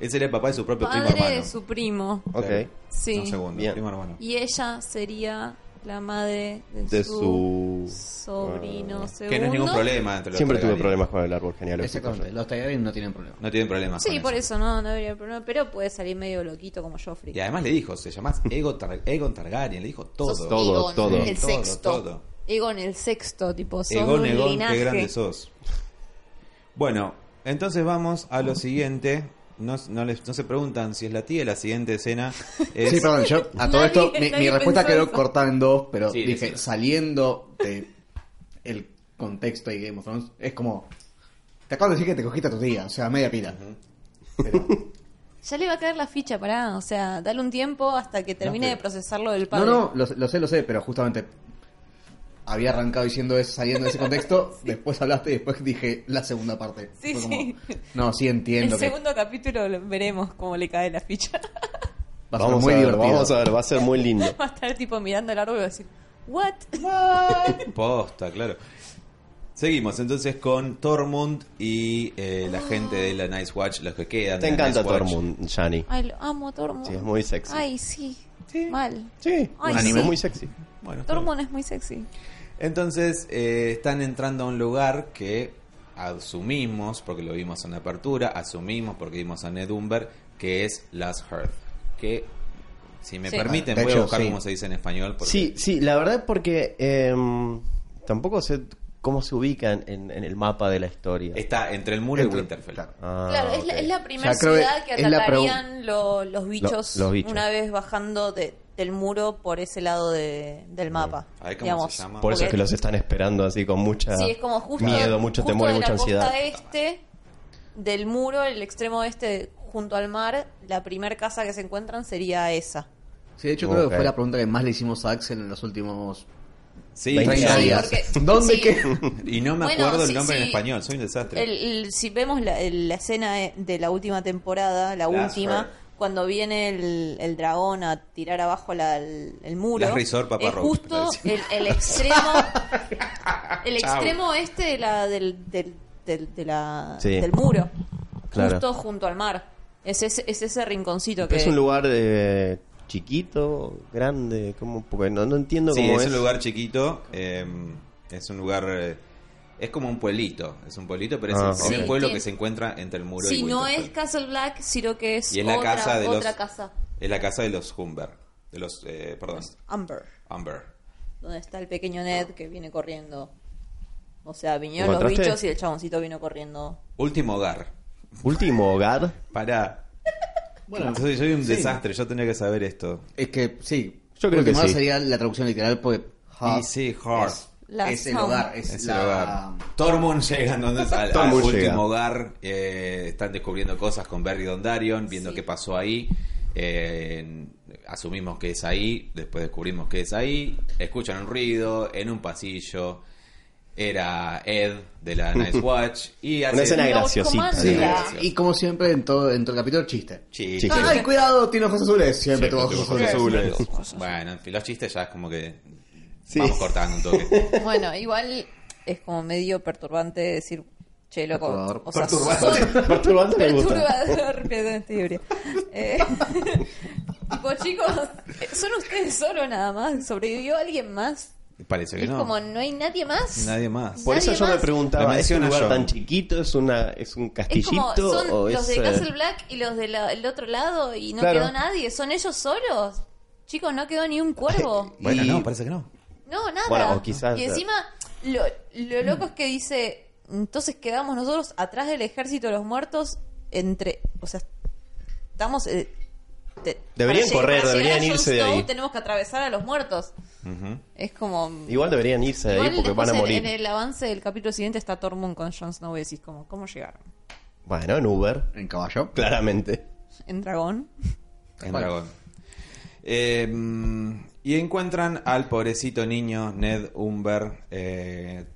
A: Él sería el papá de su propio primo
G: padre
A: hermano.
G: de su primo.
B: Ok.
A: Claro.
G: Sí.
A: No segundo,
B: Bien.
A: primo hermano.
G: Y ella sería la madre de,
B: De
G: su,
B: su...
G: sobrino segundo.
A: Que no es ningún problema entre los
B: Siempre tuve
A: Targaryen.
B: problemas con el árbol genealógico.
F: Exactamente, los Targaryen no tienen problema.
A: No tienen problemas.
G: Sí,
A: con
G: por
A: eso.
G: eso no, no habría problema. Pero puede salir medio loquito como Joffrey.
A: Y además le dijo, se llamás Ego Tar- Egon Targaryen, le dijo todo.
G: Sos
B: Todo,
G: Egon,
B: todo.
G: El
A: Todo,
G: sexto.
A: todo.
G: Egon el sexto, tipo, sos de
A: Egon,
G: un
A: Egon,
G: linaje.
A: qué grande sos. Bueno, entonces vamos a lo siguiente. No, no les, no se preguntan si es la tía, la siguiente
B: <laughs>
A: escena es...
C: sí, perdón, yo a todo
G: Nadie-
C: esto, mi, mi
G: nadie
C: respuesta
G: pensó
C: quedó
G: eso.
C: cortada en dos, pero
A: Sí,
C: dije,
A: decilo.
C: saliendo de el contexto de Game of Thrones, es como, te acabo de decir que te cogiste a tu tía, o sea, media pila. Pero-
G: Ya le va a caer la ficha, pará. O sea, dale un tiempo hasta que termine
A: pero-
G: de procesarlo del
C: no,
G: padre.
C: no, lo, lo sé, lo sé, pero justamente había arrancado diciendo eso, saliendo de ese
G: <laughs>
C: contexto, después hablaste y después dije la segunda parte.
G: Sí,
C: Fue como,
G: sí.
C: No, sí
G: El
C: entiendo que
G: segundo capítulo lo- veremos cómo le cae la ficha. <laughs>
C: va a ser
B: vamos
C: muy
B: a ver,
C: divertido.
B: Vamos a ver, va a ser muy lindo.
G: Va a estar tipo mirando el árbol y va a decir, ¿what? <laughs>
A: Posta, claro. Seguimos entonces con Tormund y eh, la gente de la Nice Watch, los que quedan.
B: Te
A: de la
B: encanta
A: Nightwatch.
B: Tormund, Shani.
G: Ay, lo amo a Tormund.
B: Sí, es muy sexy.
G: Ay, sí. Mal.
B: Sí,
G: Ay,
B: un anime
G: sí.
B: muy sexy.
A: Bueno, está bien.
G: Tormund es muy sexy.
A: Entonces eh, están entrando a un lugar que asumimos, porque lo vimos en la apertura, asumimos porque vimos a Ned Umber, que es Last Hearth. Que, si me
G: Sí.
A: permiten,
C: De
A: voy a
C: hecho,
A: buscar
C: sí.
A: cómo se dice en español. Porque
B: Sí, sí, la verdad porque em, tampoco sé cómo se ubican en, en el mapa de la historia.
A: Está entre el muro
C: Entre-
A: y Winterfell.
C: claro.
B: Ah,
G: claro, es, la,
B: ok.
G: es la primera
C: Ya creo que
G: ciudad que
C: es la pregu-
G: atacarían lo- los, bichos
B: los bichos.
G: una vez bajando de- del muro por ese lado de- del mapa.
A: A ver cómo
G: digamos.
A: se llama.
B: Por eso es que
G: Porque-
B: los están esperando así con mucha
G: Sí, es como justo.
B: Ah, miedo, mucho
G: justo
B: temor y
G: de
B: mucha
G: la
B: ansiedad.
G: Costa este del muro, el extremo este junto al mar, la primera casa que se encuentran sería esa.
F: Sí, de hecho creo
B: Ok.
F: que fue la pregunta que más le hicimos a Axel en los últimos...
A: Sí,
B: 30
A: sí.
G: Sí,
F: días.
G: porque-
F: ¿Dónde
G: sí,
F: qué?
A: Y no me
G: Bueno,
A: acuerdo el
G: sí,
A: nombre en
G: sí.
A: español, soy un desastre.
G: el- el- si vemos la, el- la escena de, de la última temporada, la
A: Last
G: última,
A: Fair.
G: cuando viene el, el dragón a tirar abajo la- el, el muro,
A: Last Resort, Papa
G: es
A: Roach,
G: justo
A: está
G: el,
A: <laughs>
G: el extremo, el extremo este de la, del, del, del- de la-
B: Sí.
G: del muro,
B: Claro.
G: justo junto al mar. Es ese, es ese rinconcito que
B: Es un lugar eh, chiquito, grande, como porque no, no entiendo
A: Sí,
B: cómo
A: es, un lugar chiquito. eh, es un lugar. eh, es como un pueblito. Es un pueblito, pero es
B: Ah,
A: el primer
G: ok.
A: pueblo
G: Sí,
A: que
G: tiene-
A: se encuentra entre el muro
G: Sí,
A: y
G: no
A: Winterfell.
G: es
B: pues.
G: Castle Black, sino que es,
A: Y es la
G: otra,
A: casa de los-
G: otra casa.
A: Es la casa de los Humber. De los. eh, perdón,
G: Amber,
A: Amber.
G: donde está el pequeño Ned que viene corriendo. O sea, vinieron
B: ¿Lo
G: los
B: encontraste?
G: bichos y el chaboncito vino corriendo.
A: Último hogar.
B: Último hogar.
A: Para.
F: Bueno,
A: soy, soy un
F: sí.
A: desastre, yo tenía que saber esto.
C: Es que sí.
B: Yo creo que
F: Última
B: sí.
F: sería la traducción literal porque...
A: Y sí, Hearth.
G: La
F: es el
G: Sound.
F: hogar, es,
A: Es
F: la...
A: el hogar. Tormund llega entonces al, al
B: Tormund
A: último
B: llega.
A: hogar. eh, están descubriendo cosas con Barry Dondarion, viendo
G: Sí.
A: qué pasó ahí. eh, asumimos que es ahí, después descubrimos que es ahí. Escuchan un ruido en un pasillo. Era Ed de
B: <laughs>
A: la Nice Watch. Y hace
B: Una escena
G: Los
B: graciosita.
G: comandos.
B: digamos.
G: Sí.
F: Y como siempre en todo, en todo el capítulo, chiste.
A: Chiste.
B: Chiste.
F: ¡Ay, cuidado! Tiene ojos azules. Siempre tuvo ojos
A: Ojos
F: azules.
A: azules. Bueno, en fin, los chistes ya es como que
B: Sí.
A: vamos cortando un
B: <laughs>
A: toque.
G: Bueno, igual es como medio perturbante decir, che, loco.
F: Perturbador.
G: O sea, soy-
B: Perturbante <laughs> me gusta.
G: Perturbador, <laughs> perdón, estoy ebria. Eh, <laughs> tipo, chicos, eh, son ustedes solo nada más. ¿Sobrevivió alguien más?
A: Parece que
G: Es
A: no.
G: como, ¿no hay nadie más?
A: Nadie más.
B: Por eso
G: Nadie
B: yo me
G: más.
A: La
B: preguntaba, ¿es un
A: menciona
B: lugar
A: John.
B: tan chiquito? ¿Es una es un
G: Es
B: castillito?
G: como, son
B: o
G: los
B: es,
G: de
B: eh,
G: Castle Black y los del otro lado y no
B: Claro.
G: quedó nadie. ¿Son ellos solos? Chicos, no quedó ni un
B: <laughs>
G: cuervo.
A: Bueno,
B: Y-
A: no, parece que no.
G: No, nada.
B: Bueno, o quizás-
G: Y
B: eh, mm.
G: encima, lo, lo loco es que dice, entonces quedamos nosotros atrás del ejército de los muertos entre... O sea, estamos... eh, te-
B: Deberían
G: para lleg-
B: correr,
G: para llegar
B: deberían
G: a Jon
B: irse de
G: Snow
B: ahí.
G: Tenemos que atravesar a los muertos. Es como...
B: Igual deberían irse de ahí
G: Igual
B: porque van a
G: después
B: morir.
G: En, en el avance del capítulo siguiente está Tormund con Jon Snow y decís como, ¿cómo llegaron?
B: Bueno, en Uber, <laughs>
F: En caballo.
B: claramente.
G: ¿En dragón?
A: En dragón. Eh, mm, y encuentran al pobrecito niño Ned Umber eh,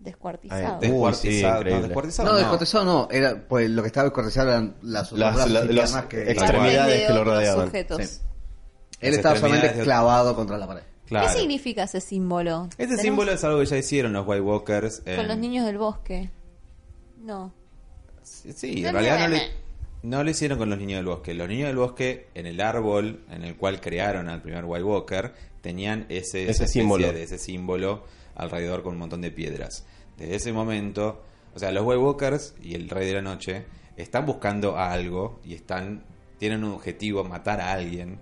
D: Descuartizado.
B: Ahí,
A: Descuartizado.
B: Uy, sí, increíble.
A: no, descuartizado
C: No,
A: no.
C: descuartizado no. Era, pues lo que estaba descuartizado eran las, los
B: Las-
C: brazos
B: la-
C: y
B: las
C: piernas que-
B: extremidades. que lo
G: otros
B: rodeaban.
G: Sujetos.
C: Sí. Él
A: Las
C: estaba solamente
A: extremidades de-
C: clavado contra la pared.
A: Claro.
G: ¿Qué significa ese símbolo?
A: Ese
G: Tenemos-
A: símbolo es algo que ya hicieron los White Walkers. eh,
G: Con
A: en-
G: los niños del bosque. No.
A: Sí,
G: No,
A: en realidad no,
G: no, no.
A: le, no lo hicieron con los niños del bosque. Los niños del bosque, en el árbol en el cual crearon al primer White Walker, tenían ese, esa especie
B: símbolo.
A: de ese símbolo alrededor con un montón de piedras. Desde ese momento, o sea, los White Walkers y el Rey de la Noche están buscando a algo y están tienen un objetivo, matar a alguien.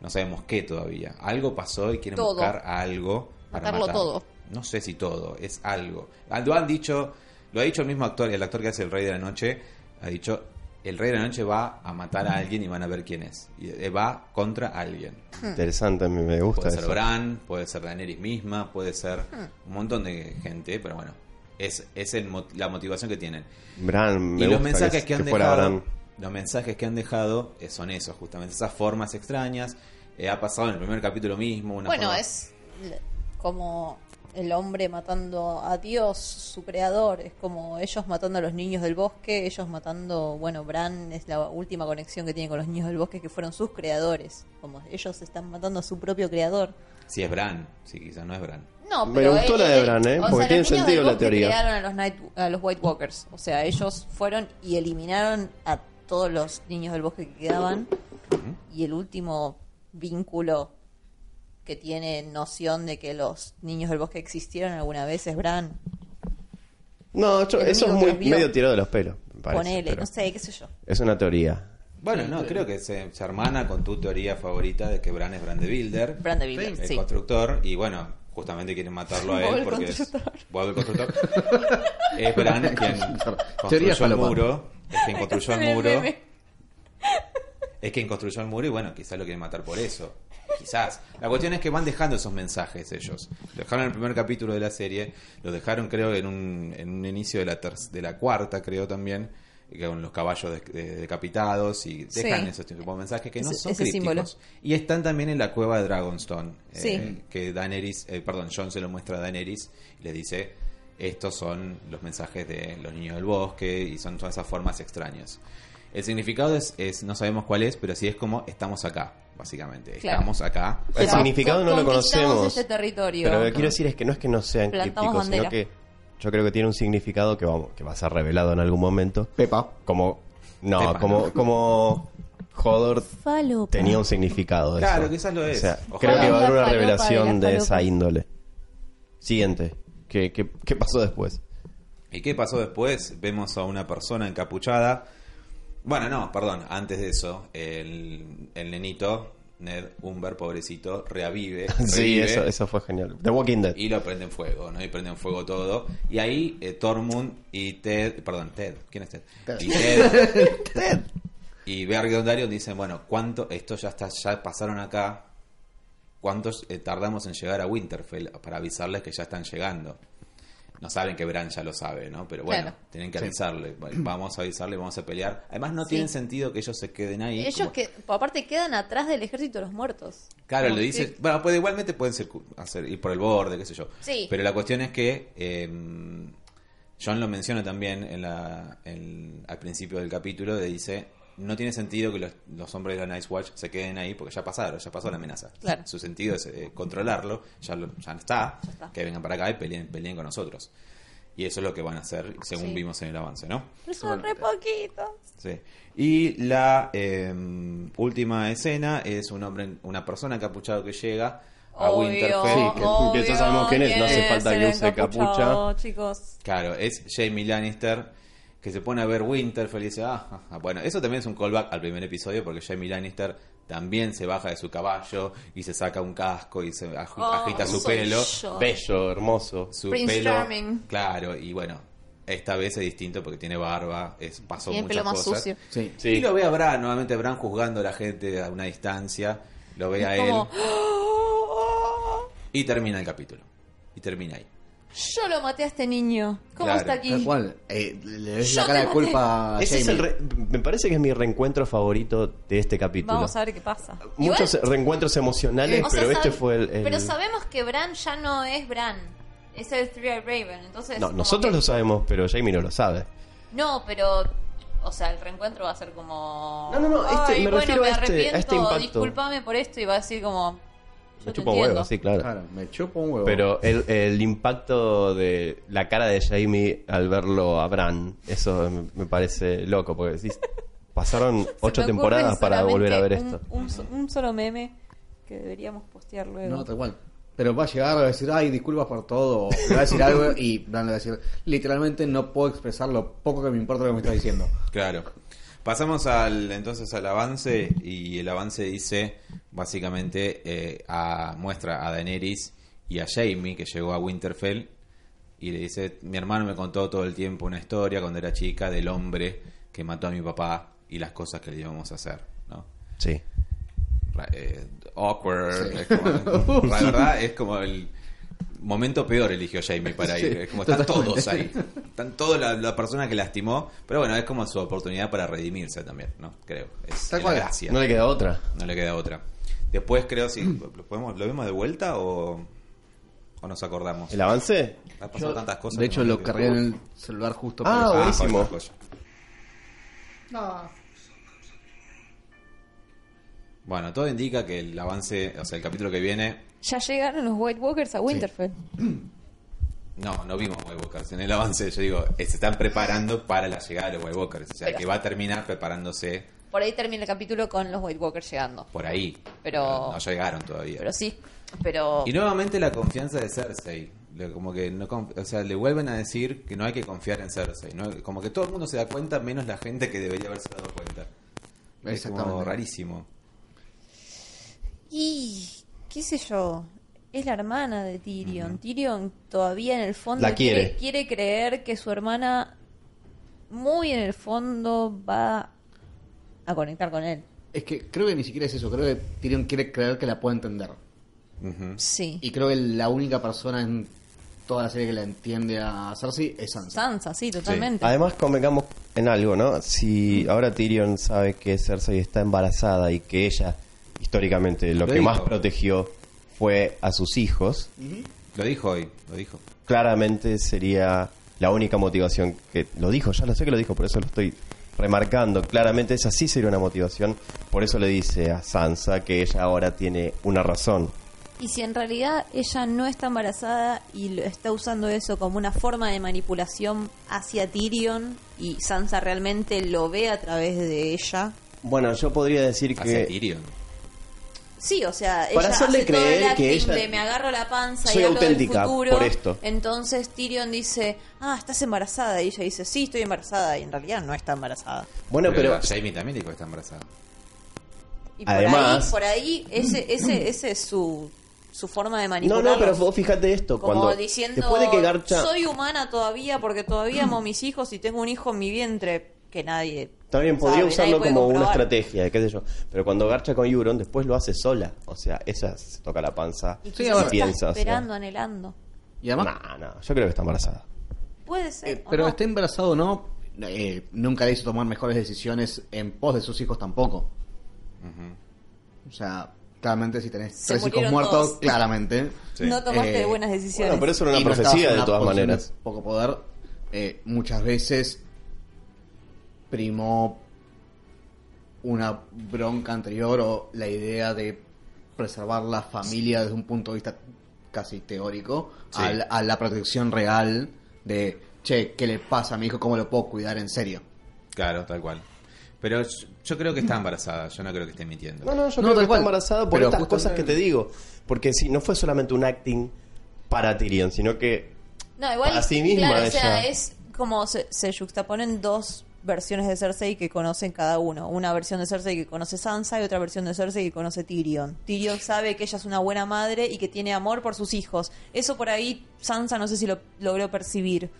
A: No sabemos qué todavía. Algo pasó y quieren
G: Todo.
A: buscar a algo para
G: Matarlo
A: matar.
G: todo.
A: No sé si todo, es algo. Lo han dicho, lo ha dicho el mismo actor, el actor que hace el Rey de la Noche, ha dicho, el Rey de la Noche va a matar a alguien y van a ver quién es. Y eh, va contra alguien.
G: Hmm.
B: Interesante, me, me gusta
A: Puede ser
B: eso.
A: Bran, puede ser Daenerys misma, puede ser un montón de gente, pero bueno, es, es el mo- la motivación que tienen.
B: Bran, me
A: y los
B: gusta
A: mensajes que, han
B: fuera
A: dejado,
B: Bran.
A: los mensajes que han dejado eh, son esos, justamente esas formas extrañas. Eh, ha pasado en el primer capítulo mismo. Una
D: Bueno,
A: forma-
D: es l- como el hombre matando a Dios, su creador. Es como ellos matando a los niños del bosque, ellos matando. Bueno, Bran es la última conexión que tiene con los niños del bosque, que fueron sus creadores. Como ellos están matando a su propio creador.
A: Si es Bran, si quizás no es Bran.
G: No,
B: Me
G: pero
B: gustó
G: eh,
B: la de
G: eh,
B: Bran, ¿eh?
G: o
B: Porque
G: sea,
B: tiene
G: los niños
B: sentido
G: del
B: la
G: bosque
B: teoría.
G: crearon a los, Night- a los White Walkers. O sea, ellos fueron y eliminaron a todos los niños del bosque que quedaban. Y el último vínculo que tiene noción de que los niños del bosque existieron alguna vez es Bran.
B: No, yo-
G: El
B: eso es
G: único que
B: muy
G: vio.
B: medio tirado de los pelos. me parece,
D: Ponele,
B: pero
D: no sé, qué sé yo.
B: Es una teoría.
A: Bueno, no, creo que se, se hermana con tu teoría favorita de que Bran es Bran de Builder,
G: Bran de Villas,
A: el
G: sí.
A: constructor, y bueno, justamente quieren matarlo a
G: Bob
A: él
G: el
A: porque es
G: constructor.
A: Bob el constructor. es Bran quien
F: Teoría
A: construyó el
F: falopa.
A: muro, es quien construyó
G: <laughs> Acá se ve
A: el
G: el
A: muro,
G: meme.
A: es quien construyó el muro y bueno, quizás lo quieren matar por eso. Quizás. La cuestión es que van dejando esos mensajes ellos. Lo dejaron en el primer capítulo de la serie, lo dejaron creo en un, en un inicio de la, ter- de la cuarta, creo también, con los caballos de- de- decapitados y dejan
G: Sí.
A: esos tipos de mensajes que no
G: Ese-
A: son
G: ese
A: crípticos.
G: símbolo.
A: Y están también en la cueva de Dragonstone, eh,
G: Sí.
A: que Daenerys, eh, perdón, John se lo muestra a Daenerys y le dice, estos son los mensajes de los niños del bosque y son todas esas formas extrañas. El significado es, es- no sabemos cuál es, pero sí es como estamos acá, básicamente.
G: Claro.
A: Estamos acá.
B: El
G: Pero
B: significado no lo
G: conquistamos
B: conocemos.
G: este territorio.
B: Pero lo que quiero decir es que no es que no sean
G: Plantamos
B: crípticos, sino
G: bandera.
B: que yo creo que tiene un significado que, vamos, que va a ser revelado en algún momento.
F: Pepa.
B: Como. No,
A: Pepa,
B: como.
A: ¿no?
B: como Hodor
G: Falopa.
B: tenía un significado. de
A: Claro,
B: eso.
A: quizás lo es.
B: O sea,
A: Ojalá.
B: creo que
G: La
B: va a haber una
G: falopa de la
B: revelación de
G: falopa.
B: esa índole. Siguiente. ¿Qué, qué, qué pasó después?
A: ¿Y qué pasó después? Vemos a una persona encapuchada. Bueno, no, perdón, antes de eso, el, el nenito, Ned Umber, pobrecito, reavive.
B: <laughs> Sí,
A: revive.
B: eso, eso fue genial. The Walking Dead.
A: y lo prenden fuego, ¿no? Y prenden fuego todo. Y ahí eh, Tormund y Ted, perdón, Ted, ¿quién es Ted?
F: Ted.
A: Y Ted, y Bergen Darion dicen, bueno, cuánto esto ya está ya pasaron acá. ¿Cuántos eh, tardamos en llegar a Winterfell para avisarles que ya están llegando? No saben que Bran ya lo sabe, ¿no? Pero bueno,
D: Claro.
A: tienen que avisarle. Bueno, Vamos a avisarle, vamos a pelear. Además, no tiene sentido que ellos se queden ahí.
D: Ellos
A: como-
D: que, aparte, quedan atrás del ejército de los muertos.
A: Claro,
D: Como
A: le
D: que-
A: dice. Bueno, pues igualmente pueden circu- hacer, ir por el borde, qué sé yo.
D: Sí.
A: Pero la cuestión es que. eh, John lo menciona también en la, en- al principio del capítulo. Le dice: No tiene sentido que los, los hombres de la Nice Watch se queden ahí porque ya pasaron, ya pasó la amenaza.
D: Claro.
A: Su sentido es eh, controlarlo, ya, lo- ya está,
D: está.
A: Que vengan para acá y peleen, peleen con nosotros. Y eso es lo que van a hacer, según
D: Sí.
A: vimos en el avance, ¿no?
D: Pero son re poquitos.
A: Sí. Y la eh, última escena es un hombre, una persona encapuchado que llega a
G: Obvio,
A: Winterfell.
B: Sí, que- que ya sabemos quién es, no hace
G: quién es
B: falta que
G: el
B: use
G: encapuchado,
B: capucha.
G: chicos.
A: Claro, es Jamie Lannister que se pone a ver Winterfell y dice, ah, ah, ah". bueno, eso también es un callback al primer episodio porque Jamie Lannister también se baja de su caballo y se saca un casco y se agi-
G: Oh,
A: agita su
G: soy
A: pelo.
G: yo.
B: Bello, hermoso.
A: Su
G: Prince
A: pelo,
G: Charming.
A: claro, y bueno, esta vez es distinto porque tiene barba, es, pasó
G: Tiene el
A: muchas
G: pelo más
A: cosas.
G: sucio.
F: Sí.
B: Sí.
A: Y lo ve a Bran, nuevamente Bran juzgando a la gente a una distancia, lo ve a él
G: Como,
A: y termina el capítulo. Y termina ahí.
G: <gasps> yo lo maté a este niño. ¿Cómo
A: Claro,
G: está aquí?
F: Tal cual. Eh, le ves
G: Yo
F: la cara
G: te
F: de culpa a
B: Ese es el
F: Jamie.
B: re- Ah, me parece que es mi reencuentro favorito de este capítulo.
G: Vamos a ver qué pasa.
B: Muchos reencuentros emocionales,
G: O sea,
B: pero este
G: sabe-
B: fue el, el-
G: Pero sabemos que Bran ya no es Bran. es el Three-Eyed Raven. Entonces,
B: No,
G: como
B: nosotros
G: que-
B: lo sabemos, pero Jamie no lo sabe.
G: No, pero. O sea, el reencuentro va a ser como.
B: No, no, no, este-
G: Ay,
B: me
G: bueno,
B: refiero
G: me
B: a este- a
G: arrepiento,
B: este impacto.
G: discúlpame por esto, y va a decir como. Yo
B: Me
G: te
B: chupa
G: entiendo.
B: un huevo, sí,
A: Ah,
B: claro.
F: Claro, me chupo un huevo.
B: Pero el, el impacto de la cara de Jamie al verlo a Bran, eso me, me parece loco, porque decís, pasaron
G: <laughs> Se
B: ocho
G: me ocurre
B: temporadas para
G: solamente
B: volver a ver
G: un-
B: esto.
G: Un, so- un solo meme que deberíamos postear luego.
F: No, tal cual. Pero va a llegar, va a decir, ay, disculpas por todo. o Le va a decir algo y Bran le va a decir, literalmente no puedo expresar lo poco que me importa lo que me estás diciendo.
A: Claro. Pasamos al entonces al avance y el avance dice básicamente eh, a, muestra a Daenerys y a Jaime que llegó a Winterfell y le dice mi hermano me contó todo el tiempo una historia cuando era chica del hombre que mató a mi papá y las cosas que le íbamos a hacer, ¿no?
B: Sí.
A: Ra- eh, awkward, es como- la verdad es como el momento peor eligió Jamie para ir, es como están todos ahí, están todas las la personas que lastimó, pero bueno, es como su oportunidad para redimirse también, ¿no? Creo, es
F: Tal
A: es la
F: cual.
A: gracia,
B: No le queda otra.
A: no le queda otra. Después creo si lo, podemos, ¿lo vemos de vuelta o, o nos acordamos.
B: ¿El avance?
A: Ha pasado tantas cosas.
F: De
A: que
F: hecho,
A: no
F: lo
A: me
F: cargué en
A: acuerdo.
F: el celular justo
B: Ah,
F: para...
B: buenísimo.
A: joya, joya. Bueno, todo indica que el avance, o sea, el capítulo que viene
G: Ya llegaron los White Walkers a Winterfell.
A: No, no vimos White Walkers. En el avance, yo digo, eh, se están preparando para la llegada de los White Walkers. O sea,
G: Pero-
A: que va a terminar preparándose
G: Por ahí termina el capítulo con los White Walkers llegando.
A: por ahí.
G: Pero-
A: No, no llegaron todavía.
G: Pero sí, pero.
A: Y nuevamente la confianza de Cersei. Le- Como que no conf- o sea, le vuelven a decir que no hay que confiar en Cersei. ¿no? Como que todo el mundo se da cuenta, menos la gente que debería haberse dado cuenta. Es como
F: Exactamente.
A: rarísimo.
G: Y. ¿Qué sé yo? Es la hermana de Tyrion. Tyrion todavía en el fondo.
B: La quiere.
G: quiere creer que su hermana, muy en el fondo, va a conectar con él.
F: Es que creo que ni siquiera es eso, creo que Tyrion quiere creer que la puede entender.
A: Ujú.
G: Sí.
F: Y creo que la única persona en toda la serie que la entiende a Cersei es Sansa.
G: Sansa, sí, totalmente.
B: Además, convengamos en algo, ¿no? Si ahora Tyrion sabe que Cersei está embarazada y que ella, históricamente, lo
A: Lo
B: que más
A: dijo.
B: protegió fue a sus hijos,
A: Lo dijo hoy, lo dijo.
B: claramente sería la única motivación que lo dijo, ya lo sé que lo dijo, por eso lo estoy remarcando, claramente esa sí sería una motivación, por eso le dice a Sansa que ella ahora tiene una razón.
G: Y si en realidad ella no está embarazada y lo está usando eso como una forma de manipulación hacia Tyrion y Sansa realmente lo ve a través de ella.
B: Bueno, yo podría decir
A: Hacia
B: que
A: Tyrion.
G: Sí, o sea,
B: Para
G: ella
B: hacerle
G: hace todo
B: creer
G: el acting
B: que ella-
G: de me agarro la panza
B: Soy
G: y hablo
B: auténtica
G: del futuro.
B: por esto.
G: Entonces Tyrion dice, "Ah, estás embarazada." Y ella dice, "Sí, estoy embarazada." Y en realidad no está embarazada.
B: bueno, pero
A: Jamie también dijo que está embarazada.
G: Y
B: Además-
G: por ahí, por ahí ese ese ese es su su forma de
B: no,
G: manipular.
B: no, pero vos fíjate esto,
G: Como
B: cuando
G: diciendo,
B: después de que Garcha
G: soy humana todavía porque todavía amo a mis hijos y tengo un hijo en mi vientre que nadie...
B: También podría
G: sabe,
B: usarlo
G: nadie puede
B: como una
G: comprobar.
B: estrategia, qué sé yo. Pero cuando garcha con Euron, después lo hace sola. O sea, ella se toca la panza
G: Y
F: Sí,
G: quizás
F: ahora
G: está
B: piensa, o sea.
G: esperando, anhelando.
F: Y además,
B: No, no, yo creo que está embarazada.
G: Puede ser.
F: Eh,
G: o
F: pero
G: no.
F: esté embarazado o no, eh, nunca le hizo tomar mejores decisiones en pos de sus hijos tampoco. O sea, claramente si tenés
G: Se
F: tres hijos
G: murieron
F: muertos,
G: todos.
B: <laughs>
F: claramente.
A: Sí.
G: No tomaste
F: Eh,
G: buenas decisiones.
B: Bueno, pero eso era
F: y
B: una
F: no
B: profecía
F: estabas en
B: de
F: una
B: todas
F: posición de
B: maneras.
F: Poco poder. eh, muchas veces primó una bronca anterior o la idea de preservar la familia desde un punto de vista casi teórico
A: Sí.
F: a, la, a la protección real de, che, ¿qué le pasa a mi hijo? ¿Cómo lo puedo cuidar en serio?
A: Claro, tal cual. Pero yo, yo creo que está embarazada, yo no creo que esté mintiendo.
B: No, no, yo
F: No,
B: creo
F: tal
B: que está
F: cual.
B: embarazada por
F: Pero
B: estas
F: justo-
B: cosas que te digo. Porque si no fue solamente un acting para Tyrion, sino que.
G: No, igual,
B: para sí misma
G: claro, o sea,
B: ella.
G: es como se, se juxtaponen dos versiones de Cersei que conocen cada uno. Una versión de Cersei que conoce Sansa y otra versión de Cersei que conoce Tyrion. Tyrion sabe que ella es una buena madre y que tiene amor por sus hijos. Eso por ahí Sansa no sé si lo logró percibir.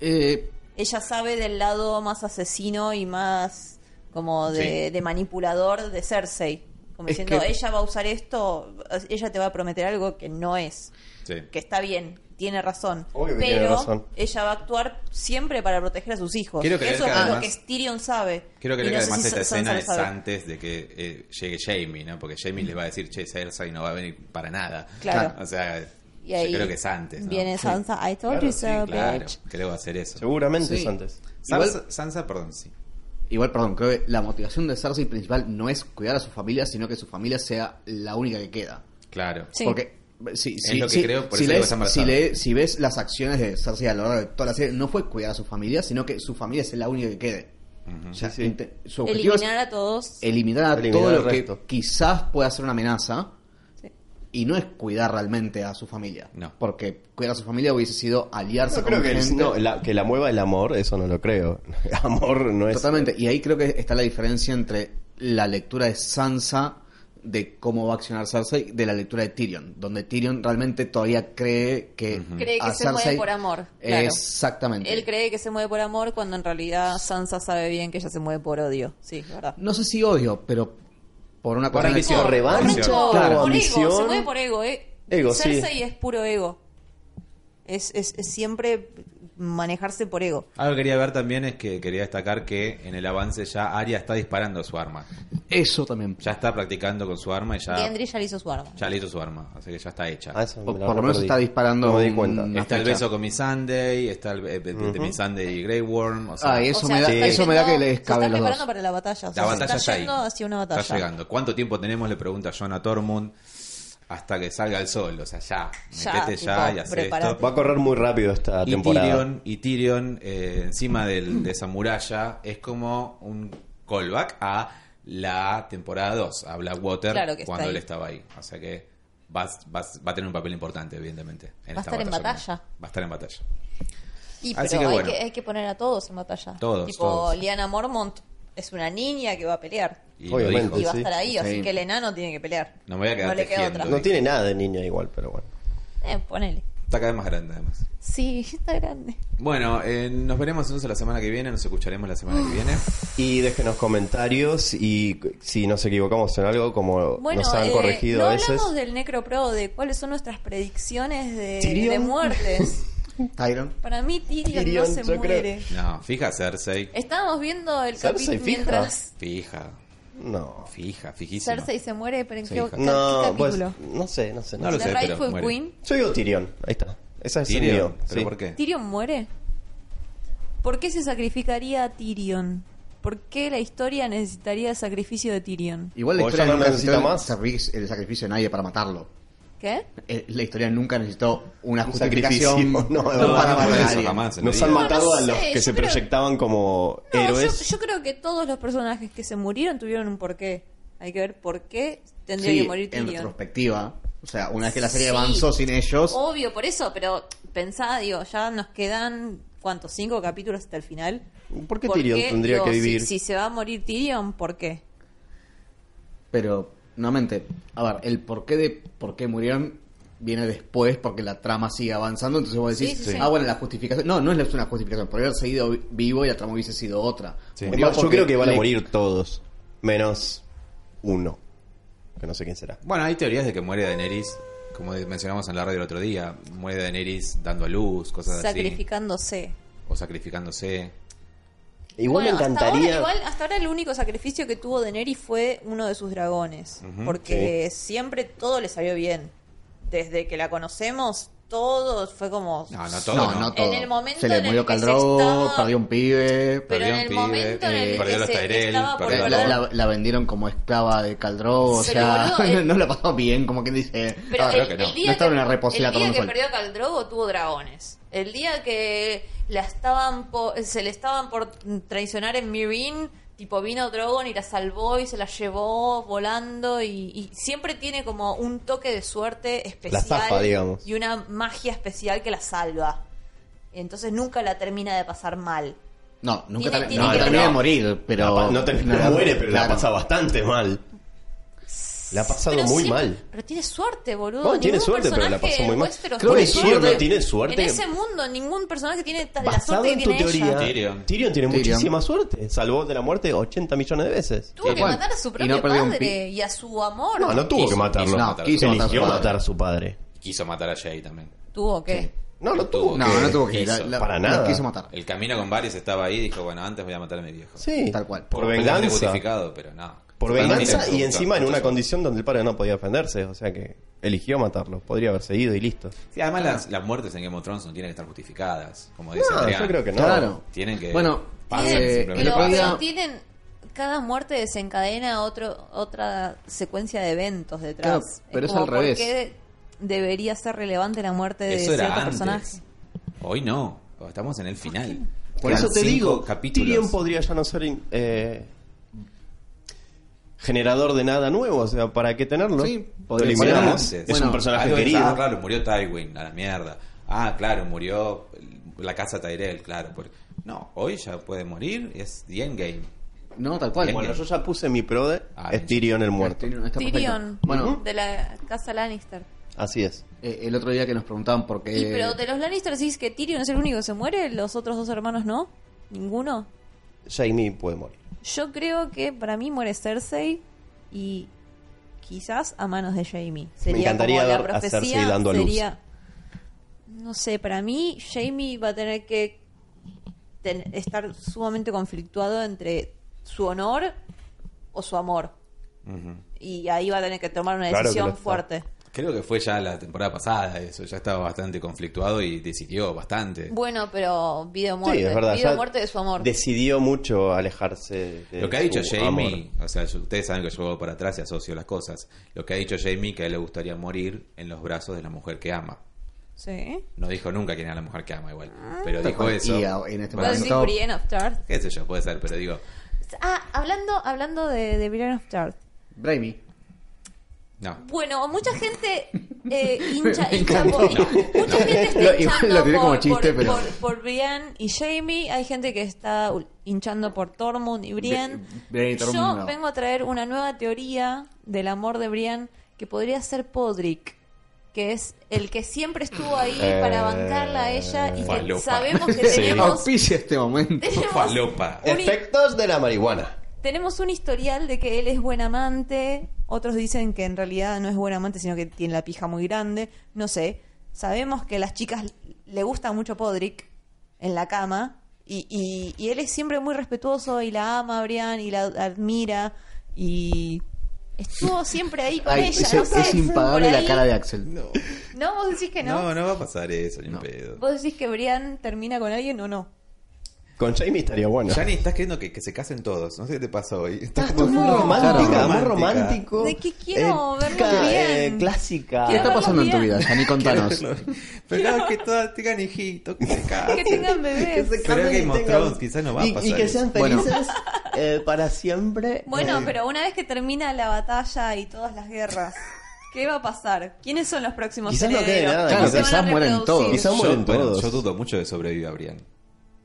F: Eh,
G: ella sabe del lado más asesino y más como de,
A: Sí.
G: de manipulador de Cersei. Como
F: Es
G: diciendo,
F: que-
G: ella va a usar esto, ella te va a prometer algo que no es,
A: Sí.
G: que está bien, tiene razón.
B: Obvio que
G: pero
B: tiene razón.
G: ella va a actuar siempre para proteger a sus hijos.
A: Quiero creer
G: Eso
A: que
G: es lo
A: además-
G: que Tyrion sabe.
A: Creo que,
G: Y
A: lo que
G: no sé
A: además
G: si
A: esta
G: Sansa
A: escena
G: lo
A: es
G: sabe.
A: antes de que eh, llegue Jamie, ¿no? Porque Jamie le va a decir, che, Cersei no va a venir para nada.
G: Claro.
A: <laughs> O sea,
G: Y ahí
A: Yo creo que es antes. ¿no?
G: Viene
A: Sí,
G: Sansa, I told
B: Claro,
G: you
B: sí,
G: so,
A: claro,
G: bitch.
A: creo que va a ser eso.
B: Seguramente
F: Sí.
B: es antes.
A: Sansa,
F: Igual-
A: Sansa, perdón, sí.
F: Igual, perdón, creo que la motivación de Cersei principal no es cuidar a su familia, sino que su familia sea la única que queda.
A: Claro.
G: Sí.
F: Porque eh, sí,
A: Es
F: sí,
A: lo que
F: sí,
A: creo, por
F: si,
A: eso digo
F: lees-
A: está embarazada.
F: si, lee- si ves las acciones de Cersei a lo largo de toda la serie, no fue cuidar a su familia, sino que su familia es la única que quede. O sea,
B: Sí, sí.
F: inte- su objetivo
H: Eliminar
F: es
H: a todos.
F: eliminar a
B: Eliminar
F: todo
B: al
F: lo que
B: resto.
F: quizás pueda ser una amenaza
G: Sí.
F: y no es cuidar realmente a su familia.
A: No.
F: Porque cuidar a su familia hubiese sido aliarse
B: No
F: con
B: creo que, el-
F: gente.
B: no, la, que la mueva el amor, eso no lo creo. <laughs> amor no es.
F: Totalmente. Y ahí creo que está la diferencia entre la lectura de Sansa de cómo va a accionar Cersei de la lectura de Tyrion, donde Tyrion realmente todavía cree que
H: Cree que
F: a
H: se mueve
F: Cersei-
H: por amor, claro.
F: Exactamente.
H: Él cree que se mueve por amor cuando en realidad Sansa sabe bien que ella se mueve por odio. Sí, es verdad.
F: No sé si odio, pero por una cosa en la que-
B: ambición. revancha.
H: Por,
B: Claro,
H: por ego, se
B: ambición.
H: mueve por ego, eh.
B: Ego, sí.
H: Cersei es puro ego. Es, es, es siempre manejarse por ego.
A: Algo que quería ver también es que quería destacar que en el avance ya Arya está disparando su arma.
F: Eso también.
A: Ya está practicando con su arma y ya,
G: Gendry ya le hizo su arma.
A: ya le hizo su arma. Así que ya está hecha.
B: Ah, eso me
F: O-
B: la
F: por lo menos
B: perdí.
F: está disparando
B: No me di
F: un-
B: cuenta.
F: una
A: Está el
F: fecha.
A: beso con mi Sunday, está el eh, de, de mi Sunday y Grey Worm. O sea,
F: Ah, eso
G: O sea,
F: me da,
G: está
F: eso me da que
G: intentando-
F: le
G: se
F: escabe
G: está
F: los
G: preparando
F: dos.
G: para la batalla. O sea,
A: la batalla
G: se
A: está
G: está yendo
A: ahí.
G: hacia una batalla.
A: Está llegando. ¿Cuánto tiempo tenemos? Le pregunta John a Tormund. Hasta que salga el sol. O sea, ya.
G: Ya,
A: Metete
G: tipo,
A: ya y hace esto.
G: preparate.
B: Va a correr muy rápido esta
A: y
B: temporada.
A: Tyrion, y Tyrion eh, encima del, de esa muralla es como un callback a la temporada 2, a Blackwater,
G: Claro que está
A: cuando él
G: ahí.
A: estaba ahí. O sea que vas- vas- va a tener un papel importante, evidentemente. en
G: Va
A: esta
G: a estar en batalla.
A: Va a estar en batalla. Así
G: Y pero
A: que
G: hay,
A: bueno.
G: que, hay que poner a todos en batalla.
A: Todos,
G: Tipo,
A: todos.
G: Liana Mormont es una niña que va a pelear.
A: Y lo
B: Obviamente.
G: Y
A: dijo.
G: va
B: Sí.
G: a estar ahí,
F: Sí.
G: así que el enano tiene que pelear.
A: Oh, No me voy a quedar
G: No le queda
A: tejiendo.
G: otra.
B: No tiene nada de niña igual, pero bueno.
G: Eh, ponele.
A: Está cada vez más grande, además.
G: Sí, está grande.
A: Bueno, eh, nos veremos entonces la semana que viene, nos escucharemos la semana que viene.
B: Y déjenos comentarios y si nos equivocamos en algo, como
G: Bueno,
B: nos han
G: eh,
B: corregido
G: no
B: a veces.
G: hablamos del Necropro, de cuáles son nuestras predicciones de,
B: Tyrion.
G: de muertes.
B: <laughs>
F: Tyrion.
G: Para mí Tyrion,
B: Tyrion,
G: no se
B: yo creo.
G: muere.
A: No, fija Cersei.
G: Estábamos viendo el
B: Cersei
G: capítulo
B: fija.
G: mientras
A: Fija,
B: No.
A: fija, fijísima.
G: Cersei se muere, pero en
A: Sí,
G: qué,
A: hija.
G: qué- qué
B: No, pues,
G: capítulo.
B: no sé, no sé. no
A: No lo
B: sé.
A: sé,
G: The
A: pero
G: Rightful
A: muere.
G: Queen.
B: Yo digo Tyrion, ahí está. Esa es el mío.
A: Tyrion, ¿pero
B: sí.
A: por qué?
G: ¿Tyrion muere? ¿Por qué se sacrificaría a Tyrion? ¿Por qué la historia necesitaría el sacrificio de Tyrion?
F: Igual la
B: O
F: historia
B: ya no
F: nunca
B: necesita
F: necesitó el
B: más.
F: sacrificio- el sacrificio de nadie para matarlo.
G: ¿Qué?
F: Eh, La historia nunca necesitó una
B: Un
F: justificación
B: sacrificio, <laughs> no,
F: para
B: no,
A: no,
F: matar
A: por
F: a
A: eso
F: alguien.
A: jamás. en la
B: Nos han
A: vida.
B: matado
G: No,
B: a
G: no
B: los
G: sé,
B: que
G: yo
B: se
G: creo-
B: proyectaban como
G: No, yo,
B: héroes.
G: yo creo que todos los personajes que se murieron tuvieron un porqué. Hay que ver por qué tendría
F: Sí,
G: que morir
F: en
G: Tyrion.
F: retrospectiva. O sea, una vez que la serie
G: Sí.
F: avanzó sin ellos,
G: Obvio, por eso, pero pensá, digo, ya nos quedan, ¿cuántos? ¿Cinco capítulos hasta el final?
B: ¿Por qué Tyrion tendría
G: digo,
B: que
G: si-
B: vivir?
G: Si, se va a morir Tyrion, ¿por qué?
F: pero nuevamente, a ver, el porqué de por qué murieron viene después porque la trama sigue avanzando, entonces vos decís,
G: Sí, sí, sí.
F: ah, bueno, la justificación, no, no es una justificación, podría haber seguido vi- vivo y la trama hubiese sido otra.
A: Sí.
B: Es
F: Murió
B: más, yo
F: porque
B: creo que van a
F: le-
B: morir todos, menos uno, que no sé quién será.
A: Bueno, hay teorías de que muere Daenerys, como de- mencionamos en la radio el otro día, muere Daenerys dando a luz, cosas así,
G: Sacrificándose.
A: o sacrificándose.
B: Igual
G: Bueno,
B: me encantaría.
G: Hasta ahora, igual, hasta ahora el único sacrificio que tuvo Daenerys fue uno de sus dragones.
A: Ujú,
G: porque siempre todo le salió bien. Desde que la conocemos, todo fue como.
A: No, no todo,
F: No,
A: no.
F: no, todo.
G: En el momento
F: se le
G: en el
F: murió
G: que se
F: Caldro,
G: estaba-
F: perdió un pibe.
G: Pero en
A: Perdió
G: el
A: un pibe,
G: momento en
A: eh,
G: el
A: perdió
G: que
A: los
G: se
A: Tyrell,
G: estaba por
A: perdió-
F: La,
G: perder-
F: la- la vendieron como esclava de Caldro,
G: Pero,
F: o sea, <laughs>
G: boludo, el-
F: no la pasó bien, como quien dice.
G: Pero
F: "Ah,
A: creo
G: el,
A: que no.
G: el día
F: No estaba
G: que,
F: en una reposera
G: el día
F: tomando
G: que
F: sol".
G: perdió a Caldrogo tuvo dragones. El día que la estaban po- se le estaban por traicionar en Mirin, tipo vino Drogon y la salvó y se la llevó volando y, y siempre tiene como un toque de suerte especial
B: zafa, digamos.
G: y una magia especial que la salva. Entonces nunca la termina de pasar mal.
F: No, nunca
G: Tiene-
F: termi-
G: tiene
F: no,
G: que-
F: termina de
G: no.
F: morir, pero.
B: La pa- no te, no
F: Nada,
B: muere, pero la
F: claro.
B: pasa bastante mal. La ha pasado
G: Pero
B: muy
G: siempre-
B: mal.
G: Pero tiene suerte, boludo.
B: No, tiene
G: Ningún
B: suerte, pero la
G: personaje
B: pasó muy mal.
G: Westeros
B: Creo
G: tiene
B: que Tyrion no tiene suerte.
G: En ese mundo, ningún personaje tiene ta- la
B: Basado
G: suerte que
B: en tu
G: tiene
B: teoría,
G: ella.
A: Tyrion.
B: Tyrion. tiene
F: Tyrion.
B: muchísima suerte. Salvó de la muerte 80 millones de veces. Ah,
G: Tuvo que
F: Igual.
G: matar a su
F: Y
G: propio
F: no perdió un
G: padre
F: pi-
G: y a su amor.
B: No, no tuvo
A: Quiso-
B: que matarlo.
A: quiso
F: No,
A: matar a
F: quiso
A: su-
F: matar a su
B: Eligió
F: padre.
B: matar a su padre.
A: quiso matar a Jay también.
G: Tuvo que.
B: No, no tuvo.
F: No,
A: que-
F: no tuvo que ir.
A: quiso,
F: la- la-
B: para
F: la
B: nada.
F: quiso matar.
A: El camino con Varys estaba ahí, dijo, bueno, antes voy a matar a mi viejo.
B: Sí.
F: Tal cual.
B: Por
A: Completamente
B: venganza.
A: justificado, pero no.
B: por
A: Totalmente
B: venganza
A: injusta,
B: y encima en una
A: muchas-
B: condición donde el padre no podía defenderse, o sea que eligió matarlo, podría haberse ido y listo.
A: Sí, además las, las muertes en Game of Thrones no tienen que estar justificadas, como dice
B: Ah. No,
A: Adrián.
B: yo creo que no.
I: Claro.
A: Tienen que
I: Bueno,
A: pasen
I: eh,
A: simplemente.
I: el
G: Pero,
I: otro día-
G: pero tienen. Cada muerte desencadena otro, otra secuencia de eventos detrás.
F: Claro, pero es
G: como,
F: al revés.
G: ¿Por qué debería ser relevante la muerte de
A: Eso
G: Eh, cierto
A: era antes.
G: personaje?
A: Hoy no. Estamos en el final.
B: Por
A: Quedan
B: eso te
A: cinco
B: digo,
A: capítulos.
B: Tyrion podría ya no ser in- eh, generador de nada nuevo, o sea, ¿para qué tenerlo?
F: Sí,
B: Lo
F: podría ser
B: eliminamos,
A: antes.
B: es
A: Bueno,
B: un personaje
A: Algo que estaba
B: querido.
A: Claro, murió Tywin, a la mierda. Ah, claro, murió la casa Tyrell, claro. por- No, hoy ya puede morir, es the endgame.
F: No, tal cual.
B: Bueno, yo ya puse mi prode,
A: Ah,
B: es
A: bien.
B: Tyrion el muerto.
F: Tyrion, está perfecto.
G: Tyrion,
F: Bueno,
G: de la casa Lannister.
B: Así es.
F: eh, el otro día que nos preguntaban por qué.
B: Eh,
G: Y, pero de los Lannister decís que Tyrion es el único que se muere, los otros dos hermanos no, ninguno.
B: Jaime puede morir.
G: Yo creo que para mí muere Cersei y quizás a manos de Jamie. Sería
B: encantaría
G: como la
B: ver a Cersei
G: profecía
B: dando a luz.
G: sería no sé, para mí Jamie va a tener que ten- estar sumamente conflictuado entre su honor o su amor.
A: Ujú.
G: Y ahí va a tener que tomar una
B: Claro que
G: decisión
B: lo está.
G: fuerte.
A: Creo que fue ya la temporada pasada eso, ya estaba bastante conflictuado y decidió bastante.
G: Bueno, pero video muerte,
B: Sí, es verdad.
G: video
B: ya
G: muerte de su amor.
B: Decidió mucho alejarse de
A: Lo que ha
F: Uh,
A: dicho
B: su
A: Jamie,
B: amor.
A: o sea, yo- ustedes saben que yo voy para atrás y asocio las cosas. Lo que ha dicho Jamie que a él le gustaría morir en los brazos de la mujer que ama.
G: Sí.
A: No dijo nunca quién era la mujer que ama igual, pero dijo
F: cual.
A: eso.
F: Y a- en este
A: Para
G: Puedo
A: mí-
F: momento-
G: decir Brienne of Tarth.
A: qué sé yo, puede ser, pero digo,
G: Ah, hablando, hablando de, de Brienne of Tarth.
F: Braimy.
G: <laughs>
A: no.
G: Bueno, mucha gente eh, hincha,
F: <laughs> Me
G: hincha
F: encantó.
G: por, mucha gente está
F: <laughs> Lo- igual
G: hinchando
F: lo tiré como
G: por-
F: chiste,
G: por,
F: pero-
G: por- por Brienne y Jamie. Hay gente que está hinchando por Tormund y Brienne.
F: Brienne y Tormund,
G: Yo
F: no.
G: vengo a traer una nueva teoría del amor de Brienne que podría ser Podrick, que es el que siempre estuvo ahí
B: Eh,
G: para bancarla a ella y que
A: falopa.
G: sabemos que
F: <laughs> Sí.
G: tenemos,
F: Auspicia este momento.
G: tenemos
A: Falopa.
G: Un-
B: Efectos de la marihuana.
G: tenemos un historial de que él es buen amante, otros dicen que en realidad no es buen amante, sino que tiene la pija muy grande, no sé. Sabemos que a las chicas le gusta mucho Podrick en la cama y, y- y él es siempre muy respetuoso y la ama a Brian y la admira y estuvo siempre ahí con
F: Ay,
G: ella.
F: es,
G: no sé,
F: es impagable
G: por
F: la
G: ahí-
F: cara de Axel.
G: No, vos decís que no.
A: No, no va a pasar eso, ni en pedo.
G: Vos decís que Brian termina con alguien o no.
B: Con Jamie estaría bueno.
A: Yanni, estás queriendo que, que se casen todos. No sé qué te pasa
G: <laughs>
A: hoy. Estás
B: Muy romántica, muy romántico.
G: De que quiero verlo
B: típica,
G: bien.
B: eh, clásica.
F: ¿Qué está
G: Quiero
F: pasando en tu
G: verlo
F: vida, Jani? Contanos.
A: Pero claro, que todas tengan hijitos, que se
F: Ah,
A: casen.
G: Que tengan
F: <laughs>
G: bebés.
A: se Pero Game of Thrones quizás no va a
B: y, y
A: pasar
B: que
A: eso.
B: sean
F: Bueno.
B: felices eh, para siempre.
G: Bueno,
B: Eh,
G: pero una vez que termina la batalla y todas las guerras, ¿qué va a pasar? ¿Quiénes son los próximos
B: Quizás no quede
G: herederos?
B: nada,
G: ¿Quiénes se
F: quizás
G: van a
F: mueren
G: reproducir?
F: todos.
B: Quizás-
A: Yo,
B: mueren
A: bueno,
B: todos.
A: yo dudo mucho de sobrevivir a Brian.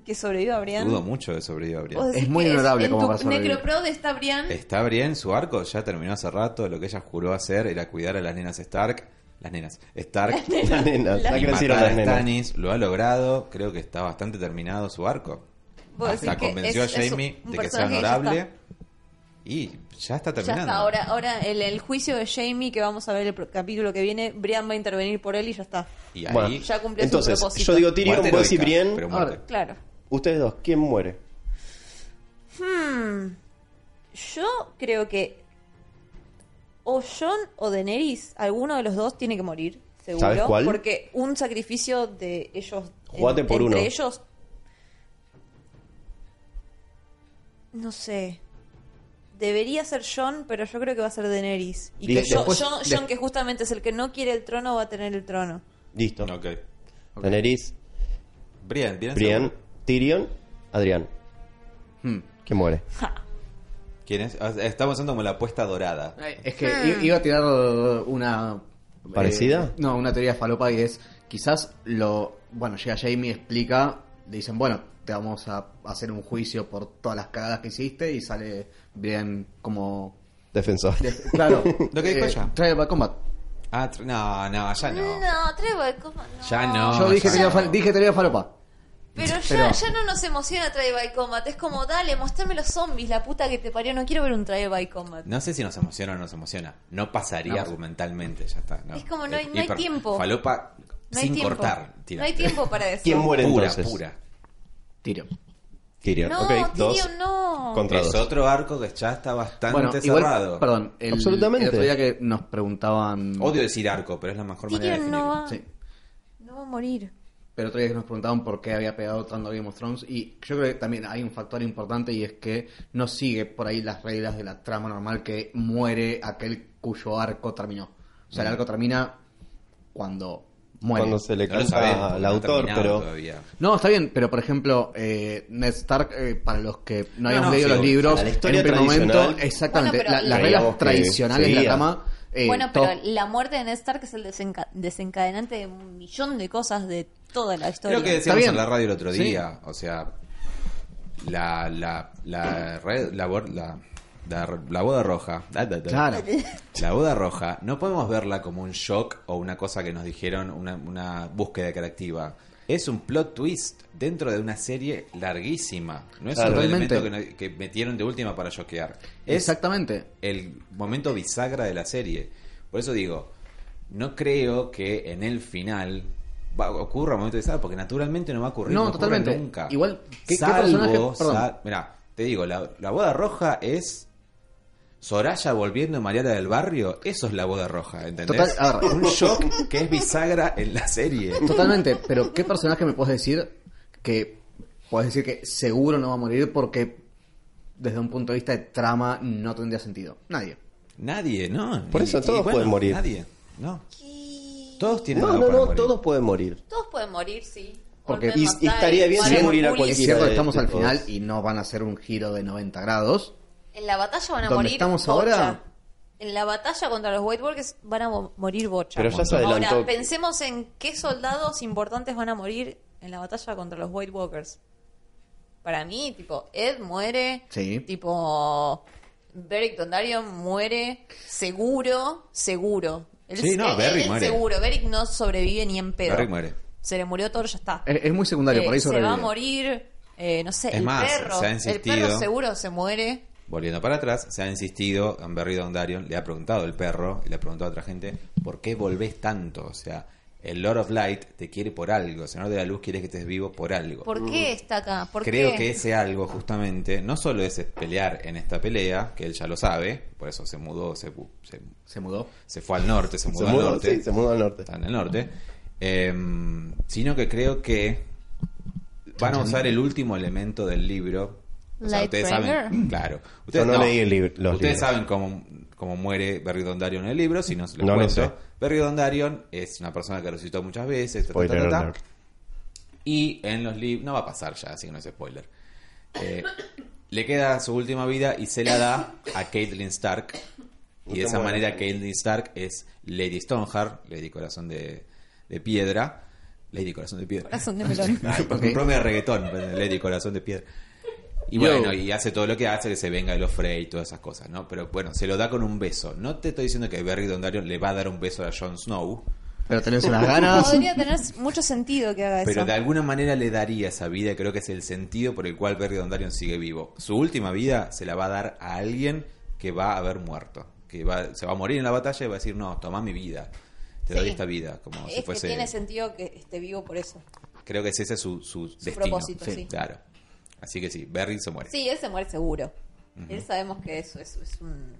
G: Que sobreviva Brian.
A: Dudo mucho de sobrevivir a Brian.
G: Vos decís
F: Es muy
G: que
F: honorable
G: en
F: como
G: tu
F: para sobrevivir.
G: Necroprod está Brian.
A: Está Brian, su arco ya terminó hace rato. Lo que ella juró hacer era cuidar a las nenas Stark. Las nenas
G: <laughs>
A: Stark.
B: <laughs> Las nenas, ya
A: y
B: crecieron
A: matar a
B: las nenas.
A: Stannis. Lo ha logrado. Creo que está bastante terminado su arco.
G: Vos decís
A: Hasta
G: que
A: convenció
G: es-
A: a
G: es un-
A: Jamie
G: un
A: de que sea
G: personaje ya
A: honorable.
G: está.
A: y ya está
G: Ya
A: terminando.
G: está, ahora, ahora el, el juicio de Jamie, que vamos a ver el pro- capítulo que viene, Brian va a intervenir por él y ya está.
A: Y ahí.
B: Bueno,
G: Ya cumplió su
B: entonces,
G: propósito.
B: yo digo Tyrion,
A: muerte
B: vos y
A: heroica,
B: Brienne.
A: pero muerte.
F: Ahora,
G: Claro.
B: Ustedes dos, ¿quién muere?
G: Hmm. Yo creo que o John o Daenerys, alguno de los dos tiene que morir, seguro.
B: ¿Sabes cuál?
G: Porque un sacrificio de ellos. en-
B: Jugate por
G: entre
B: uno.
G: ellos. No sé. Debería ser John, pero yo creo que va a ser Daenerys. Y que
B: Bien,
G: yo-
B: después-
G: Jon- Jon, que justamente es el que no quiere el trono, va a tener el <laughs> trono.
B: Listo.
A: Ok.
B: Daenerys,
A: Brian, ¿tienes
B: Brienne,
A: algo?
B: Tyrion, Adrián.
F: Hmm.
B: ¿Quién muere?
G: Ja.
A: ¿Quién es? Ah, Estamos haciendo como la apuesta dorada.
F: Es que
A: Ah.
F: i- iba a tirar uh, una...
B: ¿Parecida?
F: eh, no, una teoría falopa y es quizás lo... Bueno, llega Jamie, explica, le dicen, bueno, te vamos a hacer un juicio por todas las cagadas que hiciste y sale bien como...
B: Defensor.
A: <laughs>
F: de-
B: <laughs>
F: claro. eh,
A: Lo que dijo ella.
F: Trae para combat.
A: Ah, tr- no, no, ya no.
G: No, Trevor, ¿cómo no?
A: Ya no.
F: Yo dije,
A: ya
F: teoría,
A: no.
F: fal- dije teoría falopa.
G: Pero ya,
F: Pero-
G: ya no nos emociona Trail by Combat. Es como, dale, mostrame los zombies, la puta que te parió. No quiero ver un Trail by Combat.
A: No sé si nos emociona o no nos emociona. No pasaría
F: No.
A: argumentalmente, ya está. ¿no?
G: Es como no hay- no hay
A: hiper-
G: tiempo.
A: Falopa
G: No hay
A: sin
G: tiempo.
A: cortar. tira.
G: No hay tiempo para eso.
B: ¿Quién muere
A: Pura,
B: entonces?
A: pura.
F: Tiro.
B: Tyrion.
G: No,
B: ok,
G: Tyrion,
B: dos
G: no.
B: contra
A: Es
B: dos.
A: otro arco que ya está bastante
F: Bueno, igual,
A: cerrado.
F: perdón, el,
B: Absolutamente.
F: el otro día que nos preguntaban...
A: Odio decir arco, pero es la mejor manera de
G: Tyrion
A: definirlo.
G: no va,
F: Sí.
G: no va a morir.
F: Pero otro día que nos preguntaban por qué había pegado tanto Game of Thrones y yo creo que también hay un factor importante y es que no sigue por ahí las reglas de la trama normal que muere aquel cuyo arco terminó. O sea, el arco termina cuando muere.
B: Cuando se le
A: No lo
B: canta
A: sabemos, porque
B: al
A: no ha
B: autor,
A: terminado
B: pero
A: todavía.
F: No, está bien, pero por ejemplo, eh, Ned Stark, eh, para los que no habían
A: no,
F: leído
A: sí,
F: los libros,
B: la historia
F: en primer
B: tradicional-
F: momento, exactamente,
G: Bueno, pero-
F: la- las
B: Creíamos
F: reglas
B: que
F: tradicionales de la
B: seguía.
F: trama. eh,
G: bueno, pero
F: todos-
G: la muerte de Ned Stark es el desenca- desencadenante de un millón de cosas de toda la historia.
A: Creo que decíamos
F: bien.
A: en la radio el otro
F: Sí.
A: día, o sea, la la la red, la, bor- la, la- la boda roja. Da, da, da.
F: Claro.
A: La boda roja, no podemos verla como un shock o una cosa que nos dijeron, una, una búsqueda creativa. Es un plot twist dentro de una serie larguísima. No es
B: Claro.
A: un elemento que,
F: Totalmente.
A: no- que metieron de última para shockear. Es
F: Exactamente.
A: el momento bisagra de la serie. Por eso digo, no creo que en el final va- ocurra un momento bisagra, porque naturalmente no va a ocurrir
F: No,
A: ocurre
F: totalmente.
A: nunca.
F: Igual, ¿qué- qué personaje-
A: salvo,
F: perdón.
A: sal- mirá, te digo, la, la boda roja es Soraya volviendo Mariana del Barrio, eso es la boda roja, ¿entendés?
F: Total, a ver.
A: un shock que es bisagra en la serie.
F: Totalmente, pero ¿qué personaje me puedes decir que puedes decir que seguro no va a morir porque desde un punto de vista de trama no tendría sentido? Nadie.
A: Nadie, ¿no?
B: Por eso todos pueden morir.
A: Nadie, ¿no?
G: ¿Qué?
A: Todos tienen
B: No,
A: algo
B: no,
A: para
B: no,
A: morir.
B: todos pueden morir.
G: Todos pueden morir, sí.
F: Porque-
G: Volver
B: y-
G: a
B: y
G: matar,
B: estaría bien
G: jugar
B: si
G: a
F: Bien,
G: un
B: morir a
G: bullying.
F: es
B: cualquiera
F: cierto que
B: de-
F: estamos
B: de
F: al
B: todos.
F: final y no van a hacer un giro de 90 grados.
G: En la batalla van a
F: ¿Dónde
G: morir.
F: estamos
G: bocha.
F: ahora?
G: En la batalla contra los White Walkers van a mo- morir bocha.
B: Pero ya se adelantó.
G: Ahora, pensemos en qué soldados importantes van a morir en la batalla contra los White Walkers. Para mí, tipo, Ed muere.
F: Sí.
G: Tipo, Beric Dondarrion muere. Seguro, seguro. Él-
A: Sí, no,
G: él-
A: Beric
G: él
A: muere.
G: Seguro, Beric no sobrevive ni en pedo.
A: Beric muere.
G: Se le murió todo, ya está.
F: Es, es muy secundario,
G: Eh,
F: por ahí
G: se va a
F: sobrevive.
G: morir. eh, no sé,
A: Es
G: el
A: más,
G: perro.
A: se ha
G: el
A: insistido.
G: perro seguro se muere.
A: Volviendo para atrás, se ha insistido, Amberry Dondarion le ha preguntado el perro, y le ha preguntado a otra gente, ¿por qué volvés tanto? O sea, el Lord of Light te quiere por algo, el Señor de la Luz quiere que estés vivo por algo.
G: ¿Por qué está acá? ¿Por
A: Creo
G: qué?
A: que ese algo, justamente, no solo es pelear en esta pelea, que él ya lo sabe, por eso se mudó, se, bu- se,
F: Se mudó.
A: se fue al norte, se mudó,
B: Se
A: al
B: mudó,
A: norte,
B: sí, se mudó al norte.
A: está en el norte, em, sino que creo que van a usar el último elemento del libro. O sea, ustedes saben, Mm.
G: Lightbringer.
A: claro. Ustedes,
B: no leí el libro- los
A: ustedes
B: libros.
A: saben cómo, cómo muere Berry Dondarion en el libro, si no se lo
B: No lo
A: cuento.
B: sé.
A: Barry Dondarion es una persona que resucitó muchas veces, ta, ta, ta,
B: Spoiler
A: ta, ta.
B: alert.
A: y en los libros, no va a pasar ya, así que no es spoiler. Eh, le queda su última vida y se la da a Caitlyn Stark. Y de
B: Está
A: esa
B: bueno.
A: manera Caitlyn Stark es Lady Stoneheart, Lady Corazón de, de Piedra. Lady Corazón de Piedra.
G: Corazón
A: <laughs>
G: de melón.
A: Ah, porque
F: Ok.
A: Rome de reggaetón, pero Lady Corazón de Piedra. Y
F: Yo.
A: bueno, y hace todo lo que hace, que se venga de los Frey y todas esas cosas, ¿no? Pero bueno, se lo da con un beso. No te estoy diciendo que Barry Dondarrion le va a dar un beso a Jon Snow,
F: Pero tenés unas ganas.
G: Podría tener mucho sentido que haga
A: pero
G: eso.
A: de alguna manera le daría esa vida, y creo que es el sentido por el cual Barry Dondarrion sigue vivo. Su última vida se la va a dar a alguien que va a haber muerto, que va, se va a morir en la batalla y va a decir, no, toma mi vida, te doy
G: Sí.
A: esta vida, como si
G: es que
A: fuese...
G: tiene sentido que esté vivo por eso.
A: Creo que es ese su, su, destino.
G: propósito, sí.
A: Claro. Así que sí, Barry se muere.
G: Sí, él se muere seguro. Él sabemos que eso es, es un...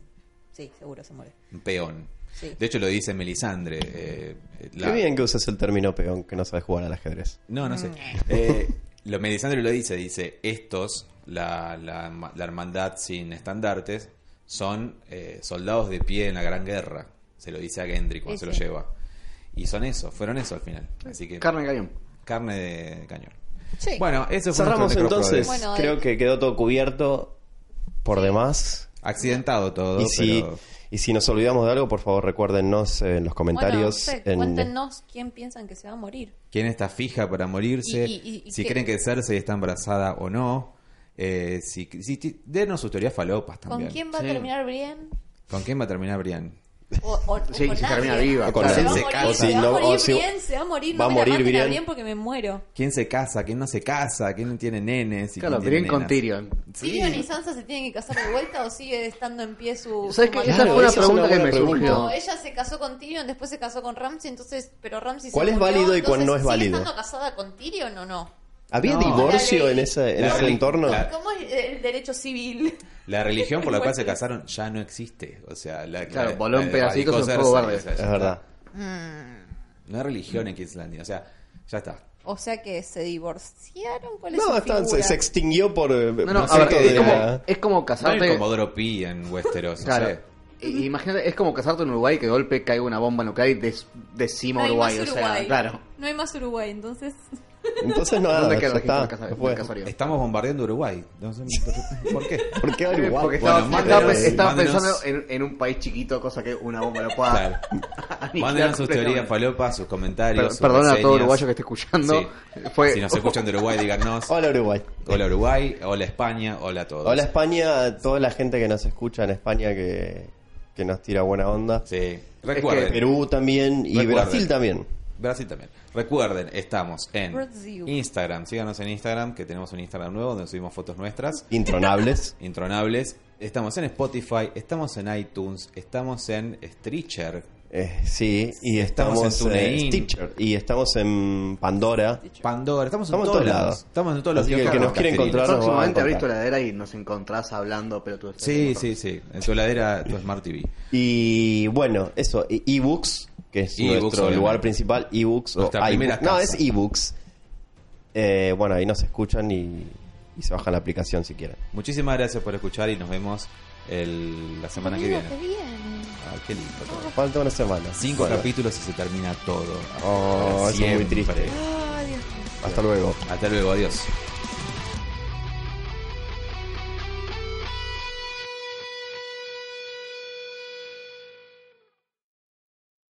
G: Sí, seguro se muere.
A: Un peón.
G: Sí.
A: De hecho, lo dice Melisandre. eh, eh, la-
B: Qué bien que usas el término peón, que no sabes jugar al ajedrez.
A: No,
G: Mm.
A: no sé. Eh, lo Melisandre lo dice, dice, estos, la, la- la hermandad sin estandartes, son eh, soldados de pie en la Gran Guerra. Se lo dice a Gendry cuando
G: Sí,
A: se
G: sí.
A: lo lleva. Y son eso, fueron eso al final. Así que
F: Carne y cañón.
A: carne de cañón.
G: Sí.
A: Bueno, eso fue
B: Cerramos
A: nuestro
B: entonces.
A: Necroprode.
G: Bueno,
B: Creo
G: eh.
B: que quedó todo cubierto por demás.
A: Accidentado todo,
B: Y si,
A: pero...
B: y si nos olvidamos de algo, por favor recuérdennos en los comentarios.
G: Bueno, no sé,
B: en-
G: cuéntenos quién piensan que se va a morir.
A: quién está fija para morirse,
G: Y- y- y
A: si
G: qué-
A: creen que Cersei está embarazada o no. eh, si, si- si- denos sus teorías falopas también.
G: ¿Con quién va
F: Sí.
G: a terminar Brian?
A: ¿Con quién va a terminar Brian?
G: O, o- o
F: Sí,
G: con
F: si termina
G: nadie.
F: viva,
G: Se
B: claro.
G: va a
A: O si
G: morir,
A: se casa.
G: se va
B: O si
G: a
B: no-
G: morir
B: o si-
G: Brian, se va a morir.
B: va
G: no
B: a
G: me la
B: morir
G: maten a
B: Brian.
G: Brian porque me muero.
A: ¿Quién se casa? ¿Quién no se casa? ¿Quién tiene nenes? y
F: Claro,
A: quién tiene
F: Tyrion con
A: nenas?
F: Tyrion.
A: Sí.
G: ¿Tyrion y Sansa se tienen que casar de vuelta o sigue estando en pie su...
F: ¿Sabes
G: su
F: qué? Esa
G: matrimonio?
F: fue una
B: esa es una
F: pregunta que
B: buena
F: me
B: pregunta.
F: surgió.
G: Tipo, ella se casó con Tyrion, después se casó con Ramsay, entonces, pero Ramsay
B: ¿Cuál
G: se
B: es
G: murió,
B: válido y cuál
G: entonces,
B: no es válido?
G: ¿Sigue estando casada con Tyrion o no?
B: ¿Había
C: No.
B: divorcio en ese, en
A: La
B: ese
A: relig-
B: entorno?
A: la-
G: ¿Cómo es el derecho civil?
A: La religión por la cual se casaron ya no existe. O sea, la,
F: Claro,
A: la-
F: voló en
A: la-
F: pedacitos
A: radicó
F: en fuego
A: Cersei,
F: verde.
A: o sea,
B: Es
A: ya
B: verdad.
A: está. No hay religión en Queenslandia. O sea, ya está.
D: O sea que se divorciaron. ¿Cuál es
B: No,
D: su
B: está- se,
D: figura?
B: se extinguió por... eh,
F: No, no,
B: por
F: a ver,
B: cerca
F: es,
B: de
F: como,
B: la-
F: es como
A: No hay
F: casarte.
A: Comodoro Pi en Westeros. no
F: Claro.
A: sé.
F: I- Imagínate, es como casarte en Uruguay que de golpe caiga una bomba nuclear y des- decima Uruguay, o sea, claro.
G: No hay más Uruguay, entonces.
A: <laughs>
B: Entonces no,
F: ¿Dónde
B: nada,
F: queda el registro
B: Ah, ya está.
F: del casa-
B: se fue.
F: del casorio?
A: Estamos bombardeando Uruguay. No sé <laughs> por- ¿Por qué?
B: ¿Por qué
F: Eh,
B: Uruguay?
F: Porque
A: Bueno,
F: estaba,
A: mándenos-
F: estaba- estaba
A: mándenos-
F: pensando en, en un país chiquito, cosa que una bomba lo pueda.
A: Claro.
F: <laughs> aniquilar
A: Mándenos sus
F: completamente.
A: teorías falopas, sus comentarios.
F: Per-
A: sus
F: Perdón a todo
A: reseñas.
F: uruguayo que esté escuchando.
A: Sí.
F: Fue,
A: Si nos
F: <laughs>
A: escuchan de Uruguay, díganos.
B: Hola Uruguay.
A: Hola Uruguay, hola España, hola a todos.
B: Hola España, a toda la gente que nos escucha en España que, que nos tira buena onda.
A: Sí. Recuerden.
F: Es que
B: Perú también y
A: Recuerden.
B: Brasil también.
A: Brasil también. Recuerden, estamos en
D: Brasil.
A: Instagram. Síganos en Instagram, que tenemos un Instagram nuevo donde subimos fotos nuestras, <laughs>
B: Intronables.
A: intronables. Estamos en Spotify, estamos en iTunes, estamos en Stitcher.
B: Eh, sí, y
A: Estamos
B: estamos,
A: en
B: en
A: TuneIn.
B: Stitcher y estamos en Pandora.
A: Pandora, estamos en
B: Estamos en
A: todos
B: todos
A: lados.
B: lados.
A: Estamos en todos los
B: Así que el
A: kioscos
B: que nos
A: podcasteriles.
B: quiere encontrar- Claro,
F: próximamente
B: vamos a
F: abrís tu
B: contar.
F: heladera y nos encontrás hablando, pero tú
A: Sí, sí, sí. En tu heladera, tu Smart TV.
B: Y bueno, eso, e- ebooks, que es
A: E-books,
B: nuestro
A: obviamente.
B: lugar principal, ebooks o
A: Nuestra primera
B: iBooks. No,
A: casa.
B: es ebooks. Eh, bueno, ahí nos escuchan y, y se bajan la aplicación si quieren.
A: Muchísimas gracias por escuchar y nos vemos el- la semana que viene. Ay, qué lindo todo.
B: Falta una semana.
A: Cinco
B: Bueno.
A: capítulos y se termina todo.
B: Oh,
A: Para
B: eso es muy
A: siempre.
B: triste. Hasta luego.
A: Hasta luego, adiós.